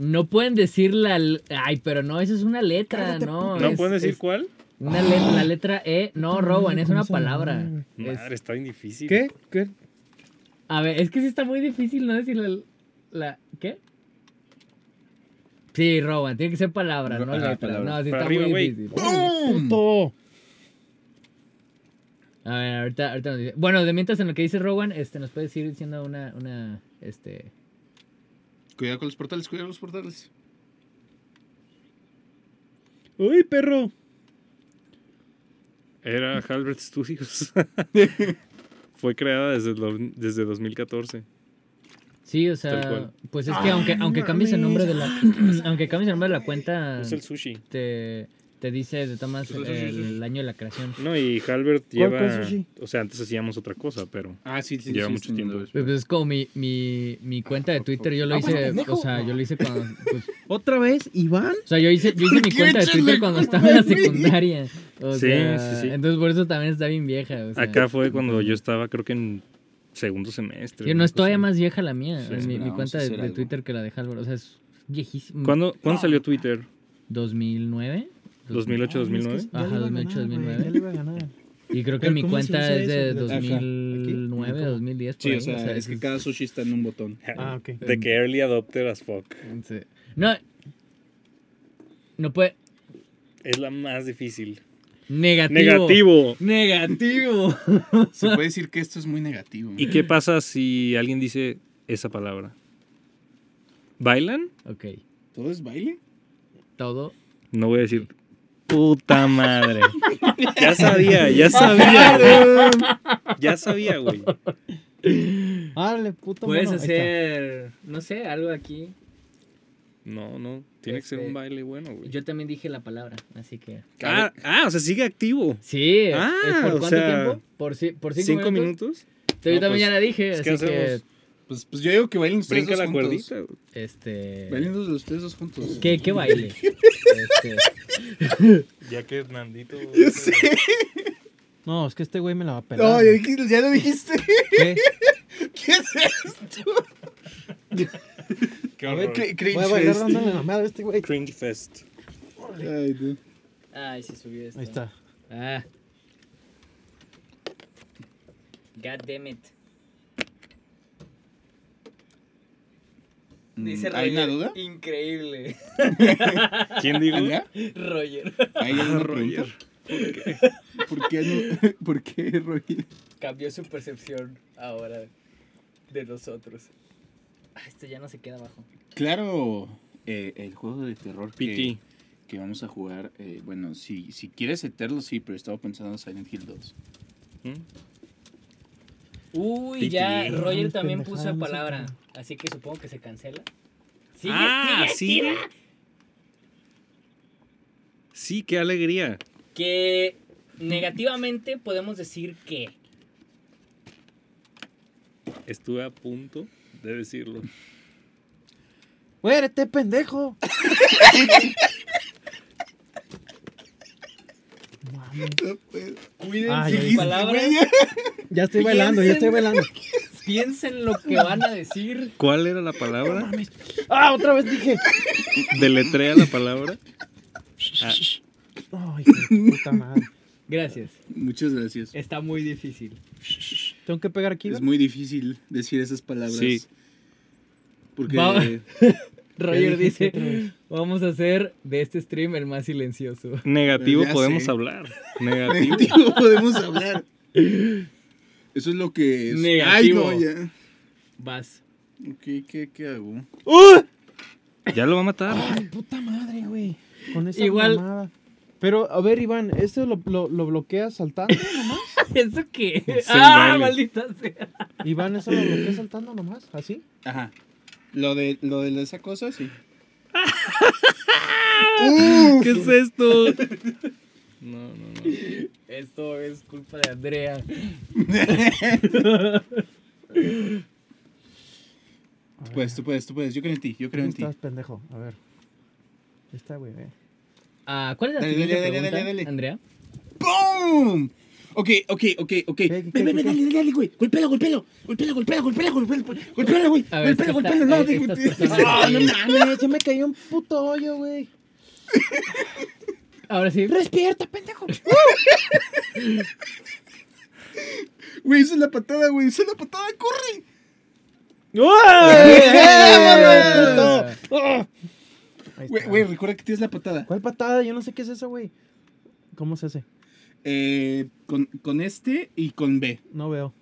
Speaker 2: No pueden decir la. l- Ay, pero no, eso es una letra,
Speaker 5: Cállate,
Speaker 2: no.
Speaker 4: ¿No
Speaker 2: es-
Speaker 4: pueden decir
Speaker 2: es
Speaker 4: cuál?
Speaker 2: Una letra, la letra E. No,
Speaker 5: Puta
Speaker 2: Rowan,
Speaker 5: madre,
Speaker 2: es
Speaker 5: ¿cómo
Speaker 2: una
Speaker 5: se llama,
Speaker 2: palabra.
Speaker 5: güey?
Speaker 2: Es-
Speaker 4: Madre, está bien difícil.
Speaker 5: ¿Qué? ¿Qué?
Speaker 2: a ver, es que sí está muy difícil no decir la. la- ¿Qué? Sí, Rowan, tiene que ser palabra,
Speaker 6: Ro-
Speaker 2: no
Speaker 6: ajá,
Speaker 2: letra.
Speaker 6: palabra.
Speaker 2: No, sí
Speaker 4: Para
Speaker 2: está
Speaker 4: arriba,
Speaker 2: muy
Speaker 4: güey.
Speaker 2: difícil.
Speaker 6: ¡Pum!
Speaker 5: Puto.
Speaker 2: A ver, ahorita, ahorita nos dice. Bueno, de mientras en lo que dice Rowan, este, nos puedes ir diciendo una, una, este.
Speaker 3: Cuidado con los portales, cuidado con los portales.
Speaker 5: Uy, perro.
Speaker 4: Era Halbert Studios. Fue creada desde, el- desde 2014.
Speaker 2: Sí, o
Speaker 4: Tal
Speaker 2: sea,
Speaker 4: cual.
Speaker 2: pues es
Speaker 6: Ah,
Speaker 2: que aunque, aunque cambies el nombre de la, aunque cambies el nombre de la cuenta,
Speaker 4: Es el sushi.
Speaker 2: te, te dice de tomas el, el año de la creación.
Speaker 4: No, y Halbert
Speaker 5: ¿Cuál
Speaker 4: lleva.
Speaker 5: fue el sushi?
Speaker 4: O sea, antes hacíamos otra cosa, pero.
Speaker 3: Ah, sí, sí.
Speaker 4: Lleva
Speaker 3: sí,
Speaker 4: mucho
Speaker 3: sí,
Speaker 4: tiempo.
Speaker 3: sí.
Speaker 2: Pues es como mi, mi, mi cuenta de Twitter, yo lo
Speaker 6: Ah, bueno,
Speaker 2: hice,
Speaker 6: pendejo.
Speaker 2: o sea, yo lo hice cuando, pues,
Speaker 5: ¿Otra vez, Iván?
Speaker 2: o sea, yo hice, yo hice mi
Speaker 6: qué
Speaker 2: cuenta de
Speaker 6: echan
Speaker 2: Twitter
Speaker 6: la
Speaker 2: cuando
Speaker 6: culpa
Speaker 2: estaba en la
Speaker 6: a mí?
Speaker 2: secundaria. O
Speaker 4: Sí,
Speaker 2: sea,
Speaker 4: sí, sí.
Speaker 2: Entonces por eso también está bien vieja. o sea.
Speaker 4: Acá fue cuando yo estaba, creo que en segundo semestre.
Speaker 2: Yo
Speaker 4: una
Speaker 2: no es todavía
Speaker 4: cosa
Speaker 2: más vieja la mía.
Speaker 4: Sí,
Speaker 2: es mi, mi
Speaker 6: vamos a
Speaker 2: cuenta de,
Speaker 6: hacer
Speaker 2: de
Speaker 6: algo.
Speaker 2: Twitter que la de Halvor. O sea, es viejísima.
Speaker 4: así. ¿Cuándo, ¿cuándo salió Twitter?
Speaker 2: ¿2009?
Speaker 4: 2008, 2009.
Speaker 2: Ajá, 2008, 2009.
Speaker 5: Ya le iba a ganar.
Speaker 2: Y creo que
Speaker 5: Pero
Speaker 2: mi
Speaker 5: ¿cómo se
Speaker 2: cuenta
Speaker 5: usa
Speaker 2: es de
Speaker 5: eso? De-
Speaker 6: acá, aquí,
Speaker 2: 2009,
Speaker 6: ¿cómo?
Speaker 2: 2010. por
Speaker 3: Sí,
Speaker 2: ahí,
Speaker 3: o sea, es que
Speaker 2: es-
Speaker 3: cada sushi está en un botón.
Speaker 5: Ah, ok.
Speaker 4: De que early adopter as fuck.
Speaker 2: sí. No. No puede.
Speaker 4: Es la más difícil.
Speaker 2: Negativo.
Speaker 4: Negativo.
Speaker 2: Negativo.
Speaker 3: Se puede decir que esto es muy negativo.
Speaker 4: ¿Y qué pasa si alguien dice esa palabra? ¿Bailan?
Speaker 2: ok.
Speaker 3: ¿Todo es baile?
Speaker 2: Todo.
Speaker 4: No voy a decir. Puta madre. Ya sabía, ya sabía. güey. Ya sabía, güey.
Speaker 5: Dale, puto
Speaker 2: Puedes
Speaker 5: mono. Ahí
Speaker 2: hacer. No sé, algo aquí.
Speaker 4: No, no. Tiene que ser un baile bueno, güey.
Speaker 2: Yo también dije la palabra, así que.
Speaker 4: Ah, ah, o sea, sigue activo.
Speaker 2: Sí.
Speaker 4: Ah,
Speaker 2: ¿es ¿Por
Speaker 4: o
Speaker 2: cuánto
Speaker 4: sea,
Speaker 2: tiempo? Por, ci- por cinco,
Speaker 4: ¿Cinco
Speaker 2: minutos.
Speaker 4: minutos?
Speaker 2: Yo también
Speaker 4: No, pues,
Speaker 2: ya la dije,
Speaker 4: es
Speaker 2: así
Speaker 4: que
Speaker 2: que.
Speaker 4: hacemos-
Speaker 3: Pues, pues yo digo que bailen ustedes
Speaker 4: Brinca
Speaker 3: dos
Speaker 4: la
Speaker 3: juntos.
Speaker 4: cuerdita. güey.
Speaker 2: Este.
Speaker 3: Bailen los de ustedes dos juntos.
Speaker 2: ¿Qué, qué baile? Este,
Speaker 4: Ya que Hernandito.
Speaker 5: está. No, es que este güey me la va a pelar.
Speaker 6: No, ya, dijiste- ya lo dijiste.
Speaker 5: ¿Qué?
Speaker 6: ¿Qué es esto? A ver, cr- cringe
Speaker 5: Voy a bailar
Speaker 6: fest.
Speaker 5: dándole la madre a este güey.
Speaker 4: Cringe Fest.
Speaker 6: Ay, no.
Speaker 2: ay, se subió esto.
Speaker 5: Ahí está.
Speaker 2: Ah. God damn it.
Speaker 3: Mm, ¿Hay una duda?
Speaker 2: Increíble.
Speaker 4: ¿Quién dijo?
Speaker 3: ¿Andrea?
Speaker 2: Roger.
Speaker 3: ¿Hay alguna pregunta?
Speaker 4: Roger.
Speaker 3: Ah, ¿Por qué, no- ¿Por qué Roger?
Speaker 2: Cambió su percepción ahora de nosotros. Ah, esto ya no se queda abajo.
Speaker 3: Claro, eh, el juego de terror que,
Speaker 4: PT.
Speaker 3: que vamos a jugar, eh, bueno, si, si quieres Eterno, sí, pero estaba pensando en Silent Hill 2.
Speaker 4: ¿Mm?
Speaker 2: Uy,
Speaker 4: Titi.
Speaker 2: ya Roger
Speaker 5: Ay,
Speaker 2: también
Speaker 5: pendejada,
Speaker 2: puso
Speaker 5: no se
Speaker 2: palabra.
Speaker 5: puede.
Speaker 2: Así que supongo que se cancela. Sigue,
Speaker 4: Ah,
Speaker 2: sigue,
Speaker 4: sí.
Speaker 2: tira.
Speaker 4: Sí, qué alegría.
Speaker 2: Que negativamente podemos decir que.
Speaker 4: Estuve a punto de decirlo.
Speaker 5: ¡Muérete, pendejo! Mames.
Speaker 3: Cuiden,
Speaker 5: Ah, ya
Speaker 2: Sus
Speaker 5: dijiste,
Speaker 2: palabras,
Speaker 5: Ya estoy bailando, ya estoy bailando.
Speaker 2: piensen lo que van a decir.
Speaker 4: ¿Cuál era la palabra?
Speaker 5: ¡Ah, otra vez dije!
Speaker 4: Deletrea la palabra. Ah,
Speaker 5: ¡Ay, qué puta madre!
Speaker 2: Gracias.
Speaker 3: Muchas gracias.
Speaker 2: Está muy difícil.
Speaker 5: ¿Tengo que pegar aquí?
Speaker 3: Es
Speaker 5: Iván?
Speaker 3: muy difícil decir esas palabras.
Speaker 4: Sí.
Speaker 3: Porque
Speaker 2: Va-
Speaker 5: Ya
Speaker 2: Roger
Speaker 5: dijiste
Speaker 2: dice,
Speaker 5: otra vez.
Speaker 2: vamos a hacer de este stream el más silencioso.
Speaker 4: negativo
Speaker 3: Ya
Speaker 4: podemos
Speaker 3: sé.
Speaker 4: hablar. Negativo.
Speaker 3: negativo podemos hablar. Eso es lo que es.
Speaker 2: Negativo.
Speaker 3: Ay, no, ya.
Speaker 2: Vas.
Speaker 3: Ok, ¿qué, qué hago?
Speaker 5: ¡Uh!
Speaker 4: Ya lo va a matar.
Speaker 5: ¡Ay, puta madre, güey! Con esa
Speaker 2: Igual-
Speaker 5: mamada. Pero, a ver, Iván, ¿esto lo, lo, lo bloqueas saltando nomás?
Speaker 2: ¿Eso qué?
Speaker 4: Es el
Speaker 2: ah,
Speaker 4: baile.
Speaker 2: maldita sea.
Speaker 5: Iván, ¿eso lo bloqueas saltando nomás? ¿Así?
Speaker 3: Ajá. Lo de, lo de esa cosa, sí. Uf,
Speaker 4: ¿Qué es esto?
Speaker 3: No, no, no.
Speaker 2: Esto es culpa de Andrea.
Speaker 5: A ver,
Speaker 3: Pues tú puedes, tú puedes. Yo creo en ti, yo creo en ti.
Speaker 5: estás, pendejo? A ver. Está, güey. eh.
Speaker 2: Ah, ¿Cuál es la
Speaker 3: Dale,
Speaker 2: siguiente
Speaker 3: dale, dale,
Speaker 2: pregunta,
Speaker 3: dale, dale.
Speaker 2: Andrea?
Speaker 3: ¡Pum! Ok, ok, ok, ok.
Speaker 5: qué,
Speaker 3: Ven, ven,
Speaker 5: qué?
Speaker 3: dale, dale, güey. Golpéalo, golpéalo. Golpéalo, golpéalo, golpéalo, golpéalo, golpéalo, güey.
Speaker 2: A ver,
Speaker 3: Golpéalo,
Speaker 2: esta-
Speaker 3: golpéalo. No,
Speaker 2: eh,
Speaker 3: digo,
Speaker 2: estas
Speaker 3: tío.
Speaker 2: personas-
Speaker 3: Ah, no mames.
Speaker 5: Dame, se me cayó un puto hoyo, güey.
Speaker 2: Ahora sí.
Speaker 5: Despierta, pendejo.
Speaker 6: Güey, hice la patada, güey. Hice la patada, corre.
Speaker 5: ¡Ay, puto! ¡Ah! Ahí
Speaker 3: Güey,
Speaker 5: está.
Speaker 3: güey, recuerda que tienes la patada.
Speaker 5: ¿Cuál patada? Yo no sé qué es eso, güey. ¿Cómo se hace?
Speaker 3: Eh, con, con este y con B.
Speaker 5: No veo.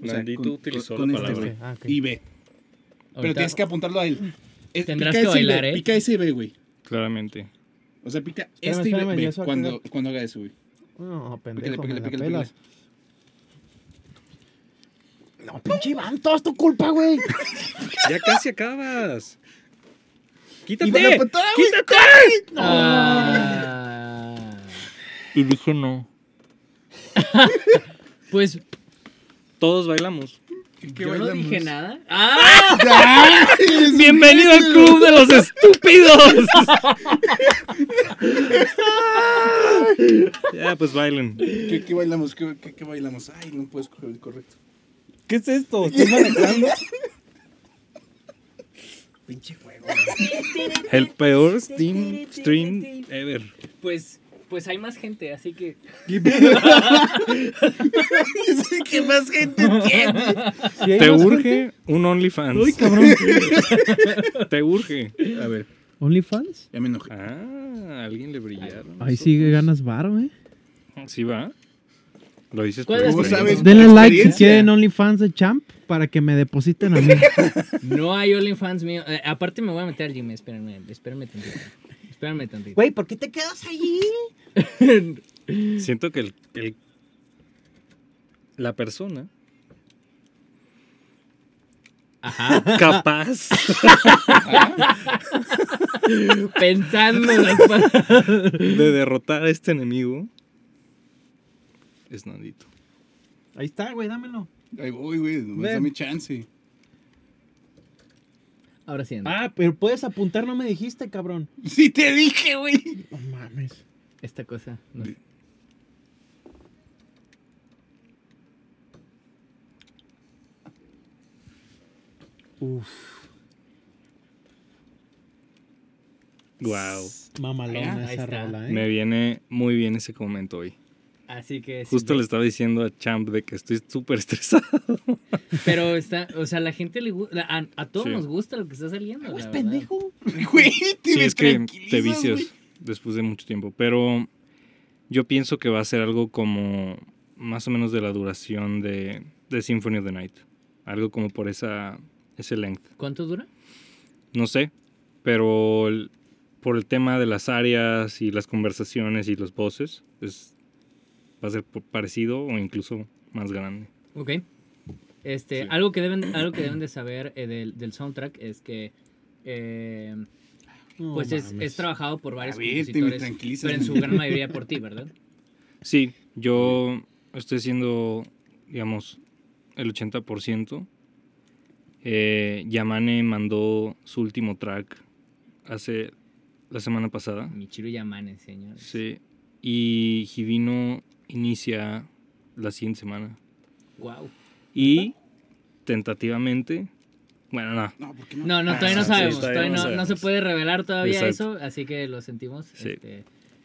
Speaker 3: O sea,
Speaker 4: Nandito
Speaker 3: con-
Speaker 4: utilizó
Speaker 3: con-
Speaker 4: la
Speaker 3: con este,
Speaker 4: palabra.
Speaker 5: Este, ah, ok.
Speaker 3: Y B. Pero
Speaker 2: Ahorita-
Speaker 3: tienes que apuntarlo a él. Es-
Speaker 2: Tendrás
Speaker 3: pica
Speaker 2: que
Speaker 3: ese y B,
Speaker 2: bailar, ¿eh?
Speaker 3: Pica ese y B, güey.
Speaker 4: Claramente.
Speaker 3: O sea, pica
Speaker 5: Espérame,
Speaker 3: este
Speaker 5: espérame,
Speaker 3: y
Speaker 5: ya
Speaker 3: B,
Speaker 5: se
Speaker 3: B
Speaker 5: va a
Speaker 3: cuando,
Speaker 5: activar.
Speaker 3: cuando haga eso, güey.
Speaker 5: No, pendejo,
Speaker 3: Pícale, pícale,
Speaker 5: me la
Speaker 3: pícale,
Speaker 5: pelas.
Speaker 3: pícale.
Speaker 5: No, pinche Iván, todo es tu culpa, güey.
Speaker 4: Ya casi acabas.
Speaker 6: Y con la
Speaker 4: Quítate.
Speaker 6: patada, güey.
Speaker 2: Ah.
Speaker 4: Y dijo no.
Speaker 2: Pues
Speaker 4: Todos bailamos.
Speaker 6: ¿Qué
Speaker 2: yo no
Speaker 6: bailamos?
Speaker 2: dije nada. ¡Ah!
Speaker 4: Bienvenido al club de los estúpidos. ya, pues bailen.
Speaker 3: ¿Qué, qué bailamos? ¿Qué, qué, qué bailamos? Ay, no puedes coger el correcto.
Speaker 4: ¿Qué es esto? ¿Estás manejando?
Speaker 6: Pinche juego.
Speaker 4: El peor Steam stream ever.
Speaker 2: Pues, pues hay más gente, así que.
Speaker 6: ¿Qué más gente tiene?
Speaker 5: Si hay
Speaker 4: ¿Te
Speaker 5: más
Speaker 4: urge
Speaker 5: gente-
Speaker 4: un OnlyFans?
Speaker 5: Uy, cabrón.
Speaker 4: ¿Te urge?
Speaker 3: A ver,
Speaker 5: ¿OnlyFans?
Speaker 3: ya me enojé.
Speaker 4: Ah, ¿a alguien le brillaron.
Speaker 5: Ahí sí ganas varo, eh.
Speaker 4: ¿Sí va? Lo dices
Speaker 2: ¿Cuál
Speaker 4: por
Speaker 2: es la siguiente?
Speaker 3: sabes?
Speaker 4: experiencia.
Speaker 5: Denle
Speaker 3: Pues, Por
Speaker 5: like si
Speaker 3: experiencia.
Speaker 5: quieren OnlyFans de Champ para que me depositen a mí.
Speaker 2: No hay OnlyFans mío. Eh, aparte me voy a meter al gym, espérenme, espérenme tantito. Espérenme tantito.
Speaker 5: Güey, ¿por qué te quedas allí?
Speaker 4: Siento que el, el- la persona
Speaker 2: Ajá.
Speaker 4: capaz
Speaker 2: Pensando en las cosas.
Speaker 4: de derrotar a este enemigo es Nandito.
Speaker 5: Ahí está, güey, dámelo.
Speaker 3: Ay, voy, güey. nomás
Speaker 5: Ven.
Speaker 3: Dame chance.
Speaker 2: Ahora sí, Andrea,
Speaker 5: Ah, pero puedes apuntar, no me dijiste, cabrón.
Speaker 3: Sí, te dije, güey.
Speaker 5: No mames.
Speaker 2: esta cosa. no-
Speaker 5: Uf,
Speaker 4: Wow.
Speaker 5: mamalona
Speaker 2: Ahí
Speaker 5: esa
Speaker 2: está.
Speaker 5: rola, eh.
Speaker 4: Me viene muy bien ese comentario hoy.
Speaker 2: Así que. sí,
Speaker 4: Justo
Speaker 2: ya.
Speaker 4: le estaba diciendo a Champ de que estoy súper estresado.
Speaker 2: Pero está, o sea, la gente le gusta. A, a todos
Speaker 4: Sí.
Speaker 2: nos gusta lo que está saliendo.
Speaker 5: Güey,
Speaker 2: la verdad.
Speaker 5: pendejo.
Speaker 3: Güey, te
Speaker 4: Sí,
Speaker 3: me
Speaker 4: es que te
Speaker 3: tranquilizas,
Speaker 4: vicias
Speaker 3: güey.
Speaker 4: después de mucho tiempo. Pero yo pienso que va a ser algo como más o menos de la duración de, de Symphony of the Night. Algo como por esa ese length.
Speaker 2: ¿Cuánto dura?
Speaker 4: No sé, pero el- por el tema de las áreas y las conversaciones y los voces, es, va a ser p- parecido o incluso más grande.
Speaker 2: Ok. Este,
Speaker 4: Sí.
Speaker 2: algo, que deben, algo que deben de saber eh, del, del soundtrack es que. eh,
Speaker 5: No
Speaker 2: pues es,
Speaker 5: mames.
Speaker 2: es trabajado por varios
Speaker 3: A ver, te me
Speaker 2: compositores.
Speaker 3: tranquilizas.
Speaker 2: Pero en su
Speaker 3: güey.
Speaker 2: gran mayoría por ti, ¿verdad?
Speaker 4: Sí, yo estoy siendo, digamos, el 80%. Eh, Yamane mandó su último track hace la semana pasada.
Speaker 2: Michiru Yamane, señores.
Speaker 4: Sí. Y Hibino inicia la siguiente semana.
Speaker 2: Wow.
Speaker 4: Y tentativamente, bueno, no.
Speaker 3: No, ¿por qué no?
Speaker 2: No, no,
Speaker 3: Ah,
Speaker 2: todavía no
Speaker 4: sí,
Speaker 2: sabemos.
Speaker 4: todavía
Speaker 2: todavía
Speaker 4: no
Speaker 2: no, no se
Speaker 4: sabemos.
Speaker 2: puede revelar todavía
Speaker 4: Exacto.
Speaker 2: eso, así que lo sentimos.
Speaker 4: Sí.
Speaker 2: este,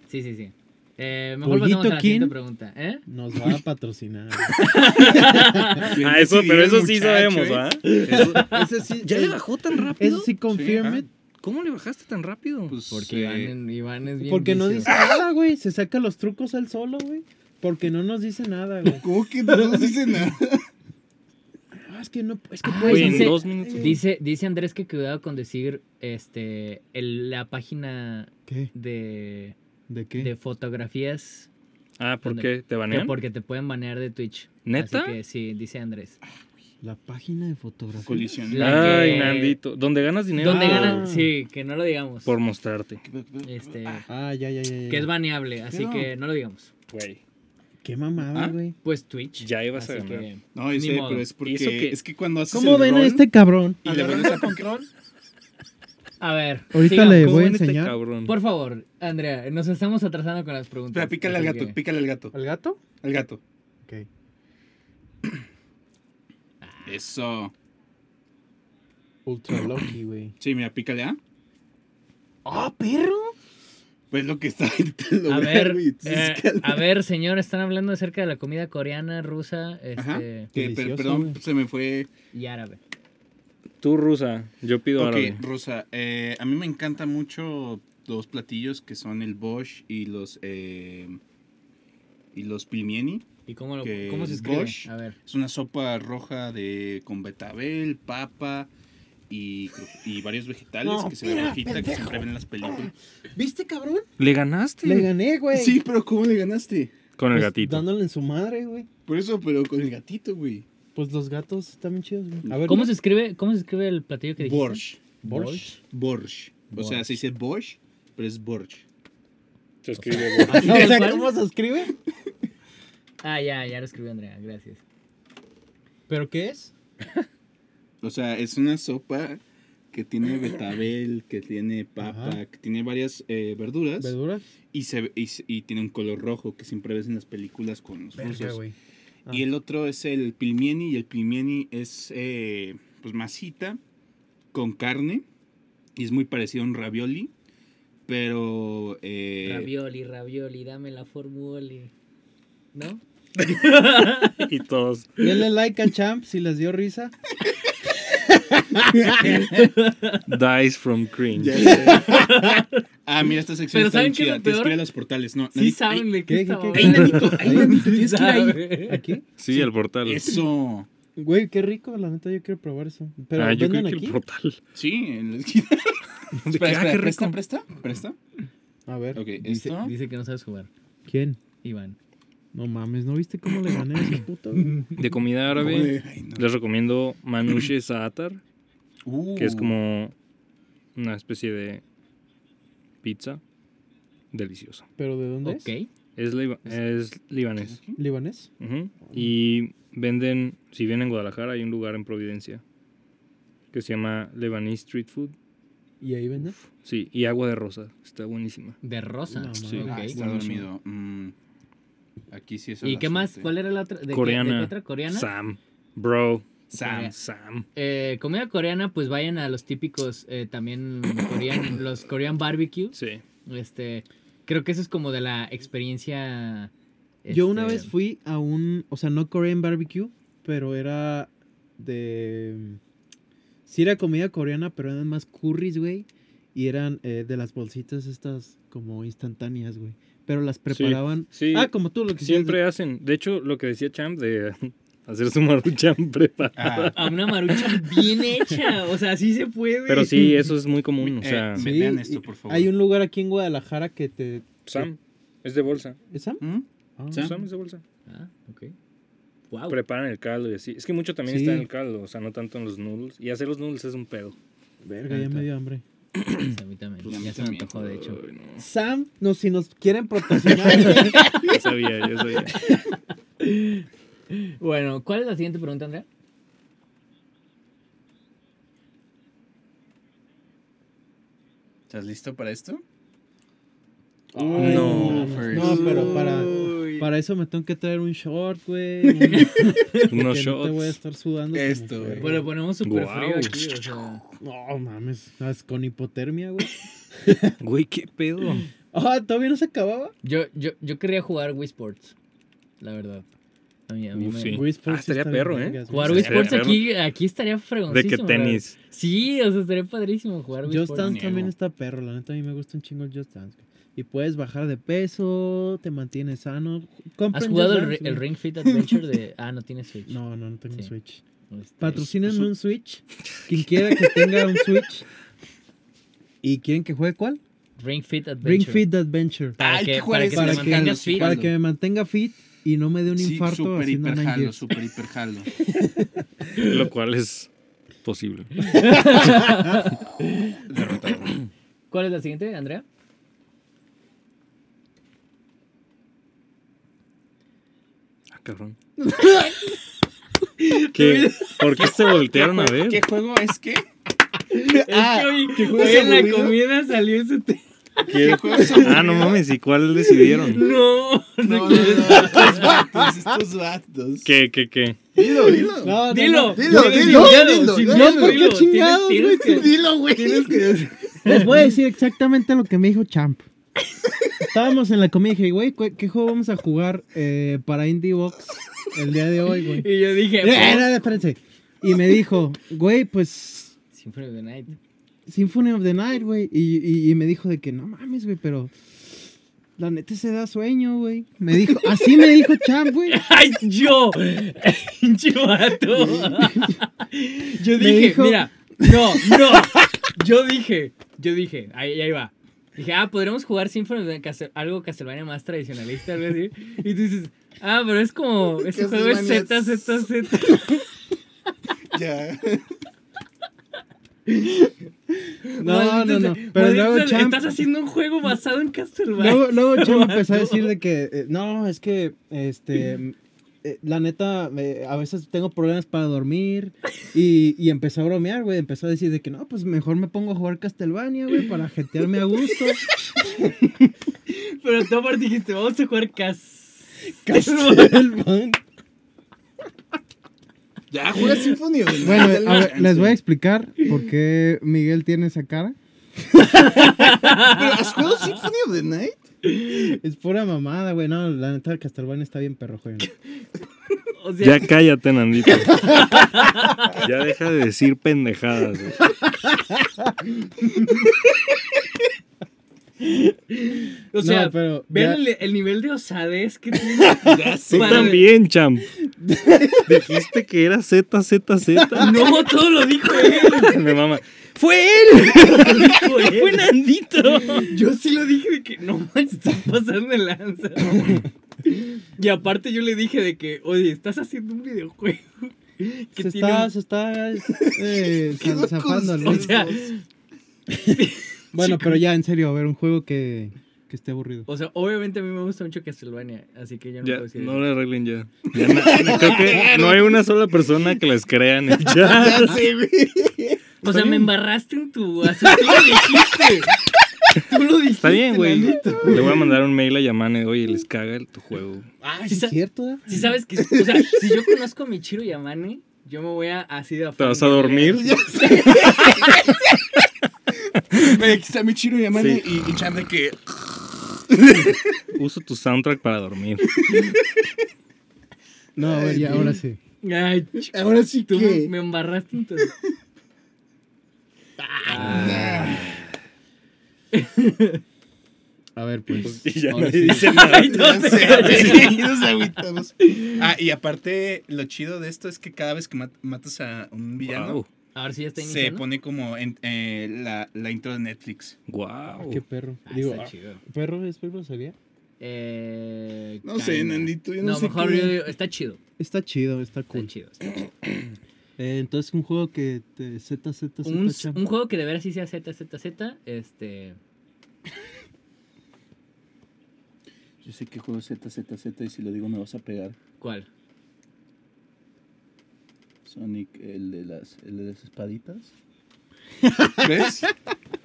Speaker 2: sí, sí, sí. Eh, mejor
Speaker 5: Pollito,
Speaker 2: pasamos a la siguiente
Speaker 5: ¿quién?
Speaker 2: pregunta. ¿eh?
Speaker 5: Nos va a patrocinar.
Speaker 3: Bien
Speaker 4: Ah, eso,
Speaker 3: decidido
Speaker 4: pero
Speaker 3: el
Speaker 4: eso sí
Speaker 3: muchacho,
Speaker 4: sabemos,
Speaker 3: ¿eh?
Speaker 4: ¿verdad?
Speaker 2: Pues,
Speaker 5: Ese sí.
Speaker 4: ¿Ya le bajó tan rápido?
Speaker 5: Eso sí,
Speaker 3: Sí,
Speaker 5: confirme.
Speaker 3: ajá.
Speaker 4: ¿Cómo le bajaste tan rápido?
Speaker 3: Pues,
Speaker 2: Porque
Speaker 3: eh,
Speaker 2: Iván, Iván es bien.
Speaker 5: Porque no
Speaker 2: vicio.
Speaker 5: dice nada, güey. Se saca los trucos él solo, güey. Porque no nos dice nada, güey.
Speaker 3: ¿Cómo que no nos dice nada?
Speaker 5: Ah, es que no. Es que
Speaker 2: Ah,
Speaker 5: puedes
Speaker 4: Oye, en
Speaker 2: dice-
Speaker 4: dos minutos.
Speaker 2: Dice, dice Andrés que cuidado con decir este el- la página
Speaker 5: ¿Qué?
Speaker 2: de,
Speaker 5: ¿De qué?
Speaker 2: de fotografías
Speaker 4: Ah, ¿por qué? ¿Te
Speaker 2: que
Speaker 4: banean?
Speaker 2: porque te pueden banear de Twitch.
Speaker 4: ¿Neta?
Speaker 2: Así que sí, dice Andrés.
Speaker 5: La página de fotografía.
Speaker 3: Colisiones.
Speaker 2: La-
Speaker 4: Ay,
Speaker 2: que-
Speaker 4: Nandito. Donde ganas dinero
Speaker 2: Donde
Speaker 5: Ah.
Speaker 2: ganan, sí, que no lo digamos.
Speaker 4: por mostrarte.
Speaker 2: Este,
Speaker 5: Ah, ya, ya, ya. ya.
Speaker 2: que es baneable, así
Speaker 5: no?
Speaker 2: que no lo digamos.
Speaker 4: Güey,
Speaker 5: Qué mamada,
Speaker 3: Ah.
Speaker 5: güey.
Speaker 2: Pues Twitch.
Speaker 4: Ya ibas a
Speaker 2: así
Speaker 4: ganar.
Speaker 2: que-
Speaker 3: No, yo
Speaker 2: Ni
Speaker 3: sé,
Speaker 2: modo.
Speaker 3: pero es porque.
Speaker 4: ¿Y eso qué?
Speaker 3: Es que cuando haces.
Speaker 5: ¿Cómo
Speaker 3: el
Speaker 5: ven a
Speaker 3: rol
Speaker 5: este cabrón?
Speaker 3: Y le pones a
Speaker 6: control.
Speaker 2: A ver.
Speaker 5: Ahorita
Speaker 2: sigamos.
Speaker 5: le- Te
Speaker 4: ¿Cómo
Speaker 5: voy a
Speaker 4: ven este
Speaker 5: enseñar.
Speaker 4: cabrón?
Speaker 2: Por favor, Andrea, nos estamos atrasando con las preguntas.
Speaker 3: Espera, pícale al
Speaker 2: así
Speaker 3: gato,
Speaker 2: que-
Speaker 3: pícale al gato.
Speaker 5: ¿Al gato?
Speaker 3: Al gato.
Speaker 5: Ok.
Speaker 3: Eso.
Speaker 5: Ultra Loki, güey.
Speaker 3: Sí, mira, pícale, ¿ah?
Speaker 5: ¡Ah, perro!
Speaker 3: Pues lo que está intentando
Speaker 2: A ver,
Speaker 3: güey, entonces,
Speaker 2: eh,
Speaker 3: cal-
Speaker 2: a ver, señor, están hablando acerca de la comida coreana, rusa
Speaker 3: Ajá.
Speaker 2: este,
Speaker 3: Que, per-
Speaker 5: Delicioso,
Speaker 3: perdón,
Speaker 5: güey.
Speaker 3: se me fue.
Speaker 2: y árabe.
Speaker 4: Tú rusa, yo pido
Speaker 3: Ok,
Speaker 4: árabe.
Speaker 3: Rosa, eh, a mí me encanta mucho los platillos que son el Bosch y los. eh, y los pilmieni.
Speaker 2: ¿Y cómo, lo-
Speaker 3: Que
Speaker 2: cómo se
Speaker 3: es
Speaker 2: escribe?
Speaker 3: borscht.
Speaker 2: A ver.
Speaker 3: Es una sopa roja de con betabel, papa y, creo- y varios vegetales
Speaker 6: No,
Speaker 3: que se ve
Speaker 6: mira,
Speaker 3: rojita que
Speaker 6: pendejo.
Speaker 3: siempre ven en las películas.
Speaker 6: ¿Viste, cabrón?
Speaker 4: ¿Le ganaste?
Speaker 5: Le gané, güey.
Speaker 3: Sí, pero ¿cómo le ganaste?
Speaker 4: Con el
Speaker 5: Pues,
Speaker 4: gatito.
Speaker 5: Dándole en su madre, güey.
Speaker 3: Por eso, pero con el gatito, güey.
Speaker 5: Pues los gatos están bien chidos, güey. A ver,
Speaker 2: ¿Cómo se escribe, cómo se escribe el platillo que dijiste?
Speaker 3: Borsch.
Speaker 5: Borsch.
Speaker 3: Borsch. O sea,
Speaker 2: Borsch.
Speaker 3: se dice Bosch, pero es Borsch.
Speaker 4: Se escribe
Speaker 2: ¿Así
Speaker 5: Ah, O
Speaker 2: tal
Speaker 5: sea,
Speaker 2: cual?
Speaker 5: ¿cómo se escribe?
Speaker 2: Ah, ya, ya lo escribió Andrea, gracias.
Speaker 5: ¿Pero qué es?
Speaker 3: O sea, es una sopa que tiene betabel, que tiene papa,
Speaker 5: Ajá.
Speaker 3: que tiene varias eh, verduras
Speaker 5: ¿Verduras?
Speaker 3: y, se, ve- y, se- y tiene un color rojo que siempre ves en las películas con los rusos.
Speaker 5: Ah.
Speaker 3: Y el otro es el pilmieni y el pilmieni es eh, pues masita con carne y es muy parecido a un ravioli, pero eh,
Speaker 2: Ravioli, ravioli, dame la formuli. ¿No?
Speaker 4: y todos.
Speaker 5: Denle like a Champ si les dio risa.
Speaker 4: Dies from cringe.
Speaker 3: Ya sé. ah, mira esta sección
Speaker 2: Pero
Speaker 3: está
Speaker 2: ¿saben
Speaker 3: bien
Speaker 2: qué es lo
Speaker 3: chida, te
Speaker 2: peor?
Speaker 3: escribe a los portales, no.
Speaker 2: Sí
Speaker 3: nadie-
Speaker 2: saben de
Speaker 5: ¿qué,
Speaker 2: qué, estaba
Speaker 5: qué, qué?
Speaker 2: hablando.
Speaker 5: Ey, Nanito, ey,
Speaker 2: Sí
Speaker 5: Nanito, tienes que ir ahí.
Speaker 2: sabe.
Speaker 5: ¿Aquí?
Speaker 4: Sí, el portal. Ah,
Speaker 3: ey, Eso.
Speaker 5: Güey, qué rico, la neta, yo quiero probar eso. Pero
Speaker 4: ah, yo creo
Speaker 5: venden
Speaker 4: que
Speaker 5: aquí.
Speaker 4: el portal.
Speaker 3: Sí, en la esquina.
Speaker 4: De
Speaker 3: Espera,
Speaker 4: que, ah,
Speaker 3: espera,
Speaker 4: qué
Speaker 3: presta,
Speaker 4: rico.
Speaker 3: presta, presta.
Speaker 5: A ver.
Speaker 3: Ok,
Speaker 2: Dice,
Speaker 3: esto.
Speaker 2: dice que no sabes jugar,
Speaker 5: ¿Quién?
Speaker 2: Iván.
Speaker 5: No mames, ¿no viste cómo le gané a ese puto? güey?
Speaker 4: De comida árabe,
Speaker 3: Joder, ay, no.
Speaker 4: les recomiendo Manouche Saatar,
Speaker 3: Uh,
Speaker 4: que es como una especie de pizza deliciosa.
Speaker 5: ¿Pero de dónde es?
Speaker 2: Ok.
Speaker 4: Es, liba- es libanés.
Speaker 5: ¿Libanés?
Speaker 4: Ujú. Y venden, si vienen en Guadalajara, hay un lugar en Providencia que se llama Lebanese Street Food.
Speaker 5: ¿Y ahí venden?
Speaker 4: Sí, y agua de rosa. Está buenísima.
Speaker 2: De rosa.
Speaker 5: No,
Speaker 4: Sí.
Speaker 2: Ok.
Speaker 3: Ah, está dormido. Mm, aquí sí es
Speaker 2: ¿Y
Speaker 3: la
Speaker 2: qué más?
Speaker 3: suerte.
Speaker 2: ¿Cuál era la otra? ¿De qué-
Speaker 4: Coreana.
Speaker 2: de qué otra? ¿Coreana?
Speaker 4: Sam. Bro.
Speaker 3: Sam.
Speaker 4: Sam.
Speaker 2: Eh, comida coreana, pues vayan a los típicos eh, también corean, los Korean barbecue.
Speaker 4: Sí.
Speaker 2: Este, creo que eso es como de la experiencia.
Speaker 5: Yo una
Speaker 2: este,
Speaker 5: vez fui a un, o sea, no Korean barbecue, pero era de... Sí era comida coreana, pero eran más curries, güey. Y eran eh, de las bolsitas estas como instantáneas, güey. Pero las preparaban...
Speaker 4: sí.
Speaker 5: Ah, como tú lo que
Speaker 4: Siempre hacen. De hecho, lo que decía Champ de hacer su maruchan preparada.
Speaker 2: A
Speaker 3: Ah,
Speaker 2: una marucha bien hecha. O sea, sí se puede.
Speaker 4: Pero sí, eso es muy común. O
Speaker 3: Eh,
Speaker 4: sea,
Speaker 3: sí. Vean esto, por favor.
Speaker 5: Hay un lugar aquí en Guadalajara que te...
Speaker 4: Sam es de bolsa.
Speaker 5: ¿Es Sam?
Speaker 3: ¿Mm?
Speaker 5: Ah.
Speaker 3: Sam.
Speaker 4: Sam es de bolsa.
Speaker 2: Ah, ok. Wow.
Speaker 4: Preparan el caldo y así. Es que mucho también
Speaker 5: Sí.
Speaker 4: está en el caldo, o sea, no tanto en los noodles. Y hacer los noodles es un pedo.
Speaker 5: Verga, ya me dio hambre.
Speaker 2: a mí también.
Speaker 3: Pues a mí
Speaker 2: ya se me
Speaker 3: también.
Speaker 2: antojó, de hecho.
Speaker 4: Ay, no.
Speaker 5: Sam, no, si nos quieren patrocinar.
Speaker 4: Yo sabía, yo sabía.
Speaker 2: Bueno, ¿cuál es la siguiente pregunta, Andrea?
Speaker 3: ¿Estás listo para esto?
Speaker 5: Ay,
Speaker 4: No,
Speaker 5: mames.
Speaker 3: first.
Speaker 5: no, pero para,
Speaker 3: Uy.
Speaker 5: para eso me tengo que traer un short, güey. un-
Speaker 4: Unos
Speaker 5: que No te voy a
Speaker 4: shots.
Speaker 5: estar sudando. como
Speaker 3: Esto,
Speaker 5: perro.
Speaker 3: güey.
Speaker 2: Pues lo ponemos súper
Speaker 4: Guau.
Speaker 2: frío aquí. O sea,
Speaker 5: No mames, ¿sabes? con hipotermia, güey.
Speaker 4: Güey, qué pedo.
Speaker 5: Ah, todavía no se acababa.
Speaker 2: yo, yo, yo quería jugar Wii Sports. La verdad. A mí, a mí
Speaker 4: Uf,
Speaker 2: me-
Speaker 4: sí.
Speaker 5: Wii Sports
Speaker 4: Ah, estaría
Speaker 5: está
Speaker 4: perro,
Speaker 5: bien
Speaker 4: ¿eh?
Speaker 5: vergas, güey.
Speaker 2: Jugar Wii
Speaker 4: Estaría
Speaker 2: Sports
Speaker 4: perro.
Speaker 2: aquí, aquí estaría
Speaker 4: De
Speaker 2: fregoncísimo.
Speaker 4: que
Speaker 2: la verdad.
Speaker 4: tenis.
Speaker 2: Sí, o sea, estaría padrísimo jugar Wii
Speaker 5: Just
Speaker 2: Sports.
Speaker 5: Dance
Speaker 3: Niego.
Speaker 5: también está perro, la neta a mí me gusta un chingo el Just Dance. güey. Y puedes bajar de peso, te mantienes sano. Compren
Speaker 2: ¿Has
Speaker 5: Just
Speaker 2: jugado el,
Speaker 5: Dance,
Speaker 2: Ri- el
Speaker 5: güey.
Speaker 2: Ring Fit Adventure de... Ah, no tiene Switch.
Speaker 5: No, no, no tengo
Speaker 2: Sí.
Speaker 5: Switch.
Speaker 2: Este,
Speaker 5: Patrocínenme un Switch. Quien quiera que tenga un Switch. ¿Y quieren que juegue cuál?
Speaker 2: Ring Fit Adventure.
Speaker 5: Ring Fit Adventure.
Speaker 2: Para
Speaker 3: Ay,
Speaker 2: que,
Speaker 3: qué
Speaker 2: para que
Speaker 3: juegazo.
Speaker 2: te
Speaker 5: Para que-
Speaker 2: mantengas fit.
Speaker 5: Para que me mantenga fit y no me dé un
Speaker 3: Sí,
Speaker 5: infarto
Speaker 3: super
Speaker 5: haciendo
Speaker 3: hiper
Speaker 5: Nine
Speaker 3: jalo,
Speaker 5: Years.
Speaker 3: super hiper jalo.
Speaker 4: Lo cual es posible.
Speaker 3: Derrotado.
Speaker 2: ¿Cuál es la siguiente, Andrea?
Speaker 4: Ah, cabrón. ¿Qué? ¿Por qué se voltearon a ver?
Speaker 3: ¿Qué juego es que?
Speaker 5: Ah,
Speaker 2: es que
Speaker 5: juego
Speaker 2: hoy en la
Speaker 5: aburrido?
Speaker 2: comida salió ese tema.
Speaker 3: ¿Qué juego es aburrido?
Speaker 4: Ah, no mames, ¿y cuál decidieron?
Speaker 2: No.
Speaker 6: No, no, no, estos vatos, estos vatos.
Speaker 4: ¿Qué, qué, qué?
Speaker 6: Dilo, dilo.
Speaker 5: no, no,
Speaker 2: Dilo.
Speaker 5: no.
Speaker 6: Dilo,
Speaker 2: Tienes
Speaker 6: dilo,
Speaker 2: cuidado,
Speaker 6: dilo,
Speaker 2: sin-
Speaker 6: dilo,
Speaker 2: no,
Speaker 6: dilo.
Speaker 2: ¿por qué
Speaker 5: Dilo,
Speaker 2: chingados,
Speaker 5: tienes-
Speaker 2: güey?
Speaker 5: tienes
Speaker 6: Dilo, güey.
Speaker 5: Les voy a decir exactamente lo que me dijo Champ. Estábamos en la comida y dije, güey, ¿cu- ¿qué juego vamos a jugar eh, para Indie Box el día de hoy, güey?
Speaker 2: Y yo dije,
Speaker 5: Eh,
Speaker 2: "Pues,
Speaker 5: no, no, espérense. Y me dijo, güey, pues
Speaker 2: Symphony of the Night.
Speaker 5: Symphony of the Night, güey. Y, y- y me dijo de que no mames, güey, pero la neta se da sueño, güey. Me dijo, así me dijo Champ, güey.
Speaker 2: ¡Ay, yo! ¡Yo, vato! Yo
Speaker 5: Me
Speaker 2: dije,
Speaker 5: dijo-
Speaker 2: mira, no, no. Yo dije, yo dije, ahí, ahí va. Dije, ah, podríamos jugar Symphony of the Castle- algo Castlevania más tradicionalista, algo así. Y tú dices, ah, pero es como, ese juego es Z,
Speaker 6: Castlevania.
Speaker 2: Z, Z.
Speaker 6: Ya.
Speaker 5: No, no, no. Pero luego
Speaker 2: Maldita-
Speaker 5: Champ.
Speaker 2: Estás haciendo un juego basado en Castlevania.
Speaker 5: Luego, luego Chema empezó a
Speaker 2: Vato.
Speaker 5: decir de que, eh, no, es que, este, m- eh, la neta, eh, a veces tengo problemas para dormir. Y, y empezó a bromear, güey. Empezó a decir de que, no, pues mejor me pongo a jugar Castlevania, güey, para jetearme a gusto.
Speaker 2: Pero tú aparte dijiste, vamos a jugar Cas...
Speaker 5: Castlevania.
Speaker 6: Ya, juega Symphony of the Night.
Speaker 5: Bueno,
Speaker 6: dale
Speaker 5: a
Speaker 6: una
Speaker 5: ver,
Speaker 6: chance.
Speaker 5: les voy a explicar por qué Miguel tiene esa cara.
Speaker 6: ¿Pero has jugado Symphony of the Night?
Speaker 5: Es pura mamada, güey. No, la neta, Castlevania está bien perro, güey.
Speaker 2: O sea,
Speaker 4: Ya cállate, Nandito. Ya deja de decir pendejadas. güey.
Speaker 2: o sea
Speaker 5: no, pero
Speaker 2: vean
Speaker 5: ya-
Speaker 2: el, el nivel de osadez que tiene.
Speaker 4: Tú
Speaker 2: Para-
Speaker 4: también, champ. Dijiste que era Z, Z, Z.
Speaker 2: No, todo lo dijo él.
Speaker 4: Me mama.
Speaker 2: ¡Fue él! Lo dijo él. ¡Fue Nandito! Yo sí lo dije de que no manches, estás pasando de lanza. Y aparte yo le dije de que, oye, estás haciendo un videojuego. Que
Speaker 5: se,
Speaker 2: tiene
Speaker 5: está,
Speaker 2: un-
Speaker 5: se está, eh,
Speaker 6: ¿Qué
Speaker 5: zaf- zafando,
Speaker 6: locos
Speaker 5: ¿no?
Speaker 2: O
Speaker 6: ustedes
Speaker 2: sea,
Speaker 6: dos?
Speaker 5: Bueno, pero ya, en serio, a ver, un juego que, que esté aburrido.
Speaker 2: o sea, obviamente a mí me gusta mucho Castlevania, así que yo no
Speaker 4: Ya,
Speaker 2: puedo decir
Speaker 4: no
Speaker 2: eso.
Speaker 4: le arreglen ya. Ya na- creo que no hay una sola persona que les crea en el chat.
Speaker 6: Ya sé, güey.
Speaker 2: O sea, me embarraste en tu... Así tú lo dijiste. Tú lo dijiste.
Speaker 4: Está bien, güey.
Speaker 2: Nandito.
Speaker 4: Le voy a mandar un mail a Yamane. Oye, les caga el- tu juego.
Speaker 5: Ah,
Speaker 2: sí
Speaker 5: sí,
Speaker 2: sa-
Speaker 5: es cierto, ¿eh?
Speaker 2: Si sabes que, o sea, si yo conozco a Michiro Yamane, yo me voy a así de
Speaker 4: ¿Te vas a dormir?
Speaker 6: Ya sé. Güey, Aquí está mi chiro Yamane y, y Chan de que.
Speaker 4: Uso tu soundtrack para dormir.
Speaker 5: No, a ver, ya, ahora sí.
Speaker 2: Ay, ch-
Speaker 6: Ahora sí
Speaker 2: tú me,
Speaker 6: que.
Speaker 2: me embarraste en todo.
Speaker 5: A ver, pues.
Speaker 4: Y ya
Speaker 5: ahora
Speaker 4: nadie
Speaker 5: sí.
Speaker 4: dice nada.
Speaker 2: Ay, no
Speaker 6: Ya
Speaker 2: te
Speaker 6: sé,
Speaker 2: calles.
Speaker 6: sí, nos agüitamos.
Speaker 3: Ah, y aparte, lo chido de esto es que cada vez que mat- matas a un villano,
Speaker 4: Wow.
Speaker 2: A ver si ya está
Speaker 3: se
Speaker 2: iniciando. Ah,
Speaker 3: pone como en, eh, la, la intro de Netflix.
Speaker 5: Ah,
Speaker 4: Wow.
Speaker 5: qué perro.
Speaker 2: Ah,
Speaker 5: Digo,
Speaker 2: está
Speaker 5: ah,
Speaker 2: chido.
Speaker 5: ¿perro es perro sería?
Speaker 2: Eh,
Speaker 6: No sé,
Speaker 2: calma.
Speaker 6: Nandito, yo no sé
Speaker 2: mejor
Speaker 6: qué-
Speaker 2: yo digo, está chido.
Speaker 5: Está chido, está
Speaker 2: Está
Speaker 5: cool.
Speaker 2: chido. está chido.
Speaker 5: Eh, entonces, un juego que te Z, Z, Z,
Speaker 2: Un,
Speaker 5: champ.
Speaker 2: un juego que de veras sí sea Z, Z, Z, este...
Speaker 3: Yo sé que juego ZZZ y si lo digo me vas a pegar.
Speaker 2: ¿Cuál?
Speaker 3: Sonic, el de las, el de las espaditas. ¿Ves?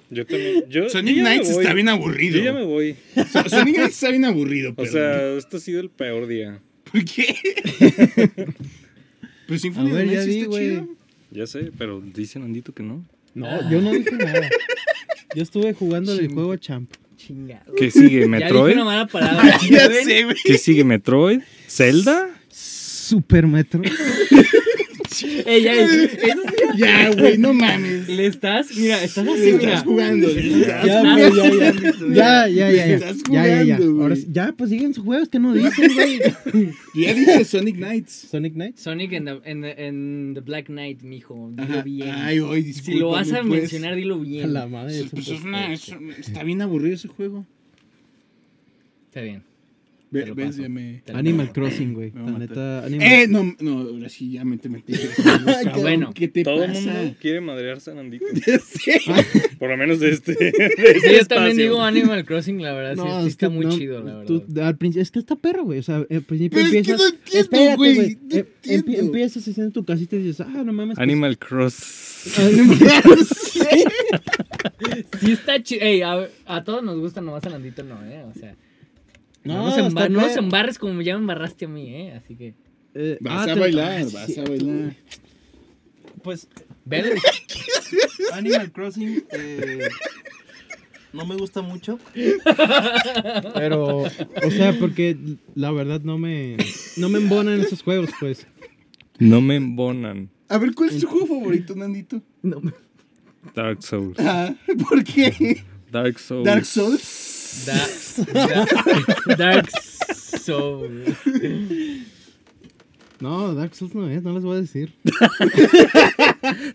Speaker 4: Yo también. Yo,
Speaker 3: Sonic
Speaker 4: yo ya me
Speaker 3: Knights
Speaker 4: voy.
Speaker 3: está bien
Speaker 4: Yo ya me
Speaker 3: aburrido.
Speaker 4: voy.
Speaker 3: So- Sonic Knights está bien aburrido,
Speaker 4: O
Speaker 3: pero.
Speaker 4: sea, este ha sido el peor día.
Speaker 3: ¿Por qué?
Speaker 2: Pues
Speaker 3: Pero Symphony
Speaker 5: A
Speaker 3: of the
Speaker 5: ver,
Speaker 3: Night
Speaker 5: ya
Speaker 3: sí
Speaker 5: di,
Speaker 3: está
Speaker 5: güey.
Speaker 3: chido.
Speaker 4: Ya sé, pero dice Nandito que no.
Speaker 2: Ah.
Speaker 5: No, yo no dije nada. Yo estuve jugando el juego champ.
Speaker 2: Chingado.
Speaker 4: ¿Qué sigue?
Speaker 2: Ya dije
Speaker 4: ¿Metroid?
Speaker 2: una mala palabra.
Speaker 3: Ya sé, güey.
Speaker 4: ¿Qué sigue? ¿Metroid? ¿Zelda?
Speaker 5: Super Metro.
Speaker 2: Ey, ya, eso sí,
Speaker 6: Ya, güey, no mames.
Speaker 2: le estás... Mira, estás así,
Speaker 6: Estás
Speaker 2: mira.
Speaker 6: jugando.
Speaker 5: Ya, güey, ya, ya. Ya, ya, ya. Ya,
Speaker 6: Estás
Speaker 5: ya, ya. ya.
Speaker 6: jugando,
Speaker 5: Ahora
Speaker 6: güey.
Speaker 5: sí- ya, pues siguen sus juegos que no dicen, güey.
Speaker 6: Yo ya dije Sonic Knights.
Speaker 5: Sonic Knights.
Speaker 2: Sonic en the, en the- en the Black Knight, mijo. Dilo
Speaker 6: Ajá.
Speaker 2: bien.
Speaker 6: Ay, pues. hoy, disculpa.
Speaker 2: si lo vas
Speaker 3: pues.
Speaker 2: a mencionar, dilo
Speaker 5: A
Speaker 2: bien.
Speaker 5: la madre. eso,
Speaker 6: Pues
Speaker 5: pues,
Speaker 6: es una, es- está bien aburrido ese juego.
Speaker 2: Está bien. te
Speaker 3: Ve-
Speaker 2: lo
Speaker 3: ¿Ves?
Speaker 2: paso.
Speaker 3: Ya me...
Speaker 2: Te lo
Speaker 5: Animal
Speaker 2: paso.
Speaker 5: Crossing, güey.
Speaker 3: Me va a
Speaker 5: La
Speaker 3: matar.
Speaker 5: neta, Animal
Speaker 3: Eh, no, no, ahora sí ya me te metí.
Speaker 2: Ah, bueno.
Speaker 3: ¿Qué te
Speaker 4: Todo el
Speaker 3: pasa?
Speaker 4: mundo quiere madrear San Andito.
Speaker 2: Ah,
Speaker 3: Sí.
Speaker 4: Por lo menos de este. de
Speaker 2: Sí,
Speaker 4: este
Speaker 2: yo también
Speaker 4: espacio.
Speaker 2: digo Animal Crossing, la verdad. sí, sí
Speaker 5: es
Speaker 2: está
Speaker 5: que
Speaker 2: muy
Speaker 5: no,
Speaker 2: chido, la verdad.
Speaker 5: tú- al principio, es que está perro, güey. O sea, al principio
Speaker 3: Pero es que
Speaker 5: empiezas.
Speaker 3: no entiendo,
Speaker 5: espérate,
Speaker 3: güey, no
Speaker 5: Em- empi-
Speaker 3: entiendo.
Speaker 5: empiezas haciendo tu casita y dices, ah, no mames. pues,
Speaker 4: Animal Cross.
Speaker 2: Sí está chido. Ey, a, a todos nos gusta, nomás al Andito no, ¿eh? O sea, no,
Speaker 5: No,
Speaker 2: nos,
Speaker 5: está
Speaker 2: embar- no nos
Speaker 5: perro.
Speaker 2: embarres como ya me embarraste a mí, ¿eh? Así que.
Speaker 5: Eh,
Speaker 3: Vas
Speaker 5: ah,
Speaker 3: a
Speaker 5: te-
Speaker 3: bailar,
Speaker 5: ah, sí,
Speaker 3: vas a
Speaker 5: cierto,
Speaker 3: bailar.
Speaker 5: güey. Pues
Speaker 2: Vele.
Speaker 5: Animal Crossing eh, no me gusta mucho. Pero, o sea, porque la verdad no me, no me embonan esos juegos, pues.
Speaker 4: No me embonan.
Speaker 3: A ver, ¿cuál es tu juego favorito, Nandito?
Speaker 2: No, me-
Speaker 4: Dark Souls.
Speaker 3: Ah, ¿por qué?
Speaker 4: Dark Souls.
Speaker 3: Dark Souls.
Speaker 2: Da- da- Dark Souls.
Speaker 5: No, Dark Souls no es, no les voy a decir.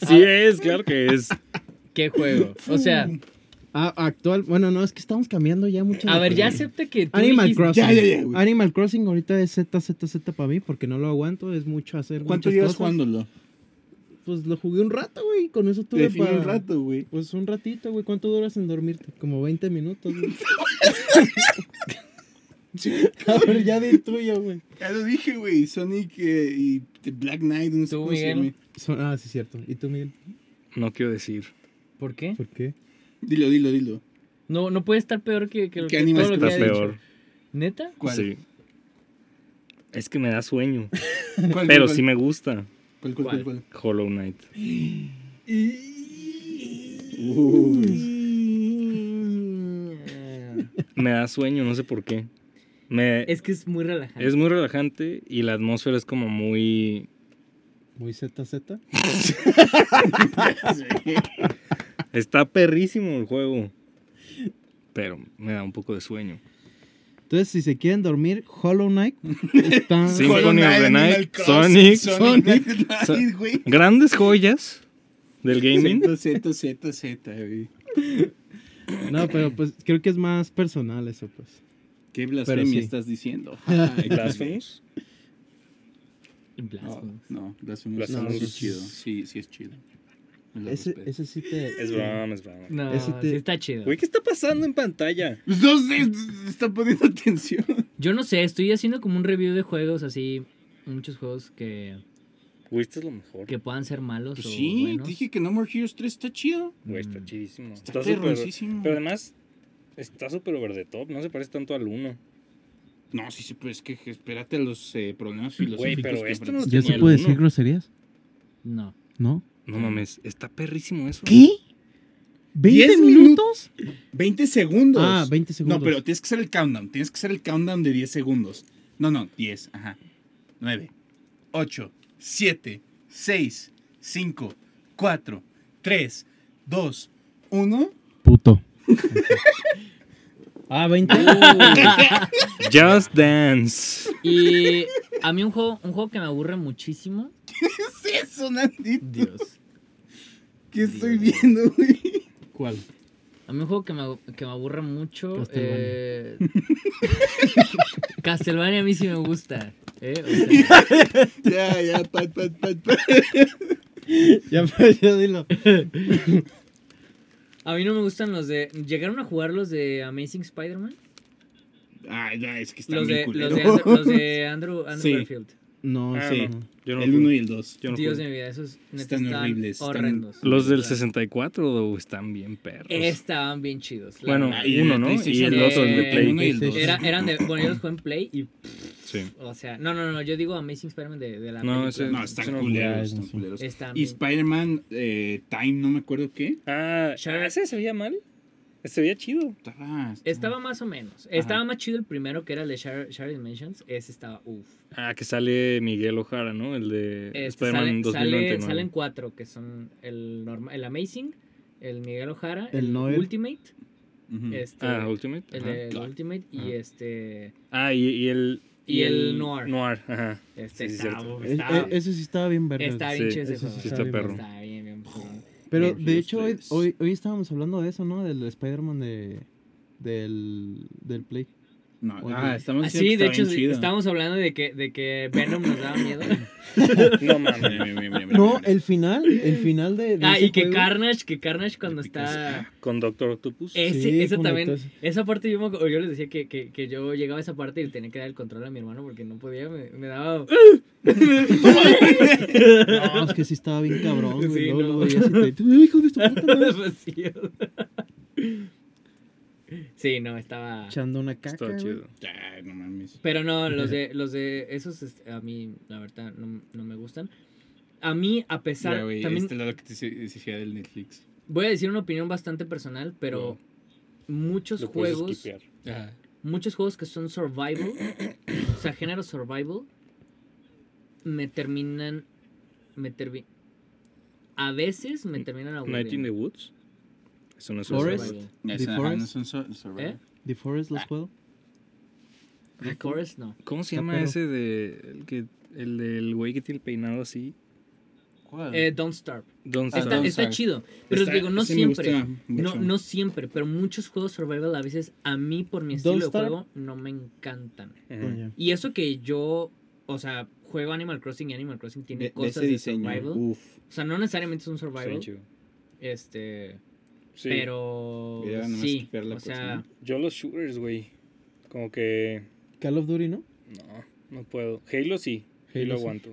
Speaker 4: Sí es, claro que es.
Speaker 2: ¿Qué juego? O sea,
Speaker 5: Ah, actual, bueno, no, es que estamos cambiando ya mucho.
Speaker 2: a
Speaker 5: de
Speaker 2: ver, ya
Speaker 5: juego.
Speaker 2: acepta que tú
Speaker 5: Animal
Speaker 2: dijiste-
Speaker 5: Crossing.
Speaker 3: Ya, ya, ya, güey.
Speaker 5: Animal Crossing ahorita es ZZZ para mí porque no lo aguanto, es mucho hacer.
Speaker 3: ¿Cuánto
Speaker 5: muchas
Speaker 3: llevas
Speaker 5: cosas.
Speaker 3: jugándolo?
Speaker 5: Pues lo jugué un rato, güey, con eso tuve
Speaker 3: Define
Speaker 5: para...
Speaker 3: un rato, güey.
Speaker 5: Pues un ratito, güey. ¿Cuánto duras en dormirte? Como 20 minutos, güey. A ver, ya di tuyo, güey.
Speaker 3: Ya lo dije, güey. Sonic eh, y The Black Knight, no sé
Speaker 2: Tú,
Speaker 3: cómo se
Speaker 2: Miguel.
Speaker 3: llama.
Speaker 5: Son- ah, sí, cierto. ¿Y tú, Miguel?
Speaker 4: No quiero decir.
Speaker 2: ¿Por qué?
Speaker 5: ¿Por qué?
Speaker 3: Dilo, dilo, dilo.
Speaker 2: No, no puede estar peor que, que, lo
Speaker 3: ¿Qué
Speaker 2: que
Speaker 3: Animal
Speaker 2: todo lo que
Speaker 4: Está
Speaker 2: ha
Speaker 3: Crossing?
Speaker 2: dicho.
Speaker 4: peor.
Speaker 2: ¿Neta?
Speaker 3: ¿Cuál?
Speaker 4: Sí. Es que me da sueño.
Speaker 3: ¿Cuál, cuál,
Speaker 4: Pero
Speaker 3: cuál?
Speaker 4: sí me gusta.
Speaker 3: ¿Cuál, cuál, cuál? cuál?
Speaker 4: Hollow Knight.
Speaker 3: Uy.
Speaker 4: Me da sueño, no sé por qué. Me,
Speaker 2: Es que es muy relajante.
Speaker 4: es muy relajante y la atmósfera es como muy.
Speaker 5: Muy ZZ.
Speaker 4: Está perrísimo el juego. Pero me da un poco de sueño.
Speaker 5: Entonces, si se quieren dormir, Hollow Knight está...
Speaker 4: Sí.
Speaker 3: Hollow
Speaker 4: Symphony of the
Speaker 3: Animal
Speaker 4: Night,
Speaker 3: Crossing,
Speaker 4: Sonic,
Speaker 3: Sonic,
Speaker 5: Sonic.
Speaker 3: Black Knight, güey.
Speaker 4: Grandes joyas del gaming.
Speaker 3: Z, Z, Z, Z, güey.
Speaker 5: No, pero pues creo que es más personal eso, pues.
Speaker 3: ¿Qué blasfemia
Speaker 5: sí.
Speaker 3: estás diciendo?
Speaker 4: Blasphemous.
Speaker 3: No,
Speaker 2: Blasphemous.
Speaker 3: no, Blasphemous
Speaker 5: Blasphemous.
Speaker 3: no, sí es chido. Sí, sí es chido. Me lo
Speaker 5: Ese,
Speaker 3: respeto.
Speaker 5: ese sí te...
Speaker 4: Es broma, es broma.
Speaker 2: No,
Speaker 5: Ese te-
Speaker 2: sí está chido.
Speaker 4: Güey, ¿qué está pasando en pantalla?
Speaker 3: No sé, está poniendo atención.
Speaker 2: Yo no sé, estoy haciendo como un review de juegos así, muchos juegos que,
Speaker 4: Güey, esto es lo mejor.
Speaker 2: que puedan ser malos
Speaker 3: Pues
Speaker 2: o
Speaker 3: sí,
Speaker 2: buenos.
Speaker 3: dije que No More Heroes 3 está chido.
Speaker 4: Güey, está
Speaker 2: Mm.
Speaker 4: chidísimo. Está
Speaker 3: Está
Speaker 4: súper.
Speaker 3: perroncísimo.
Speaker 4: Pero además, está súper over the top. No se parece tanto al 1.
Speaker 3: No, sí, sí, pero es que que espérate a los eh, problemas filosóficos.
Speaker 4: pero
Speaker 3: que
Speaker 4: esto
Speaker 3: enfrentas.
Speaker 4: no-
Speaker 5: ¿Ya
Speaker 4: Tenía
Speaker 5: se puede
Speaker 4: el uno.
Speaker 5: decir groserías?
Speaker 2: No.
Speaker 5: ¿No?
Speaker 4: No mames, está perrísimo eso.
Speaker 5: ¿Qué? ¿20
Speaker 3: ¿Diez
Speaker 5: minutos?
Speaker 3: 20 segundos.
Speaker 5: Ah, 20 segundos.
Speaker 3: No, pero tienes que hacer el countdown. Tienes que hacer el countdown de 10 segundos. No, no, 10, ajá. 9, 8, 7, 6, 5, 4, 3, 2, 1.
Speaker 5: Puto. ah, 20.
Speaker 4: Just Dance.
Speaker 2: Y a mí un juego, un juego que me aburre muchísimo.
Speaker 3: ¿Qué es eso, Nandito?
Speaker 2: Dios.
Speaker 3: ¿Qué estoy viendo, güey?
Speaker 5: ¿Cuál?
Speaker 2: A mí un juego que me, que me aburre mucho. eh,
Speaker 5: Castlevania.
Speaker 2: Castlevania a mí sí me gusta. ¿eh? O sea,
Speaker 3: Ya, ya, pat, pat, pat, pat.
Speaker 5: Ya, pues, ya dilo.
Speaker 2: a mí no me gustan los de. ¿Llegaron a jugar los de Amazing Spider-Man?
Speaker 3: Ay, Ah, ya, es que está
Speaker 2: Los
Speaker 3: bien
Speaker 2: de, los
Speaker 3: culero.
Speaker 2: de Andrew, los de Andrew, Andrew
Speaker 3: Sí.
Speaker 2: Garfield.
Speaker 5: No,
Speaker 4: Ah,
Speaker 5: sí.
Speaker 4: no. Yo no
Speaker 3: El 1 y el 2.
Speaker 4: yo no
Speaker 2: Dios
Speaker 4: jugué.
Speaker 2: de mi vida, esos neta,
Speaker 3: Están horribles, están-
Speaker 2: horrendos.
Speaker 4: Los del
Speaker 2: O sea,
Speaker 4: 64 do, están bien perros.
Speaker 2: Estaban bien chidos. la
Speaker 4: bueno,
Speaker 2: verdad.
Speaker 3: y
Speaker 4: uno,
Speaker 3: el
Speaker 4: ¿no? Y
Speaker 3: PlayStation
Speaker 4: el otro, el de
Speaker 2: Eh,
Speaker 4: Play.
Speaker 3: uno y el dos.
Speaker 2: Era- eran de. Bueno, yo los jugué en Play y.
Speaker 4: Sí.
Speaker 2: O sea, no, no, no, yo digo Amazing Spider-Man de, de la.
Speaker 4: No,
Speaker 2: película.
Speaker 4: ese-
Speaker 3: No, están
Speaker 4: Son los
Speaker 3: culeros,
Speaker 5: culeros,
Speaker 3: están
Speaker 5: sí.
Speaker 3: culeros.
Speaker 2: Están
Speaker 3: Y
Speaker 2: bien-
Speaker 3: Spider-Man eh, Time, no me acuerdo qué.
Speaker 4: Ah,
Speaker 2: Shadow-
Speaker 4: ese se veía mal. Se veía chido.
Speaker 3: Estaba.
Speaker 2: Estaba más o menos. Estaba más chido el primero que era el de Shared, Shared Dimensions. Ese estaba uff.
Speaker 4: Ah, que sale Miguel Ojara, ¿no? El de
Speaker 2: Este,
Speaker 4: Eh, Spider-Man
Speaker 2: sale, sale,
Speaker 4: 2099.
Speaker 2: salen cuatro que son el, norma- el Amazing, el Miguel Ojara,
Speaker 5: El
Speaker 2: el,
Speaker 5: Noel.
Speaker 2: Ultimate.
Speaker 3: Ujú.
Speaker 2: Este,
Speaker 4: Ah, Ultimate.
Speaker 2: el
Speaker 4: ajá.
Speaker 2: de
Speaker 3: claro.
Speaker 2: Ultimate y
Speaker 4: Ajá.
Speaker 2: este.
Speaker 4: Ah, y, y el.
Speaker 2: Y el Noir.
Speaker 4: Noir, ajá.
Speaker 2: Este
Speaker 4: Sí, sí,
Speaker 2: estaba-
Speaker 4: cierto.
Speaker 5: E-
Speaker 2: estaba-
Speaker 5: e- ese sí estaba bien verde.
Speaker 2: Está
Speaker 4: Sí,
Speaker 2: bien chido ese
Speaker 5: eso sí
Speaker 2: juego,
Speaker 5: está
Speaker 2: está bien,
Speaker 4: perro.
Speaker 2: Está bien, bien perro.
Speaker 5: Pero
Speaker 3: Los
Speaker 5: de hecho, hoy,
Speaker 3: tres.
Speaker 5: hoy, hoy estábamos hablando de eso, ¿no? Del Spider-Man de, del, del Play.
Speaker 3: No,
Speaker 2: Oye.
Speaker 3: ah, estamos
Speaker 2: Ah, sí,
Speaker 3: diciendo
Speaker 2: de
Speaker 3: que está
Speaker 2: hecho,
Speaker 3: bien chido.
Speaker 2: estábamos hablando de que, de que Venom nos daba miedo.
Speaker 4: No mames.
Speaker 3: Mira, mira, mira, mira,
Speaker 5: No,
Speaker 3: mira.
Speaker 5: el final, el final de. de
Speaker 2: Ah,
Speaker 5: ese
Speaker 2: y que
Speaker 5: juego.
Speaker 2: Carnage, que Carnage cuando está...
Speaker 4: Con Doctor Octopus.
Speaker 2: Ese,
Speaker 5: Sí,
Speaker 2: esa
Speaker 5: conectó
Speaker 2: también,
Speaker 5: ese.
Speaker 2: esa parte yo, me acu- yo les decía que, que, que yo llegaba a esa parte y le tenía que dar el control a mi hermano porque no podía, me, me daba...
Speaker 5: No, pues, es que sí estaba bien cabrón, güey.
Speaker 2: Sí,
Speaker 5: luego lo
Speaker 2: no.
Speaker 5: veías y te- ¡Ay, hijo de tu puta madre!
Speaker 2: Vacío. sí, no, estaba...
Speaker 5: Echando una caca.
Speaker 4: Está
Speaker 5: güey.
Speaker 4: chido.
Speaker 3: Ay, no mames.
Speaker 2: Pero no, los de, los de esos este, a mí, la verdad, no, no me gustan. A mí, a pesar,
Speaker 3: Mira, güey,
Speaker 2: también
Speaker 3: este es lo que te dice- decía del Netflix.
Speaker 2: voy a decir una opinión bastante personal, pero
Speaker 4: Bueno.
Speaker 2: muchos
Speaker 4: Lo puedes
Speaker 2: juegos,
Speaker 4: skipear.
Speaker 3: Ajá.
Speaker 2: muchos juegos que son survival, o sea, género survival, me terminan, me termi- a veces me terminan
Speaker 4: Night in the
Speaker 2: aburriendo.
Speaker 4: Woods. Eso no es
Speaker 5: Forest.
Speaker 4: survival.
Speaker 2: Survival.
Speaker 3: Ya
Speaker 5: The
Speaker 3: sé, ajá,
Speaker 5: Forest.
Speaker 3: no son so- survival.
Speaker 2: ¿Eh?
Speaker 5: ¿The Forest los juego?
Speaker 2: The Forest no.
Speaker 4: ¿Cómo se
Speaker 5: Está
Speaker 4: llama
Speaker 5: perro.
Speaker 4: ese de el que el del güey que tiene el peinado así?
Speaker 3: ¿Cuál?
Speaker 2: Eh, Don't Starve.
Speaker 4: Don't
Speaker 3: Ah,
Speaker 4: Starve.
Speaker 2: Está,
Speaker 3: Don't
Speaker 2: está
Speaker 3: Starve.
Speaker 2: chido, pero
Speaker 3: Está-
Speaker 2: te digo, no
Speaker 3: ese me
Speaker 2: siempre.
Speaker 3: gusta
Speaker 2: No,
Speaker 3: mucho.
Speaker 2: no siempre, pero muchos juegos survival a veces a mí por mi
Speaker 5: Don't
Speaker 2: estilo de
Speaker 5: Starve.
Speaker 2: juego no me encantan.
Speaker 4: Ujú.
Speaker 5: Oye.
Speaker 2: Y eso que yo, o sea, juego Animal Crossing y Animal Crossing tiene cosas de, survival.
Speaker 3: Uf.
Speaker 2: O sea, no necesariamente es un
Speaker 4: Está bien
Speaker 2: survival,
Speaker 4: chido.
Speaker 2: este,
Speaker 4: Sí.
Speaker 2: pero
Speaker 3: Mira, nomás
Speaker 2: sí,
Speaker 3: limpiar la
Speaker 2: o sea,
Speaker 4: Yo los shooters, güey. Como que
Speaker 5: Call of Duty, ¿no?
Speaker 4: no, no puedo. Halo sí, Halo,
Speaker 5: Halo sí.
Speaker 4: aguanto.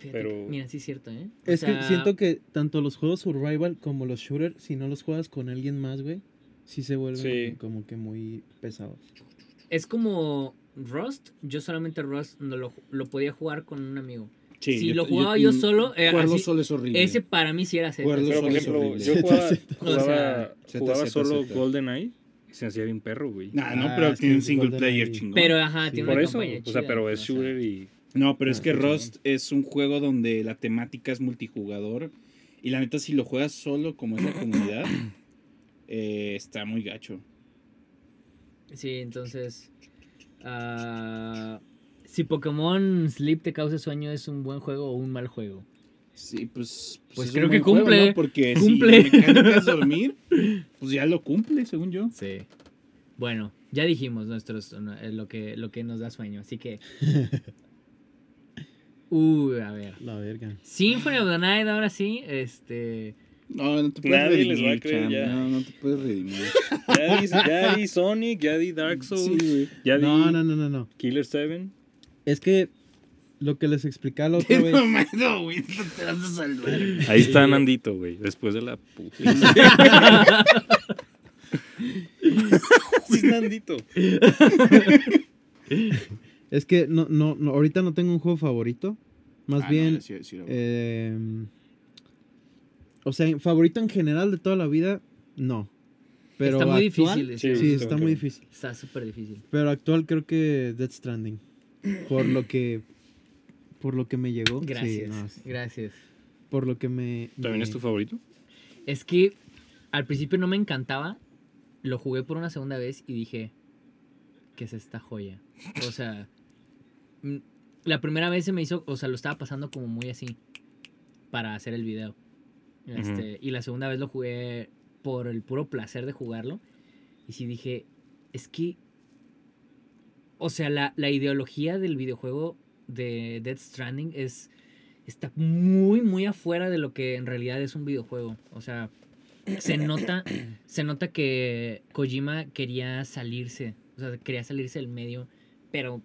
Speaker 2: fíjate
Speaker 4: pero-
Speaker 2: que- mira, sí es cierto, ¿eh? O
Speaker 5: Es que
Speaker 2: sea,
Speaker 5: siento que tanto los juegos survival como los shooters, si no los juegas con alguien más, güey, sí se vuelven
Speaker 4: Sí.
Speaker 5: como que muy pesados.
Speaker 2: Es como Rust, yo solamente Rust no lo, lo podía jugar con un amigo. si lo jugaba
Speaker 4: mm,
Speaker 2: yo, solo, eh,
Speaker 3: Jugarlo
Speaker 2: así-
Speaker 3: solo es horrible.
Speaker 2: ese para mí sí era Z.
Speaker 3: Jugarlo
Speaker 4: Pero por
Speaker 3: solo es
Speaker 4: ejemplo,
Speaker 3: horrible.
Speaker 4: yo
Speaker 5: Z,
Speaker 4: jugaba,
Speaker 5: Z.
Speaker 4: jugaba,
Speaker 3: Z,
Speaker 4: jugaba
Speaker 3: Z,
Speaker 4: solo
Speaker 3: Z.
Speaker 4: GoldenEye y se hacía bien perro, güey.
Speaker 3: Nah, no,
Speaker 5: Ah,
Speaker 3: pero
Speaker 5: es que
Speaker 3: tiene un
Speaker 5: es
Speaker 3: single
Speaker 5: Golden
Speaker 3: player
Speaker 5: Eye.
Speaker 3: chingón.
Speaker 2: Pero ajá, tiene
Speaker 4: Por
Speaker 2: una
Speaker 4: eso,
Speaker 2: campaña
Speaker 4: o sea,
Speaker 2: chida,
Speaker 4: pero es
Speaker 2: o sea.
Speaker 4: shooter y
Speaker 3: No, pero es
Speaker 5: Ah,
Speaker 3: que
Speaker 5: sí,
Speaker 3: Rust es un juego donde la temática es multijugador. Y la neta, si lo juegas solo como es la comunidad, eh, está muy gacho.
Speaker 2: Sí, entonces. ah, si Pokémon Sleep te causa sueño, ¿es un buen juego o un mal juego?
Speaker 3: Sí, pues.
Speaker 2: Pues
Speaker 3: es
Speaker 2: creo
Speaker 3: un
Speaker 2: que
Speaker 3: buen juego,
Speaker 2: cumple,
Speaker 3: ¿no? Porque
Speaker 2: cumple.
Speaker 3: si la mecánica es dormir, pues ya lo cumple, según yo.
Speaker 2: Sí. Bueno, ya dijimos nuestros, no, eh, lo, que, lo que nos da sueño, así que. Uy, a ver.
Speaker 5: La verga.
Speaker 2: Symphony of the Night, ahora sí. Este.
Speaker 3: No, no te puedes
Speaker 4: Nadie les
Speaker 3: redimir.
Speaker 4: va a creer
Speaker 3: cham,
Speaker 4: ya.
Speaker 3: No, no te puedes redimir.
Speaker 4: ya di, ya di Sonic, ya di Dark
Speaker 3: Sí,
Speaker 4: Souls,
Speaker 3: güey.
Speaker 4: ya di
Speaker 5: No, no, no, no, no.
Speaker 4: Killer 7.
Speaker 5: Es que lo que les explicaba la otra vez.
Speaker 3: No, güey, no te vas a salvar.
Speaker 4: Ahí está Nandito, güey, después de la puta. sí es Nandito.
Speaker 5: Es que no, no, no, ahorita no tengo un juego favorito. Más
Speaker 3: Ah, no,
Speaker 5: bien,
Speaker 3: sí, sí, lo-
Speaker 5: eh, o sea, favorito en general de toda la vida, no. Pero
Speaker 2: está muy
Speaker 5: actual,
Speaker 2: difícil.
Speaker 4: Sí,
Speaker 2: decir.
Speaker 5: Sí, está muy difícil.
Speaker 2: Está súper difícil.
Speaker 5: Pero actual creo que Death Stranding. Por lo que. Por lo que me llegó. Sí,
Speaker 2: Gracias.
Speaker 5: no, es-
Speaker 2: Gracias.
Speaker 5: por lo que me.
Speaker 4: ¿También
Speaker 5: me-
Speaker 4: es tu favorito?
Speaker 2: Es que al principio no me encantaba. Lo jugué por una segunda vez y dije, ¿qué es esta joya? O sea, mm, la primera vez se me hizo, o sea, lo estaba pasando como muy así para hacer el video. Este, Y la segunda vez lo jugué por el puro placer de jugarlo. Y sí dije, es que, o sea, la, la ideología del videojuego de Death Stranding es está muy, muy afuera de lo que en realidad es un videojuego. O sea, se nota, se nota que Kojima quería salirse, o sea, quería salirse del medio, pero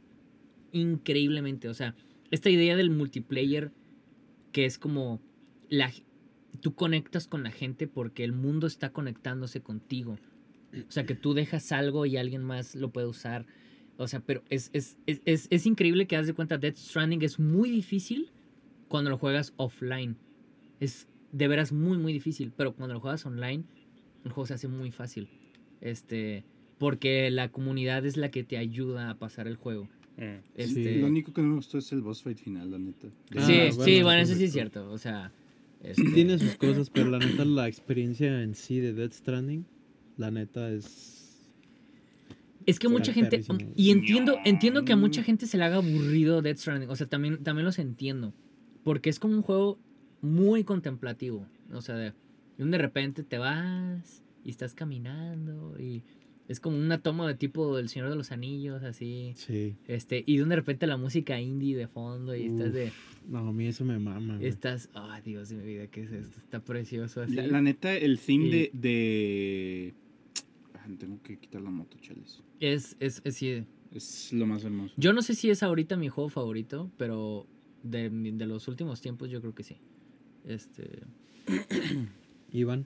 Speaker 2: increíblemente. O sea, esta idea del multiplayer que es como la, g- tú conectas con la gente porque el mundo está conectándose contigo. O sea, que tú dejas algo y alguien más lo puede usar. O sea, pero es, es, es, es- es increíble que haz de cuenta, Death Stranding es muy difícil cuando lo juegas offline. Es de veras muy, muy difícil. Pero cuando lo juegas online, el juego se hace muy fácil. Este, porque la comunidad es la que te ayuda a pasar el juego.
Speaker 3: Eh,
Speaker 4: Mm.
Speaker 5: Sí.
Speaker 2: Este,
Speaker 3: Lo único que no me gustó es el boss fight final, la neta.
Speaker 5: Ah,
Speaker 2: sí,
Speaker 5: bueno,
Speaker 2: sí,
Speaker 5: eso
Speaker 2: bueno,
Speaker 5: es
Speaker 2: eso sí es
Speaker 5: correcto.
Speaker 2: cierto. O sea,
Speaker 5: Sí
Speaker 2: este,
Speaker 5: tiene sus cosas, pero la neta, la experiencia en sí de Death Stranding, la neta es.
Speaker 2: es que
Speaker 5: está
Speaker 2: mucha gente
Speaker 5: perrísimo.
Speaker 2: y entiendo, entiendo que a mucha gente se le haga aburrido Death Stranding, o sea, también también los entiendo, porque es como un juego muy contemplativo, o sea, de, de repente te vas y estás caminando y Es como una toma de tipo El Señor de los Anillos, así.
Speaker 5: Sí.
Speaker 2: Este, y de una repente la música indie de fondo y estás de.
Speaker 5: No, a mí eso me mama. güey.
Speaker 3: Este
Speaker 2: Estás. Ah, Dios de mi vida, ¿qué es esto? Está precioso así.
Speaker 3: La, la neta, el theme
Speaker 2: Y-
Speaker 3: de, de- Ah, Tengo que quitar la moto, chales.
Speaker 2: Es, es, es, sí.
Speaker 3: Es lo más hermoso.
Speaker 2: Yo no sé si es ahorita mi juego favorito, pero de, mi- de los últimos tiempos yo creo que sí. Este.
Speaker 5: Iván.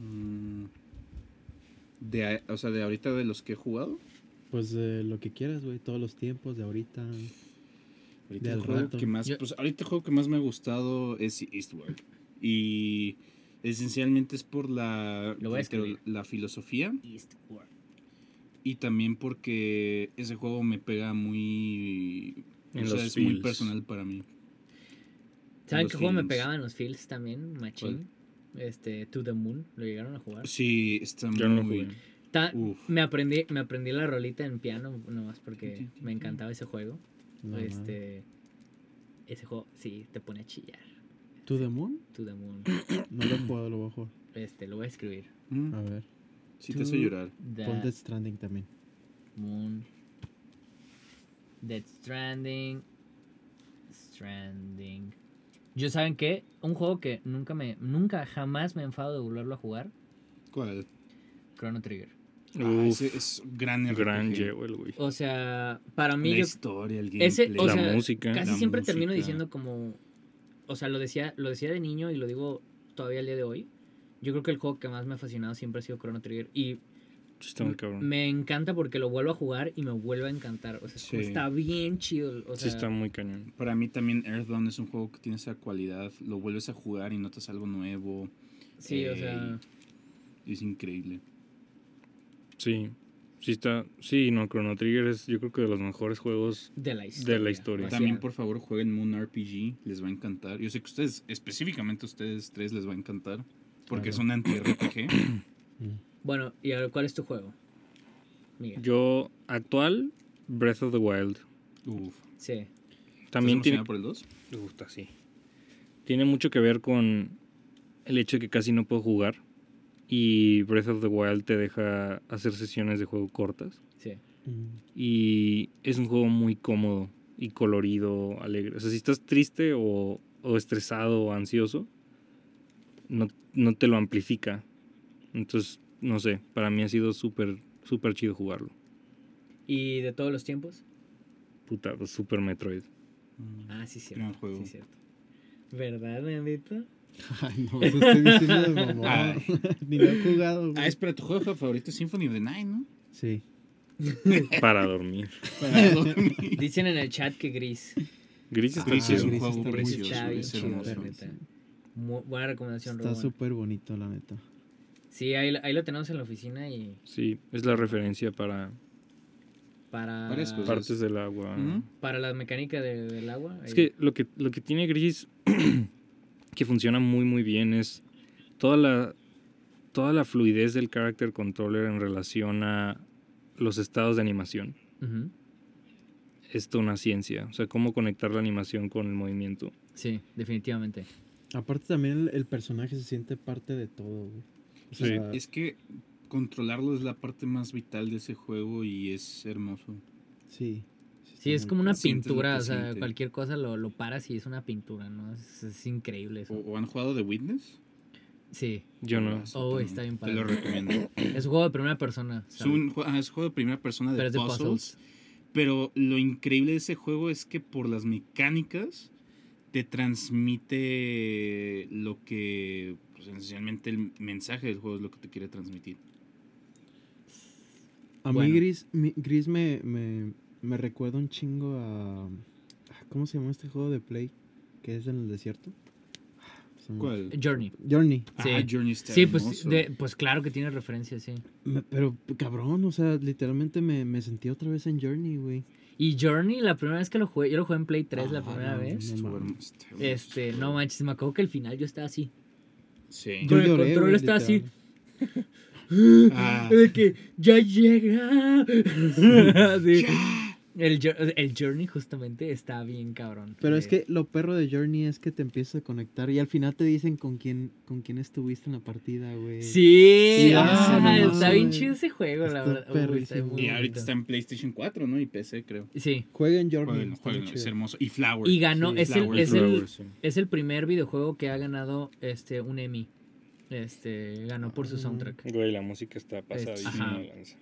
Speaker 3: Mm, De, a- o sea, de ahorita de los que he jugado.
Speaker 5: Pues eh, lo que quieras, güey. Todos los tiempos de ahorita.
Speaker 3: Ahorita
Speaker 5: Del
Speaker 3: el juego
Speaker 5: rato.
Speaker 3: que más,
Speaker 2: Yo-
Speaker 3: pues, ahorita el juego que más me ha gustado es Eastward. Y esencialmente es por la,
Speaker 2: Lo voy a
Speaker 3: reitero,
Speaker 2: escribir.
Speaker 3: la filosofía
Speaker 2: Eastward.
Speaker 3: y también porque ese juego me pega muy...
Speaker 4: En
Speaker 3: o sea,
Speaker 4: los
Speaker 3: es muy
Speaker 4: feels.
Speaker 3: personal para mí.
Speaker 2: ¿Saben
Speaker 3: Los
Speaker 2: qué juego me
Speaker 3: feelings.
Speaker 2: pegaban los feels también? Machín. Este, To the Moon, lo llegaron a jugar.
Speaker 3: Sí, está
Speaker 4: Yo no lo
Speaker 3: muy...
Speaker 4: jugué.
Speaker 2: Ta-
Speaker 3: uf.
Speaker 2: me, aprendí, me aprendí la rolita en piano nomás porque me encantaba ese juego.
Speaker 5: No, mames.
Speaker 2: este, ese juego sí te pone a chillar.
Speaker 5: ¿To the Moon?
Speaker 2: To the Moon.
Speaker 5: No lo puedo, lo voy a jugar.
Speaker 2: Este, lo voy a escribir.
Speaker 3: Mm,
Speaker 5: A ver.
Speaker 3: sí te hace llorar.
Speaker 2: The
Speaker 5: Pon Death Stranding también.
Speaker 2: Moon. Dead Stranding. Stranding. Yo saben qué? Un juego que nunca me. Nunca jamás me enfado de volverlo a jugar.
Speaker 3: ¿Cuál?
Speaker 2: Chrono Trigger.
Speaker 3: Ah,
Speaker 4: Uf,
Speaker 3: ese es gran RPG.
Speaker 4: gran Jewel, güey.
Speaker 2: O sea, para mí
Speaker 3: La
Speaker 2: yo
Speaker 3: historia, el gameplay.
Speaker 2: Ese, o
Speaker 4: la
Speaker 2: sea,
Speaker 4: música.
Speaker 2: casi
Speaker 3: la
Speaker 2: siempre termino
Speaker 3: música.
Speaker 2: diciendo como. O sea, lo decía, lo decía de niño y lo digo todavía al día de hoy. Yo creo que el juego que más me ha fascinado siempre ha sido Chrono Trigger. Y
Speaker 4: Está muy cabrón.
Speaker 2: me encanta porque lo vuelvo a jugar y me vuelve a encantar. O sea, es como
Speaker 3: Sí.
Speaker 2: está bien chido. O
Speaker 4: sí,
Speaker 2: sea,
Speaker 4: está muy cañón.
Speaker 3: Para mí también Earthbound es un juego que tiene esa cualidad. Lo vuelves a jugar y notas algo nuevo.
Speaker 2: sí, o
Speaker 3: Ey.
Speaker 2: sea.
Speaker 3: Es increíble.
Speaker 4: Sí. Sí, está. Sí, no, Chrono Trigger es yo creo que de los mejores juegos.
Speaker 2: De la historia.
Speaker 4: De la historia.
Speaker 2: vaya.
Speaker 3: También, por favor, jueguen Moon RPG. Les va a encantar. Yo sé que ustedes, específicamente ustedes tres, les va a encantar. Porque
Speaker 5: Claro.
Speaker 3: son anti-RPG.
Speaker 2: Bueno, ¿y ahora cuál es tu juego? Miguel.
Speaker 4: Yo, actual, Breath of the Wild.
Speaker 3: Uf.
Speaker 2: Sí.
Speaker 4: También
Speaker 3: ¿Estás
Speaker 4: tiene.
Speaker 3: emocionado por el 2?
Speaker 2: Ah,
Speaker 4: Me gusta, sí. Tiene mucho que ver con el hecho de que casi no puedo jugar. Y Breath of the Wild te deja hacer sesiones de juego cortas.
Speaker 2: Sí.
Speaker 5: Mm.
Speaker 4: Y es un juego muy cómodo y colorido, alegre. O sea, si estás triste o, o estresado o ansioso, no, no te lo amplifica. Entonces, no sé, para mí ha sido súper, súper chido jugarlo.
Speaker 2: ¿Y de todos los tiempos?
Speaker 4: Puta, Super Metroid.
Speaker 2: Ah, sí, cierto.
Speaker 3: Mm, Gran juego.
Speaker 2: Sí, cierto. ¿Verdad, Nandito?
Speaker 5: Ay, no, eso estoy diciendo de mamón.
Speaker 3: Ay.
Speaker 5: Ni lo he jugado,
Speaker 3: Ah,
Speaker 5: güey.
Speaker 3: espera, tu juego favorito es Symphony of the Night, ¿no?
Speaker 5: Sí.
Speaker 4: Para dormir.
Speaker 3: Para dormir.
Speaker 2: Dicen en el chat que gris.
Speaker 4: Gris
Speaker 3: Ah,
Speaker 4: está
Speaker 5: Gris
Speaker 3: es
Speaker 4: chido.
Speaker 3: un
Speaker 5: está
Speaker 3: juego
Speaker 5: muy
Speaker 3: precioso.
Speaker 2: chido.
Speaker 3: Es
Speaker 2: Está bien chido,
Speaker 3: hermoso.
Speaker 2: la neta. Mu- buena recomendación,
Speaker 5: Está
Speaker 2: Rubén.
Speaker 5: súper bonito, la neta.
Speaker 2: Sí, ahí, ahí lo tenemos en la oficina y
Speaker 4: Sí, es la referencia para
Speaker 2: para,
Speaker 3: Varias cosas.
Speaker 4: partes del agua.
Speaker 3: Ujú.
Speaker 2: para la mecánica de- del agua.
Speaker 4: Es
Speaker 2: ahí-
Speaker 4: que lo, que lo que tiene Gris que funciona muy muy bien es toda la toda la fluidez del character controller en relación a los estados de animación.
Speaker 2: Ujú,
Speaker 4: Es toda una ciencia, o sea, cómo conectar la animación con el movimiento.
Speaker 2: Sí, definitivamente.
Speaker 5: Aparte también el, el personaje se siente parte de todo, güey. O
Speaker 4: Sí.
Speaker 5: sea,
Speaker 3: Es que controlarlo es la parte más vital de ese juego y es hermoso.
Speaker 5: sí.
Speaker 2: Sí, es
Speaker 5: está muy
Speaker 2: como una
Speaker 3: sientes lo
Speaker 2: pintura,
Speaker 3: que
Speaker 2: o sea,
Speaker 3: siente.
Speaker 2: cualquier cosa lo, lo paras y es una pintura, ¿no? Es, es increíble
Speaker 3: ¿O,
Speaker 2: eso.
Speaker 3: o han jugado The Witness?
Speaker 2: Sí,
Speaker 4: Yo no.
Speaker 3: Juegazo
Speaker 2: Oh,
Speaker 3: también.
Speaker 2: está bien
Speaker 3: Te lo
Speaker 2: padre.
Speaker 3: recomiendo.
Speaker 2: es un juego de primera persona.
Speaker 3: es,
Speaker 2: ¿sabes?
Speaker 3: un, jue- ah, es un juego de primera persona de,
Speaker 2: Pero es de
Speaker 3: puzzles,
Speaker 2: puzzles.
Speaker 3: Pero lo increíble de ese juego es que por las mecánicas te transmite lo que, pues, esencialmente el mensaje del juego es lo que te quiere transmitir.
Speaker 5: A
Speaker 2: Bueno.
Speaker 5: mí Gris, mi- Gris me, me, me recuerda un chingo a... ah, ¿Cómo se llama este juego de Play? Que es en el desierto. Ah, se me-
Speaker 2: Journey.
Speaker 5: Journey.
Speaker 3: Ah,
Speaker 2: Eh, Sí.
Speaker 3: Journey está
Speaker 2: Sí, pues,
Speaker 3: hermoso.
Speaker 2: de- pues claro que tiene referencias, sí.
Speaker 5: Me- pero cabrón, o sea, literalmente me, me sentí otra vez en Journey, güey.
Speaker 2: Y Journey, la primera vez que lo jugué, yo lo jugué en Play 3 la
Speaker 5: Ah,
Speaker 2: primera
Speaker 5: no,
Speaker 2: vez.
Speaker 3: Estuvo
Speaker 5: No mames.
Speaker 3: hermoso, está hermoso.
Speaker 2: Este, no manches, me acuerdo que al final yo estaba así.
Speaker 3: Sí.
Speaker 2: Con el
Speaker 5: lloré,
Speaker 2: control
Speaker 5: güey,
Speaker 2: está así.
Speaker 5: literal.
Speaker 3: Ah,
Speaker 2: De que ya llega. Así. El, jour- el Journey justamente está bien cabrón.
Speaker 5: Pero es
Speaker 2: Eh,
Speaker 5: que lo perro de Journey es que te empiezas a conectar y al final te dicen con quién, con quién estuviste en la partida, güey.
Speaker 2: Sí,
Speaker 5: Sí,
Speaker 2: ah,
Speaker 5: ah, no,
Speaker 2: está
Speaker 5: no,
Speaker 2: bien
Speaker 5: güey.
Speaker 2: chido ese juego, la
Speaker 5: Está
Speaker 2: verdad. Uy, está
Speaker 5: perrísimo.
Speaker 2: muy
Speaker 3: Y ahorita
Speaker 2: bonito.
Speaker 3: está en PlayStation 4, ¿no? Y PC, creo.
Speaker 2: Sí,
Speaker 5: Jueguen Journey.
Speaker 3: Jueguenlo,
Speaker 5: está muy
Speaker 3: jueguenlo, es
Speaker 5: chido.
Speaker 3: hermoso. Y Flower.
Speaker 2: y ganó,
Speaker 5: Sí,
Speaker 2: es, el,
Speaker 3: Flower
Speaker 2: es, el,
Speaker 4: Flowers, sí.
Speaker 2: es el primer videojuego que ha ganado este, un Emmy. Este, ganó por su soundtrack.
Speaker 4: Güey, la música está pasadísima
Speaker 2: Ajá.
Speaker 4: de lanza.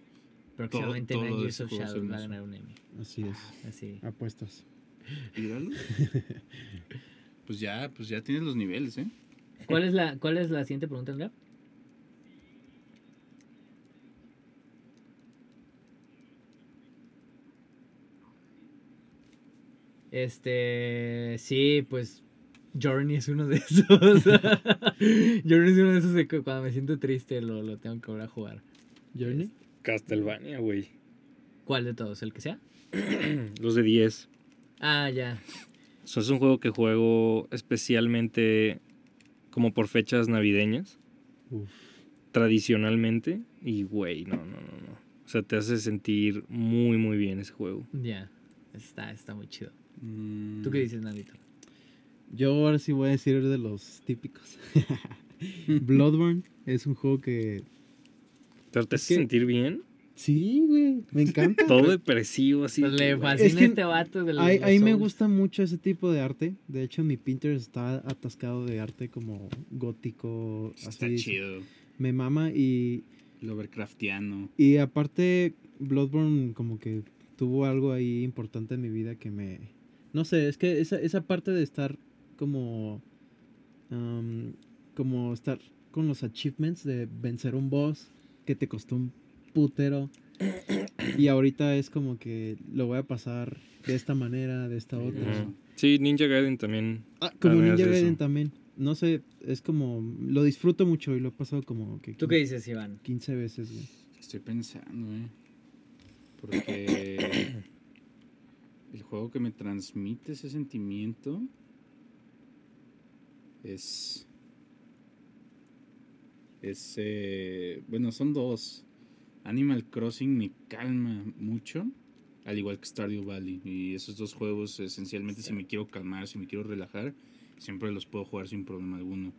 Speaker 2: Próximamente
Speaker 3: todo
Speaker 2: Nine
Speaker 3: de
Speaker 2: Years
Speaker 3: ese
Speaker 2: of
Speaker 3: juego es
Speaker 2: Shadow va a
Speaker 3: hermoso.
Speaker 2: ganar un Emmy.
Speaker 5: Así es.
Speaker 2: Así.
Speaker 5: Apuestas.
Speaker 3: Míralo. Pues ya, pues ya tienes los niveles, ¿eh?
Speaker 2: ¿Cuál es la, cuál es la siguiente pregunta, Andrea? Este, sí, pues Journey es uno de esos. Journey es uno de esos de que cuando me siento triste lo, lo tengo que volver a jugar.
Speaker 5: ¿Journey?
Speaker 4: Castlevania, güey.
Speaker 2: ¿Cuál de todos? ¿El que sea?
Speaker 4: Los de 10.
Speaker 2: Ah, ya.
Speaker 4: So, es un juego que juego especialmente como por fechas navideñas.
Speaker 5: Uf.
Speaker 4: Tradicionalmente. Y güey, no, no, no, no. O sea, te hace sentir muy, muy bien ese juego.
Speaker 2: Ya. Está, está muy chido. ¿Tú qué dices, Nandito?
Speaker 5: Yo ahora sí voy a decir de los típicos. Bloodborne es un juego que.
Speaker 4: Pero te
Speaker 5: Es
Speaker 4: hace
Speaker 5: que-
Speaker 4: sentir bien.
Speaker 5: Sí, güey. Me encanta.
Speaker 4: Todo depresivo, así.
Speaker 2: Pues le
Speaker 4: güey.
Speaker 2: fascina
Speaker 5: Es que
Speaker 2: este vato de los
Speaker 5: Ahí, ahí me
Speaker 2: Souls.
Speaker 5: gusta mucho ese tipo de arte. De hecho, mi Pinterest está atascado de arte como gótico.
Speaker 3: Está
Speaker 5: así.
Speaker 3: chido.
Speaker 5: Me mama y,
Speaker 3: Lovercraftiano.
Speaker 5: y aparte Bloodborne como que tuvo algo ahí importante en mi vida que me... No sé, es que esa, esa parte de estar como... am, como estar con los achievements de vencer un boss que te costó un putero. Y ahorita es como que lo voy a pasar de esta manera, de esta otra.
Speaker 4: Ujú. Sí, Ninja Gaiden también.
Speaker 5: Ah, como
Speaker 4: También
Speaker 5: Ninja
Speaker 4: es eso.
Speaker 5: Gaiden también. No sé, es como... Lo disfruto mucho y lo he pasado como que...
Speaker 2: ¿Tú qué dices, Iván?
Speaker 5: 15 veces, güey.
Speaker 3: Estoy pensando, ¿eh? Porque el juego que me transmite ese sentimiento es... Es... eh, bueno, son dos. Animal Crossing me calma mucho, al igual que Stardew Valley. Y esos dos juegos, esencialmente, si me quiero calmar, si me quiero relajar, siempre los puedo jugar sin problema alguno.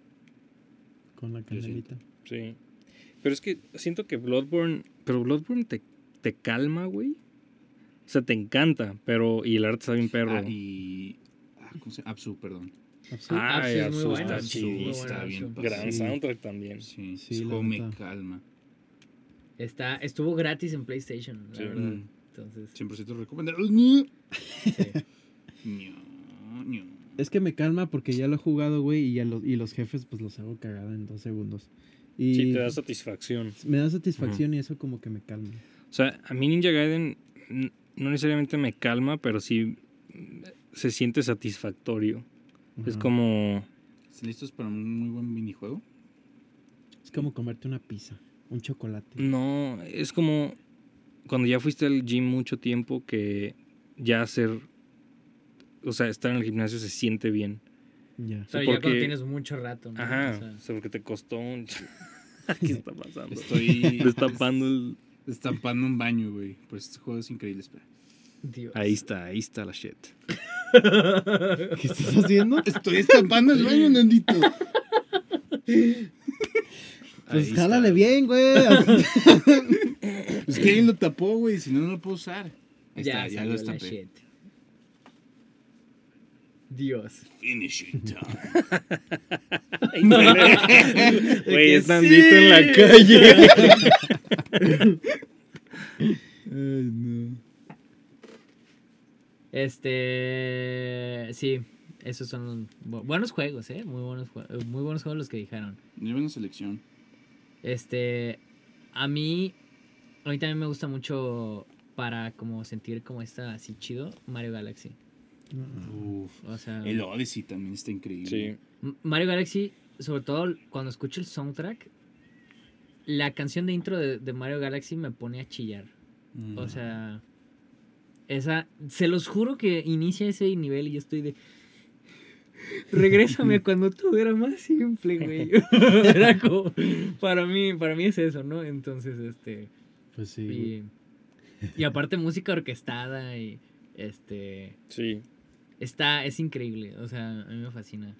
Speaker 5: Con la
Speaker 3: Yo siento.
Speaker 5: canelita.
Speaker 4: Sí. Pero es que siento que Bloodborne. Pero Bloodborne te, te calma, güey. O sea, te encanta, pero. Y el arte está bien perro.
Speaker 3: Ah, y... ah, ¿cómo se llama? Absu, perdón.
Speaker 5: Absol-
Speaker 4: Ay,
Speaker 2: Absu ah, es muy
Speaker 4: Absu
Speaker 2: bueno,
Speaker 4: está
Speaker 2: Absu,
Speaker 3: chido,
Speaker 2: muy
Speaker 4: chidísimo.
Speaker 2: bueno,
Speaker 3: está bien.
Speaker 2: Absu.
Speaker 3: padre.
Speaker 4: Gran
Speaker 5: Sí.
Speaker 4: soundtrack también.
Speaker 3: Sí,
Speaker 5: Sí,
Speaker 3: ese
Speaker 5: la
Speaker 3: juego me
Speaker 5: neta.
Speaker 3: calma.
Speaker 2: Está, estuvo gratis en PlayStation, la
Speaker 4: Sí.
Speaker 2: verdad.
Speaker 3: Mm,
Speaker 2: Entonces,
Speaker 3: 100% recomendable. Ño,
Speaker 2: sí.
Speaker 3: ño.
Speaker 5: Es que me calma porque ya lo he jugado, güey, y, ya lo- y los jefes pues los hago cagada en dos segundos. Y
Speaker 4: Sí, te da satisfacción.
Speaker 5: me da satisfacción y eso como que me calma.
Speaker 4: O sea, a mí Ninja Gaiden n- no necesariamente me calma, pero sí mm, se siente satisfactorio. Es
Speaker 5: Ajá.
Speaker 4: como...
Speaker 3: ¿Están listos para un muy buen minijuego?
Speaker 5: es como comerte una pizza, un chocolate.
Speaker 4: No, es como cuando ya fuiste al gym mucho tiempo que ya hacer... O sea, estar en el gimnasio se siente bien. Mm.
Speaker 5: Ya.
Speaker 2: Pero ya
Speaker 4: porque-
Speaker 2: cuando tienes mucho rato, ¿no?
Speaker 4: Ajá,
Speaker 2: O sea,
Speaker 4: o sea, porque te costó un... ch- ¿Qué está pasando?
Speaker 3: Estoy
Speaker 4: Destapando el...
Speaker 3: destapando un baño, güey. Pues este juego es increíble, espera.
Speaker 2: Dios.
Speaker 4: Ahí está, ahí está la shit.
Speaker 5: ¿Qué estás haciendo?
Speaker 3: Estoy destapando el baño, Nandito.
Speaker 5: Pues
Speaker 4: Ahí
Speaker 5: jálale
Speaker 4: está.
Speaker 5: bien, güey. Así-
Speaker 3: Es que alguien lo tapó, güey. Si no, no lo puedo usar. Ahí
Speaker 2: ya,
Speaker 3: está, ya
Speaker 2: salió
Speaker 3: lo
Speaker 2: la
Speaker 3: destapé.
Speaker 2: shit. Dios.
Speaker 3: Finish it.
Speaker 4: Güey, es Nandito en la calle.
Speaker 3: Ay, no.
Speaker 2: Este. Sí, esos son bu- buenos juegos, ¿eh? Muy buenos, jue- eh, muy buenos juegos los que dijeron.
Speaker 3: Lleva una selección.
Speaker 2: Este, a mí, a mí también me gusta mucho para como sentir como está así chido Mario Galaxy.
Speaker 3: Uf.
Speaker 2: O sea,
Speaker 3: El Odyssey también está increíble.
Speaker 4: Sí.
Speaker 2: M- Mario Galaxy, sobre todo cuando escucho el soundtrack, la canción de intro de, de Mario Galaxy me pone a chillar.
Speaker 3: Mm.
Speaker 2: O sea, esa, se los juro que inicia ese nivel y yo estoy de... Regrésame a cuando todo era más simple, güey. Era como- para mí, para mí es eso, ¿no? Entonces, este,
Speaker 5: Pues sí. güey.
Speaker 2: y Y aparte música orquestada y este
Speaker 4: Sí.
Speaker 2: está es increíble, o sea, a mí me fascina.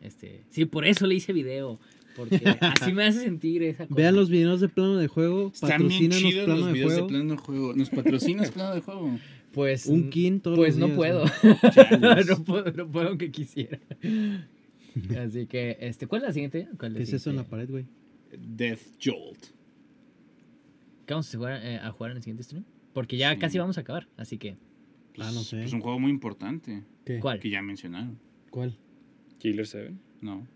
Speaker 2: Este, sí, por eso le hice video, porque así me hace sentir esa cosa.
Speaker 5: Vean los videos de plano de juego.
Speaker 3: Están bien
Speaker 5: Patrocínanos
Speaker 3: chidos
Speaker 5: plano
Speaker 3: los
Speaker 5: de
Speaker 3: videos de
Speaker 5: juego.
Speaker 3: plano de juego. ¿Nos patrocinas plano de juego?
Speaker 2: pues
Speaker 5: Un quinto.
Speaker 2: Pues no puedo. no puedo, no puedo aunque quisiera. Así que, este, ¿cuál es la siguiente? ¿Cuál
Speaker 5: ¿Qué
Speaker 2: es la
Speaker 5: es Pues eso en la
Speaker 2: siguiente?
Speaker 5: pared, güey?
Speaker 3: Death Jolt.
Speaker 2: ¿Qué vamos a jugar, eh, a jugar en el siguiente stream? Porque ya
Speaker 3: Sí.
Speaker 2: casi vamos a acabar, así que,
Speaker 5: Ah, no sé.
Speaker 3: Es Pues, un juego muy importante
Speaker 5: ¿Qué?
Speaker 2: ¿cuál?
Speaker 3: que ya mencionaron.
Speaker 5: ¿Cuál?
Speaker 4: Killer 7.
Speaker 3: No,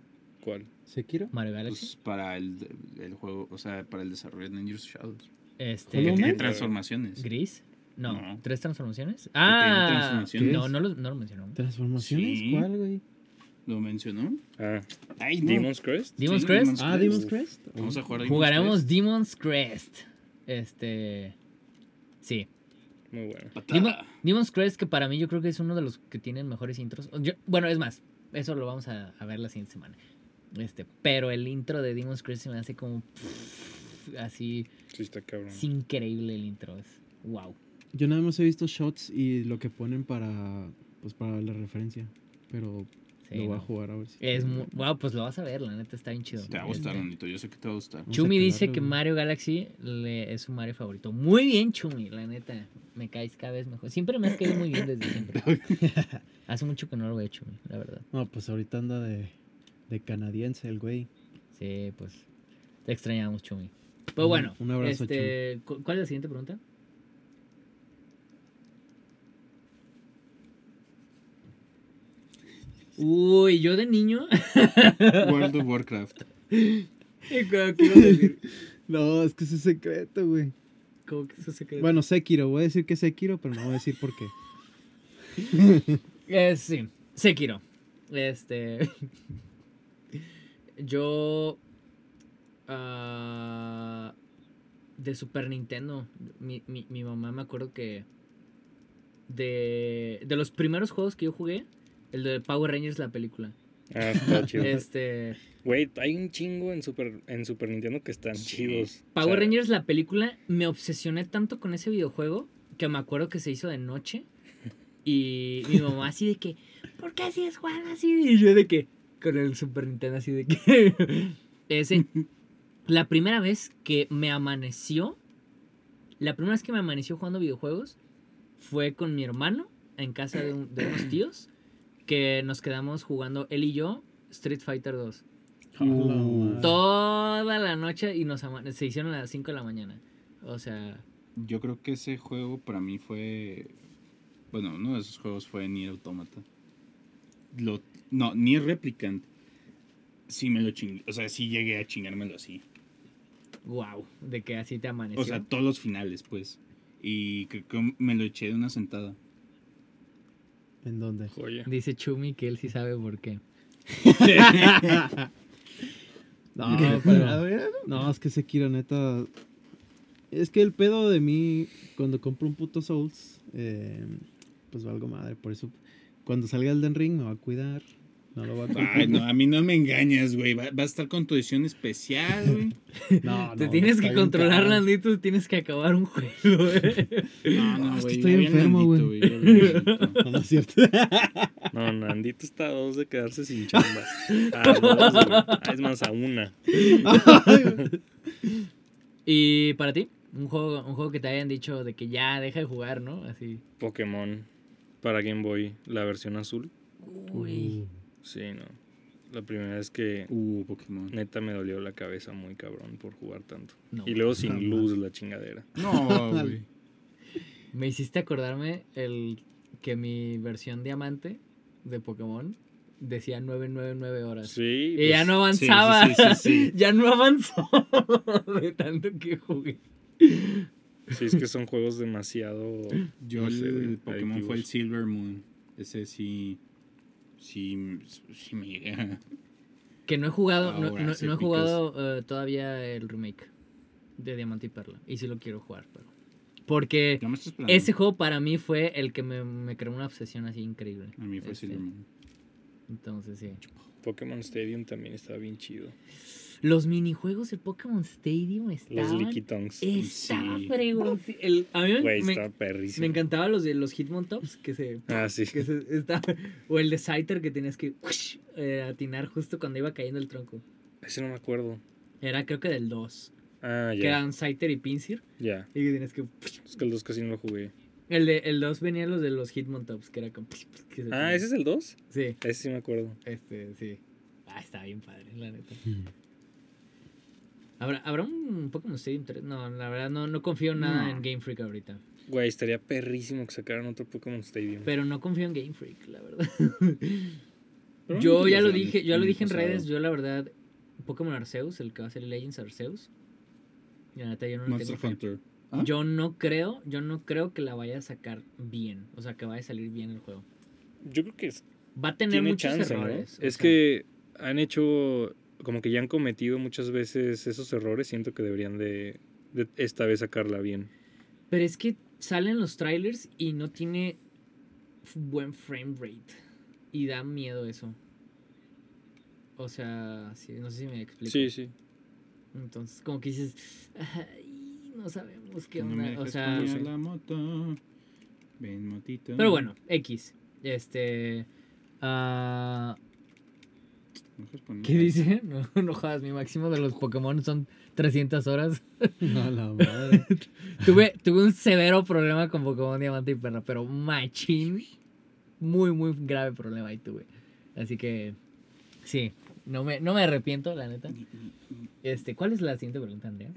Speaker 4: ¿Cuál?
Speaker 5: ¿Sekiro?
Speaker 2: Mario Galaxy.
Speaker 3: pues para el, el juego, o sea, para el desarrollo de Ninja Shadows.
Speaker 2: Este,
Speaker 5: ¿Hollow
Speaker 3: Que tiene
Speaker 5: Knight?
Speaker 3: transformaciones.
Speaker 2: ¿Gris? No,
Speaker 3: No.
Speaker 2: ¿Tres transformaciones?
Speaker 3: tiene
Speaker 2: Ah,
Speaker 3: transformaciones.
Speaker 2: No, no lo, no lo mencionó.
Speaker 5: ¿Transformaciones?
Speaker 3: Sí.
Speaker 5: ¿Cuál, güey?
Speaker 3: ¿Lo mencionó?
Speaker 4: Ah,
Speaker 3: Ay, no.
Speaker 4: Demon's Crest.
Speaker 2: Demon's
Speaker 3: Sí,
Speaker 2: Crest.
Speaker 3: Demon's
Speaker 5: Ah,
Speaker 3: Pues Crest.
Speaker 5: Demon's Crest.
Speaker 3: Vamos a jugar Demon's
Speaker 2: Jugaremos Demon's Crest. Este. Sí.
Speaker 4: Muy bueno.
Speaker 3: Crest.
Speaker 2: Demon-
Speaker 3: Patada.
Speaker 2: Demon's Crest, que para mí yo creo que es uno de los que tienen mejores intros. Yo- bueno, es más, eso lo vamos a, a ver la siguiente semana. Este, pero el intro de Demon's Crest se me hace como. Así.
Speaker 4: Sí, está cabrón.
Speaker 2: Es increíble el intro. Es wow.
Speaker 5: Yo nada más he visto shots y lo que ponen para, pues, para la referencia. Pero
Speaker 2: Sí,
Speaker 5: lo voy a
Speaker 2: no.
Speaker 5: jugar a ver si.
Speaker 2: Es muy. Wow, pues lo vas a ver, la neta está bien chido.
Speaker 3: Te va a gustar,
Speaker 2: Este,
Speaker 3: Nonito. Yo sé que te va a gustar.
Speaker 5: Vamos a
Speaker 2: Chumi dice
Speaker 5: calarlo,
Speaker 2: que
Speaker 5: güey.
Speaker 2: Mario Galaxy le- es su Mario favorito. Muy bien, Chumi, la neta. Me caes cada vez mejor. Siempre me has caído muy bien desde siempre. Hace mucho que no lo veo, Chumi, la verdad.
Speaker 5: No, pues ahorita anda de, de canadiense el güey.
Speaker 2: Sí, pues te extrañamos, Chumi. Pero bueno,
Speaker 5: Un abrazo,
Speaker 2: este, cu- ¿cuál es la siguiente pregunta? Uy, yo de niño.
Speaker 3: World of Warcraft.
Speaker 2: ¿Cómo que iba a decir?
Speaker 5: No, es que es secreto, güey.
Speaker 2: ¿Cómo que eso se queda?
Speaker 5: Bueno, Sekiro, voy a decir que es Sekiro, pero no voy a decir por qué.
Speaker 2: Eh, sí, Sekiro. Este. yo. ah, de Super Nintendo. Mi, mi- mi mamá me acuerdo que. De, de los primeros juegos que yo jugué, el de Power Rangers, la película.
Speaker 4: Ah, está chido.
Speaker 2: Este,
Speaker 4: Güey, hay un chingo en Super, en Super Nintendo que están
Speaker 3: Sí.
Speaker 4: chidos.
Speaker 2: Power
Speaker 4: O sea,
Speaker 2: Rangers, la película, me obsesioné tanto con ese videojuego que me acuerdo que se hizo de noche. Y mi mamá así de que, ¿por qué así es Juan así? Y yo de que, con el Super Nintendo así de que... Ese, la primera vez que me amaneció, la primera vez que me amaneció jugando videojuegos fue con mi hermano en casa de, un- de unos tíos que nos quedamos jugando él y yo Street Fighter 2.
Speaker 5: Uh.
Speaker 2: Toda la noche y nos ama- se hicieron a las 5 de la mañana. O sea,
Speaker 3: Yo creo que ese juego para mí fue. Bueno, uno de esos juegos fue Nier Automata. Lo, no, Nier Replicant. Sí me lo chingué. O sea, sí llegué a chingármelo así.
Speaker 2: wow, de que así te amaneció.
Speaker 3: O sea, todos los finales, pues. Y creo que me lo eché de una sentada.
Speaker 5: ¿En dónde?
Speaker 4: Joya.
Speaker 2: Dice Chumi que él sí sabe por qué.
Speaker 5: No,
Speaker 2: ¿Qué?
Speaker 5: pero- no, es que Sekiro, neta. Es que el pedo de mí, cuando compro un puto Souls, eh, pues valgo madre. Por eso, cuando salga Elden Ring, me va a cuidar. No lo va a comprar.
Speaker 3: Ay, no, a mí no me engañas, güey. Va, va a estar con tu edición especial, güey.
Speaker 5: No,
Speaker 3: Ah,
Speaker 2: te
Speaker 5: no,
Speaker 2: tienes
Speaker 5: está
Speaker 2: que
Speaker 5: bien
Speaker 2: controlar,
Speaker 5: caro.
Speaker 2: Nandito, tienes que acabar un juego. eh.
Speaker 3: No,
Speaker 5: Ah,
Speaker 3: no,
Speaker 5: es
Speaker 3: güey.
Speaker 5: que estoy
Speaker 3: ya vi al
Speaker 5: enfermo,
Speaker 3: Nandito,
Speaker 5: güey.
Speaker 3: ya vi al Nandito.
Speaker 5: No, no es cierto.
Speaker 4: No, Nandito está a dos de quedarse sin chamba. A dos, güey. Ah, Es más, a una.
Speaker 2: y para ti, un juego, un juego que te hayan dicho de que ya deja de jugar, ¿no? Así.
Speaker 4: Pokémon para Game Boy, la versión azul.
Speaker 2: Uy.
Speaker 4: Sí, no. La primera vez que
Speaker 3: Uh, Pokémon.
Speaker 4: neta me dolió la cabeza muy cabrón por jugar tanto.
Speaker 2: No.
Speaker 4: Y luego sin
Speaker 5: Jamás.
Speaker 4: luz la chingadera.
Speaker 3: No, güey.
Speaker 2: Me hiciste acordarme el que mi versión diamante de Pokémon decía 999 horas.
Speaker 4: Sí.
Speaker 2: Y
Speaker 4: pues,
Speaker 2: ya no avanzaba.
Speaker 3: sí, sí, sí, sí.
Speaker 2: ya no avanzó de tanto que jugué.
Speaker 4: pues, Sí, es que son juegos demasiado.
Speaker 3: Yo
Speaker 4: No sé,
Speaker 3: el
Speaker 4: güey,
Speaker 3: Pokémon
Speaker 4: adictivos.
Speaker 3: fue el Silver Moon. Ese sí. Sí, sí me llega.
Speaker 2: Que no he jugado, no-
Speaker 3: Ahora
Speaker 2: no,
Speaker 3: sí
Speaker 2: no he
Speaker 3: picas.
Speaker 2: jugado eh, todavía el remake de Diamante y Perla. Y sí lo quiero jugar, pero. Porque
Speaker 3: No me estoy esperando.
Speaker 2: ese juego para mí fue el que me, me creó una obsesión así increíble.
Speaker 3: A mí fue
Speaker 2: Este,
Speaker 3: Silver Moon.
Speaker 2: Entonces sí.
Speaker 4: Pokémon Stadium también estaba bien chido.
Speaker 2: Los minijuegos del Pokémon Stadium
Speaker 4: Los
Speaker 2: estaban...
Speaker 4: Lickitungs.
Speaker 2: Está
Speaker 4: Sí.
Speaker 2: fregón. sí, el- A mí me-
Speaker 4: Güey,
Speaker 2: me,
Speaker 4: está perrísimo.
Speaker 2: me encantaban los de los Hitmon Tops, que se...
Speaker 4: Ah, sí.
Speaker 2: que se- está- o el de Scyther que tenías que ¡wish! eh, atinar justo cuando iba cayendo el tronco.
Speaker 4: Ese no me acuerdo.
Speaker 2: Era creo que del 2,
Speaker 4: Ah,
Speaker 2: que
Speaker 4: ya.
Speaker 2: eran Scyther y Pinsir,
Speaker 4: Ya.
Speaker 2: y que tenías que...
Speaker 4: Es que el 2 casi no lo jugué.
Speaker 2: El de el 2 venía los de los Hitmon Tops, que era como... que se
Speaker 4: Ah,
Speaker 2: ponía.
Speaker 4: ¿ese es el 2?
Speaker 2: Sí,
Speaker 4: Ese sí me acuerdo.
Speaker 2: este, sí. Ah, está bien padre, la neta. ¿Habrá, ¿Habrá un Pokémon Stadium 3? No, la verdad no, no confío nada en Game Freak ahorita.
Speaker 4: Güey, estaría perrísimo que sacaran otro Pokémon Stadium.
Speaker 2: Pero no confío en Game Freak, la verdad.
Speaker 4: Pero
Speaker 2: yo
Speaker 4: no
Speaker 2: ya
Speaker 4: los
Speaker 2: lo
Speaker 4: han-
Speaker 2: dije, yo ya lo
Speaker 4: han
Speaker 2: dije en
Speaker 4: pasado.
Speaker 2: redes, yo la verdad, Pokémon Arceus, el que va a ser Legends Arceus. La neta, yo no le
Speaker 3: Monster
Speaker 2: tengo fe.
Speaker 3: Hunter. ¿Ah?
Speaker 2: Yo no creo, yo no creo que la vaya a sacar bien. O sea, que vaya a salir bien el juego.
Speaker 4: Yo creo que es-
Speaker 2: Va a tener
Speaker 4: tiene
Speaker 2: muchos
Speaker 4: chance, ¿no?
Speaker 2: errores.
Speaker 4: Es
Speaker 2: o sea,
Speaker 4: que han hecho, como que ya han cometido muchas veces esos errores. Siento que deberían de, de esta vez sacarla bien.
Speaker 2: Pero es que salen los trailers y no tiene f- buen frame rate. Y da miedo eso. O sea, sí, no sé si me explico.
Speaker 4: Sí, sí.
Speaker 2: Entonces, como que dices, "Ay, no sabemos qué
Speaker 3: No me
Speaker 2: onda. o
Speaker 3: dejes
Speaker 2: sea,
Speaker 3: poner la moto. Ven, motito.
Speaker 2: pero bueno, X. Este. ah,
Speaker 3: No dejes poner-
Speaker 2: ¿Qué dice? No, no jodas, mi máximo de los Pokémon son 300 horas.
Speaker 5: No, la madre.
Speaker 2: Tuve, tuve un severo problema con Pokémon Diamante y Perla, pero machín. Muy, muy grave problema ahí tuve. Así que, sí, no me, no me arrepiento, la neta. Este, ¿Cuál es la siguiente pregunta, Andrea?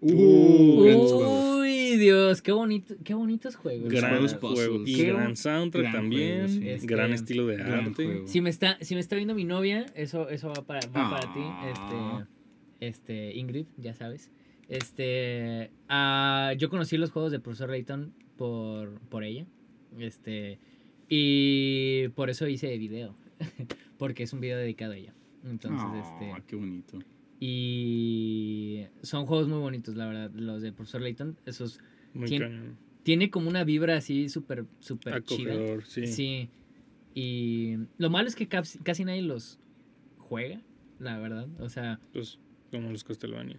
Speaker 3: Uh, grandes juegos.
Speaker 2: Uy, Dios, qué, bonito, qué bonitos juegos.
Speaker 3: Gran-
Speaker 4: Gran
Speaker 3: juegos
Speaker 4: juego.
Speaker 3: puzzles.
Speaker 4: Y
Speaker 2: Qué
Speaker 4: gran
Speaker 2: bu-
Speaker 4: soundtrack
Speaker 3: gran
Speaker 4: también.
Speaker 3: juego, sí.
Speaker 2: Este,
Speaker 4: Gran estilo de
Speaker 3: gran
Speaker 4: arte.
Speaker 3: juego.
Speaker 2: Si me está, si me está viendo mi novia, eso, eso va para, va para
Speaker 3: Ah.
Speaker 2: ti, este, este, Ingrid, ya sabes. Este, ah, yo conocí los juegos de Profesor Layton por, por ella, este, y por eso hice video, porque es un video dedicado a ella. Entonces,
Speaker 3: Ah,
Speaker 2: este,
Speaker 3: qué bonito.
Speaker 2: y son juegos muy bonitos, la verdad, los de Profesor Layton, esos,
Speaker 4: Muy
Speaker 2: Tien-
Speaker 4: cañón.
Speaker 2: tiene como una vibra así súper, súper chida.
Speaker 4: Acogedor, sí.
Speaker 2: Sí. Y lo malo es que casi, casi nadie los juega, la verdad. O sea,
Speaker 4: Los- como los Castlevania.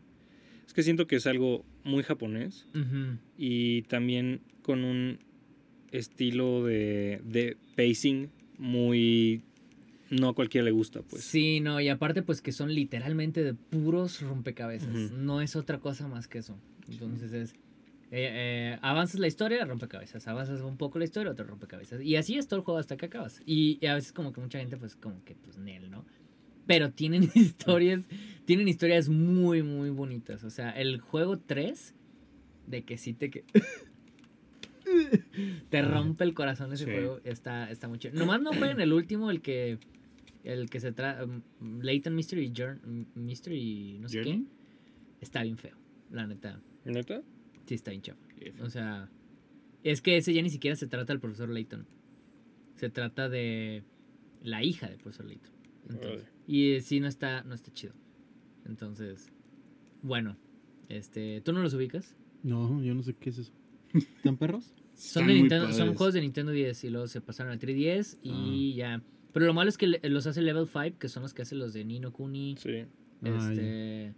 Speaker 4: Es que siento que es algo muy japonés.
Speaker 2: ujú,
Speaker 4: y también con un estilo de, de pacing muy... No a cualquiera le gusta, pues.
Speaker 2: sí, no. Y aparte, pues que son literalmente de puros rompecabezas.
Speaker 4: Ujú.
Speaker 2: No es otra cosa más que eso. Entonces es. eh, eh, avanzas la historia, rompecabezas. Avanzas un poco la historia, otro rompecabezas. Y así es todo el juego hasta que acabas. Y, y a veces, como que mucha gente, pues, como que, pues, Nel, ¿no? Pero tienen historias. Tienen historias muy, muy bonitas. O sea, el juego 3, de que sí te. que- te rompe el corazón ese
Speaker 3: Sí.
Speaker 2: juego. Está, está muy chido. Nomás no jueguen el último, el que. El que se trata. Leighton Mystery Jour- m- Mystery. No sé
Speaker 3: ¿Journey?
Speaker 2: qué. Está bien feo. La neta.
Speaker 4: ¿Neta?
Speaker 2: Sí, está bien chafa. O sea. Es que ese ya ni siquiera se trata del profesor Leighton. Se trata de. La hija del profesor Leighton. Entonces,
Speaker 4: Órale.
Speaker 2: y eh, sí, no está, no está chido. Entonces. Bueno. Este, ¿Tú no los ubicas?
Speaker 5: No, yo no sé qué es eso. ¿Están perros?
Speaker 2: Son,
Speaker 3: Están
Speaker 2: de
Speaker 3: muy
Speaker 2: Nintendo- son
Speaker 3: padres.
Speaker 2: juegos de Nintendo 10 y luego se pasaron a 3DS y
Speaker 3: Ah.
Speaker 2: ya. Pero lo malo es que le- los hace Level 5, que son los que hacen los de Nino Kuni.
Speaker 4: Sí.
Speaker 5: Ah,
Speaker 2: este,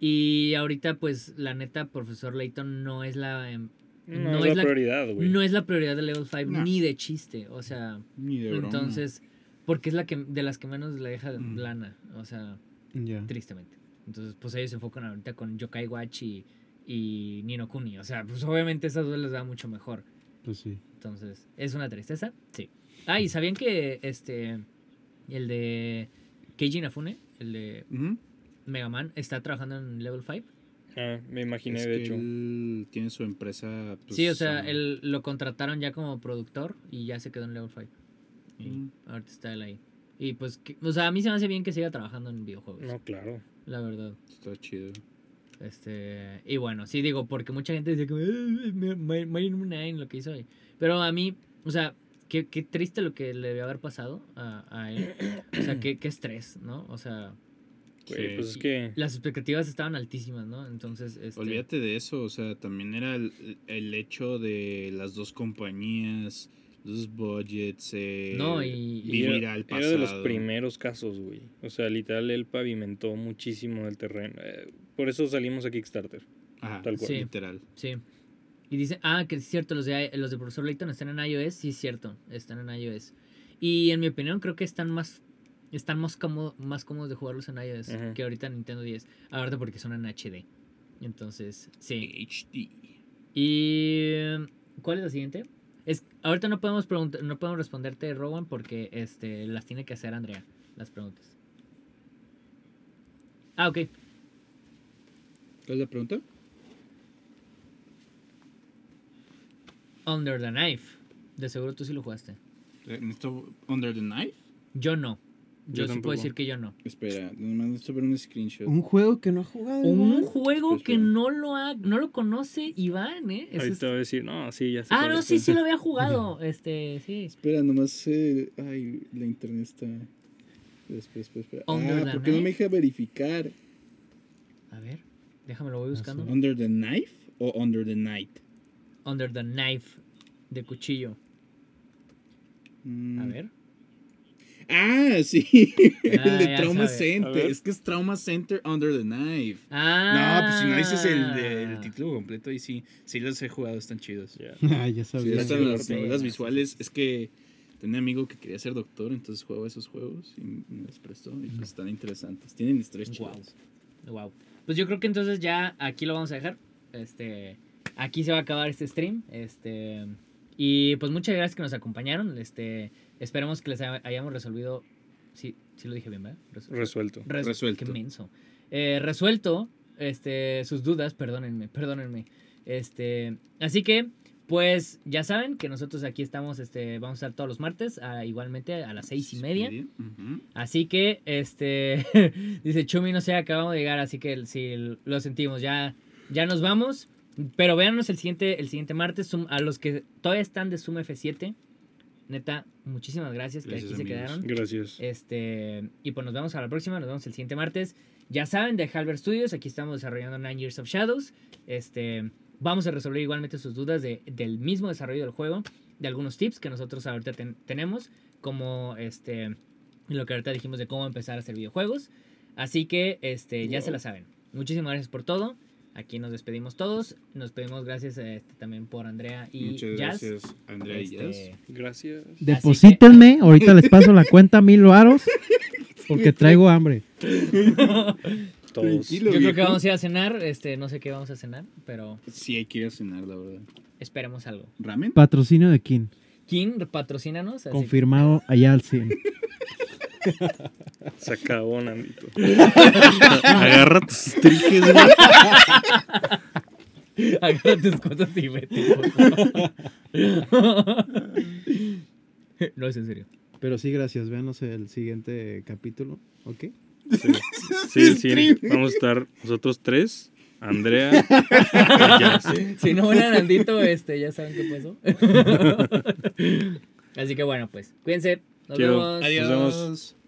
Speaker 2: y ahorita, pues, la neta, Profesor Layton no es la em,
Speaker 4: No,
Speaker 2: No
Speaker 4: es,
Speaker 2: es
Speaker 4: la
Speaker 2: la-
Speaker 4: prioridad, güey.
Speaker 2: no es la prioridad de Level 5
Speaker 3: No.
Speaker 2: ni de chiste. O sea,
Speaker 3: Ni de broma.
Speaker 2: entonces, porque es la que de las que menos le deja
Speaker 3: Mm.
Speaker 2: lana. O sea,
Speaker 5: Ya.
Speaker 2: tristemente. Entonces, pues ellos se enfocan ahorita con Yokai Watch y, y Nino Kuni. O sea, pues obviamente esas dos les va mucho mejor.
Speaker 5: Pues sí.
Speaker 2: Entonces, ¿es una tristeza? Sí. Ah, y ¿sabían que este el de Keiji Inafune, el de
Speaker 3: Ujú.
Speaker 2: Mega Man, está trabajando en Level 5?
Speaker 4: Ah, me imaginé,
Speaker 3: Es
Speaker 4: de
Speaker 3: que
Speaker 4: hecho.
Speaker 3: Él tiene su empresa. pues,
Speaker 2: sí, o sea,
Speaker 3: ah,
Speaker 2: él lo contrataron ya como productor y ya se quedó en Level 5. Y
Speaker 3: Mm.
Speaker 2: ahorita está él ahí. Y pues, que- o sea, a mí se me hace bien que siga trabajando en videojuegos,
Speaker 4: No, claro.
Speaker 2: la verdad.
Speaker 3: Está chido.
Speaker 2: Este, y bueno, sí digo, porque mucha gente dice que Mario Nine lo que hizo ahí. Pero a mí, o sea, qué, qué triste lo que le debió haber pasado a, a él. O sea, qué, qué estrés, ¿no? O sea,
Speaker 4: Güey,
Speaker 3: Sí.
Speaker 4: pues es que...
Speaker 2: las expectativas estaban altísimas, ¿no? Entonces, este,
Speaker 3: Olvídate de eso, o sea, también era el, el hecho de las dos compañías, Entonces, budget, se.
Speaker 2: No, y-
Speaker 4: Y
Speaker 3: vivir
Speaker 4: era,
Speaker 3: al
Speaker 4: era
Speaker 3: pasado.
Speaker 4: de los primeros casos, güey. O sea, literal, él pavimentó muchísimo el terreno. Eh, por eso salimos a Kickstarter.
Speaker 3: Ajá,
Speaker 4: tal cual.
Speaker 2: Sí.
Speaker 3: literal.
Speaker 2: Sí. Y dice, ah, que es cierto, los de, los de Profesor Layton están en iOS. Sí, es cierto, están en iOS. Y en mi opinión, creo que están más están más, cómodo- más cómodos de jugarlos en iOS
Speaker 4: Ujú.
Speaker 2: que ahorita en Nintendo 10. Aparte porque son en HD. Entonces, sí.
Speaker 3: HD.
Speaker 2: ¿Y cuál es la siguiente? Es, ahorita no podemos, preguntar, no podemos responderte, Rowan, porque este, las tiene que hacer Andrea, las preguntas. Ah, ok.
Speaker 3: ¿Cuál es la pregunta?
Speaker 2: Under the Knife. De seguro tú sí lo jugaste.
Speaker 3: Eh, Necesito Under the Knife.
Speaker 2: Yo no. Yo,
Speaker 4: Yo
Speaker 2: sí
Speaker 4: tampoco.
Speaker 2: puedo decir que yo no.
Speaker 3: Espera, nomás necesito ver un screenshot.
Speaker 5: Un juego que no ha jugado.
Speaker 2: Un
Speaker 5: Iván.
Speaker 2: juego
Speaker 3: Espera,
Speaker 2: que
Speaker 3: espera.
Speaker 2: no lo ha, no lo conoce Iván, ¿eh? Eso
Speaker 4: Ahorita
Speaker 2: es-
Speaker 4: voy a decir, no, sí, ya sé
Speaker 2: Ah,
Speaker 4: cuál
Speaker 2: no,
Speaker 4: es".
Speaker 2: sí, sí lo había jugado. Este, sí.
Speaker 3: Espera, nomás. eh, ay, la internet está. Espera, espera, espera.
Speaker 2: Under the
Speaker 3: ah, ¿por qué no me
Speaker 2: Knife.
Speaker 3: deja verificar?
Speaker 2: A ver, déjame lo voy buscando.
Speaker 3: ¿Under the Knife o Under the Night?
Speaker 2: Under the Knife de cuchillo.
Speaker 3: Mm.
Speaker 2: A ver.
Speaker 3: Ah, sí. el de
Speaker 2: Ah, ya
Speaker 3: Trauma
Speaker 2: sabe.
Speaker 4: A
Speaker 3: Center.
Speaker 4: ver.
Speaker 3: Es que es Trauma Center Under the Knife.
Speaker 2: Ah.
Speaker 3: No, pues si no dices el, de- el título completo, ahí sí. Sí, los he jugado, están chidos.
Speaker 4: Ya.
Speaker 5: Ah, ya
Speaker 3: Sí,
Speaker 5: sabía.
Speaker 3: están las
Speaker 2: sí,
Speaker 3: novelas
Speaker 2: sí,
Speaker 3: visuales. Es que tenía un amigo que quería ser doctor, entonces jugaba esos juegos y me los prestó. Y pues están interesantes. Tienen historias
Speaker 2: Guau.
Speaker 3: chidas.
Speaker 2: Wow. Pues yo creo que entonces ya aquí lo vamos a dejar. Este, aquí se va a acabar este stream. Este, y pues muchas gracias que nos acompañaron. Este, esperemos que les haya- hayamos resolvido. Sí, sí lo dije bien, ¿verdad? Resol-
Speaker 4: Resuelto.
Speaker 2: Res-
Speaker 3: Resuelto.
Speaker 2: Qué menso. Eh, resuelto este, sus dudas, perdónenme, perdónenme. Este, así que, pues ya saben que nosotros aquí estamos, este, vamos a estar todos los martes, a- igualmente a las seis y media.
Speaker 3: Ujú.
Speaker 2: Así que, este, dice Chumi, no sé, acabamos de llegar, así que si lo sentimos, ya, ya nos vamos. Pero véanos el siguiente, el siguiente martes, Zoom- a los que todavía están de Zoom F7. Neta, muchísimas gracias,
Speaker 3: Gracias,
Speaker 2: que aquí
Speaker 3: amigos.
Speaker 2: se quedaron.
Speaker 4: Gracias.
Speaker 2: Este, y pues nos vemos a la próxima, nos vemos el siguiente martes. Ya saben, de Halber Studios, aquí estamos desarrollando Nine Years of Shadows. Este, vamos a resolver igualmente sus dudas de- del mismo desarrollo del juego, de algunos tips que nosotros ahorita ten- tenemos, como este, lo que ahorita dijimos de cómo empezar a hacer videojuegos. Así que este, ya se la saben. Muchísimas gracias por todo. Aquí nos despedimos todos. Nos pedimos gracias este, también por Andrea y
Speaker 3: Muchas
Speaker 2: Jazz.
Speaker 3: gracias, Andrea y Jazz.
Speaker 2: Este,
Speaker 4: Gracias.
Speaker 5: Deposítenme, ahorita les paso la cuenta a mil varos porque traigo hambre.
Speaker 4: Todos.
Speaker 3: Tranquilo,
Speaker 2: yo creo que
Speaker 3: viejo.
Speaker 2: vamos a ir a cenar. Este, no sé qué vamos a cenar, pero
Speaker 3: Sí, hay que ir a cenar, la verdad.
Speaker 2: esperemos algo.
Speaker 3: ¿Ramen?
Speaker 5: Patrocinio de King,
Speaker 2: King, patrocínanos. así
Speaker 5: confirmado allá al 100.
Speaker 4: Se acabó, Nandito. Agarra tus triques, güey.
Speaker 2: que Agarra tus cosas y vete. por favor. no es en serio.
Speaker 5: Pero sí, gracias. Véanos el siguiente capítulo, ¿ok?
Speaker 4: Sí, sí. Vamos a estar nosotros tres. Andrea. y Jazz.
Speaker 2: Si no ven a Nandito, este, ya saben qué pasó. Así que bueno, pues, cuídense. Nos
Speaker 4: Chido.
Speaker 2: vemos.
Speaker 4: Adiós.
Speaker 3: Nos vemos.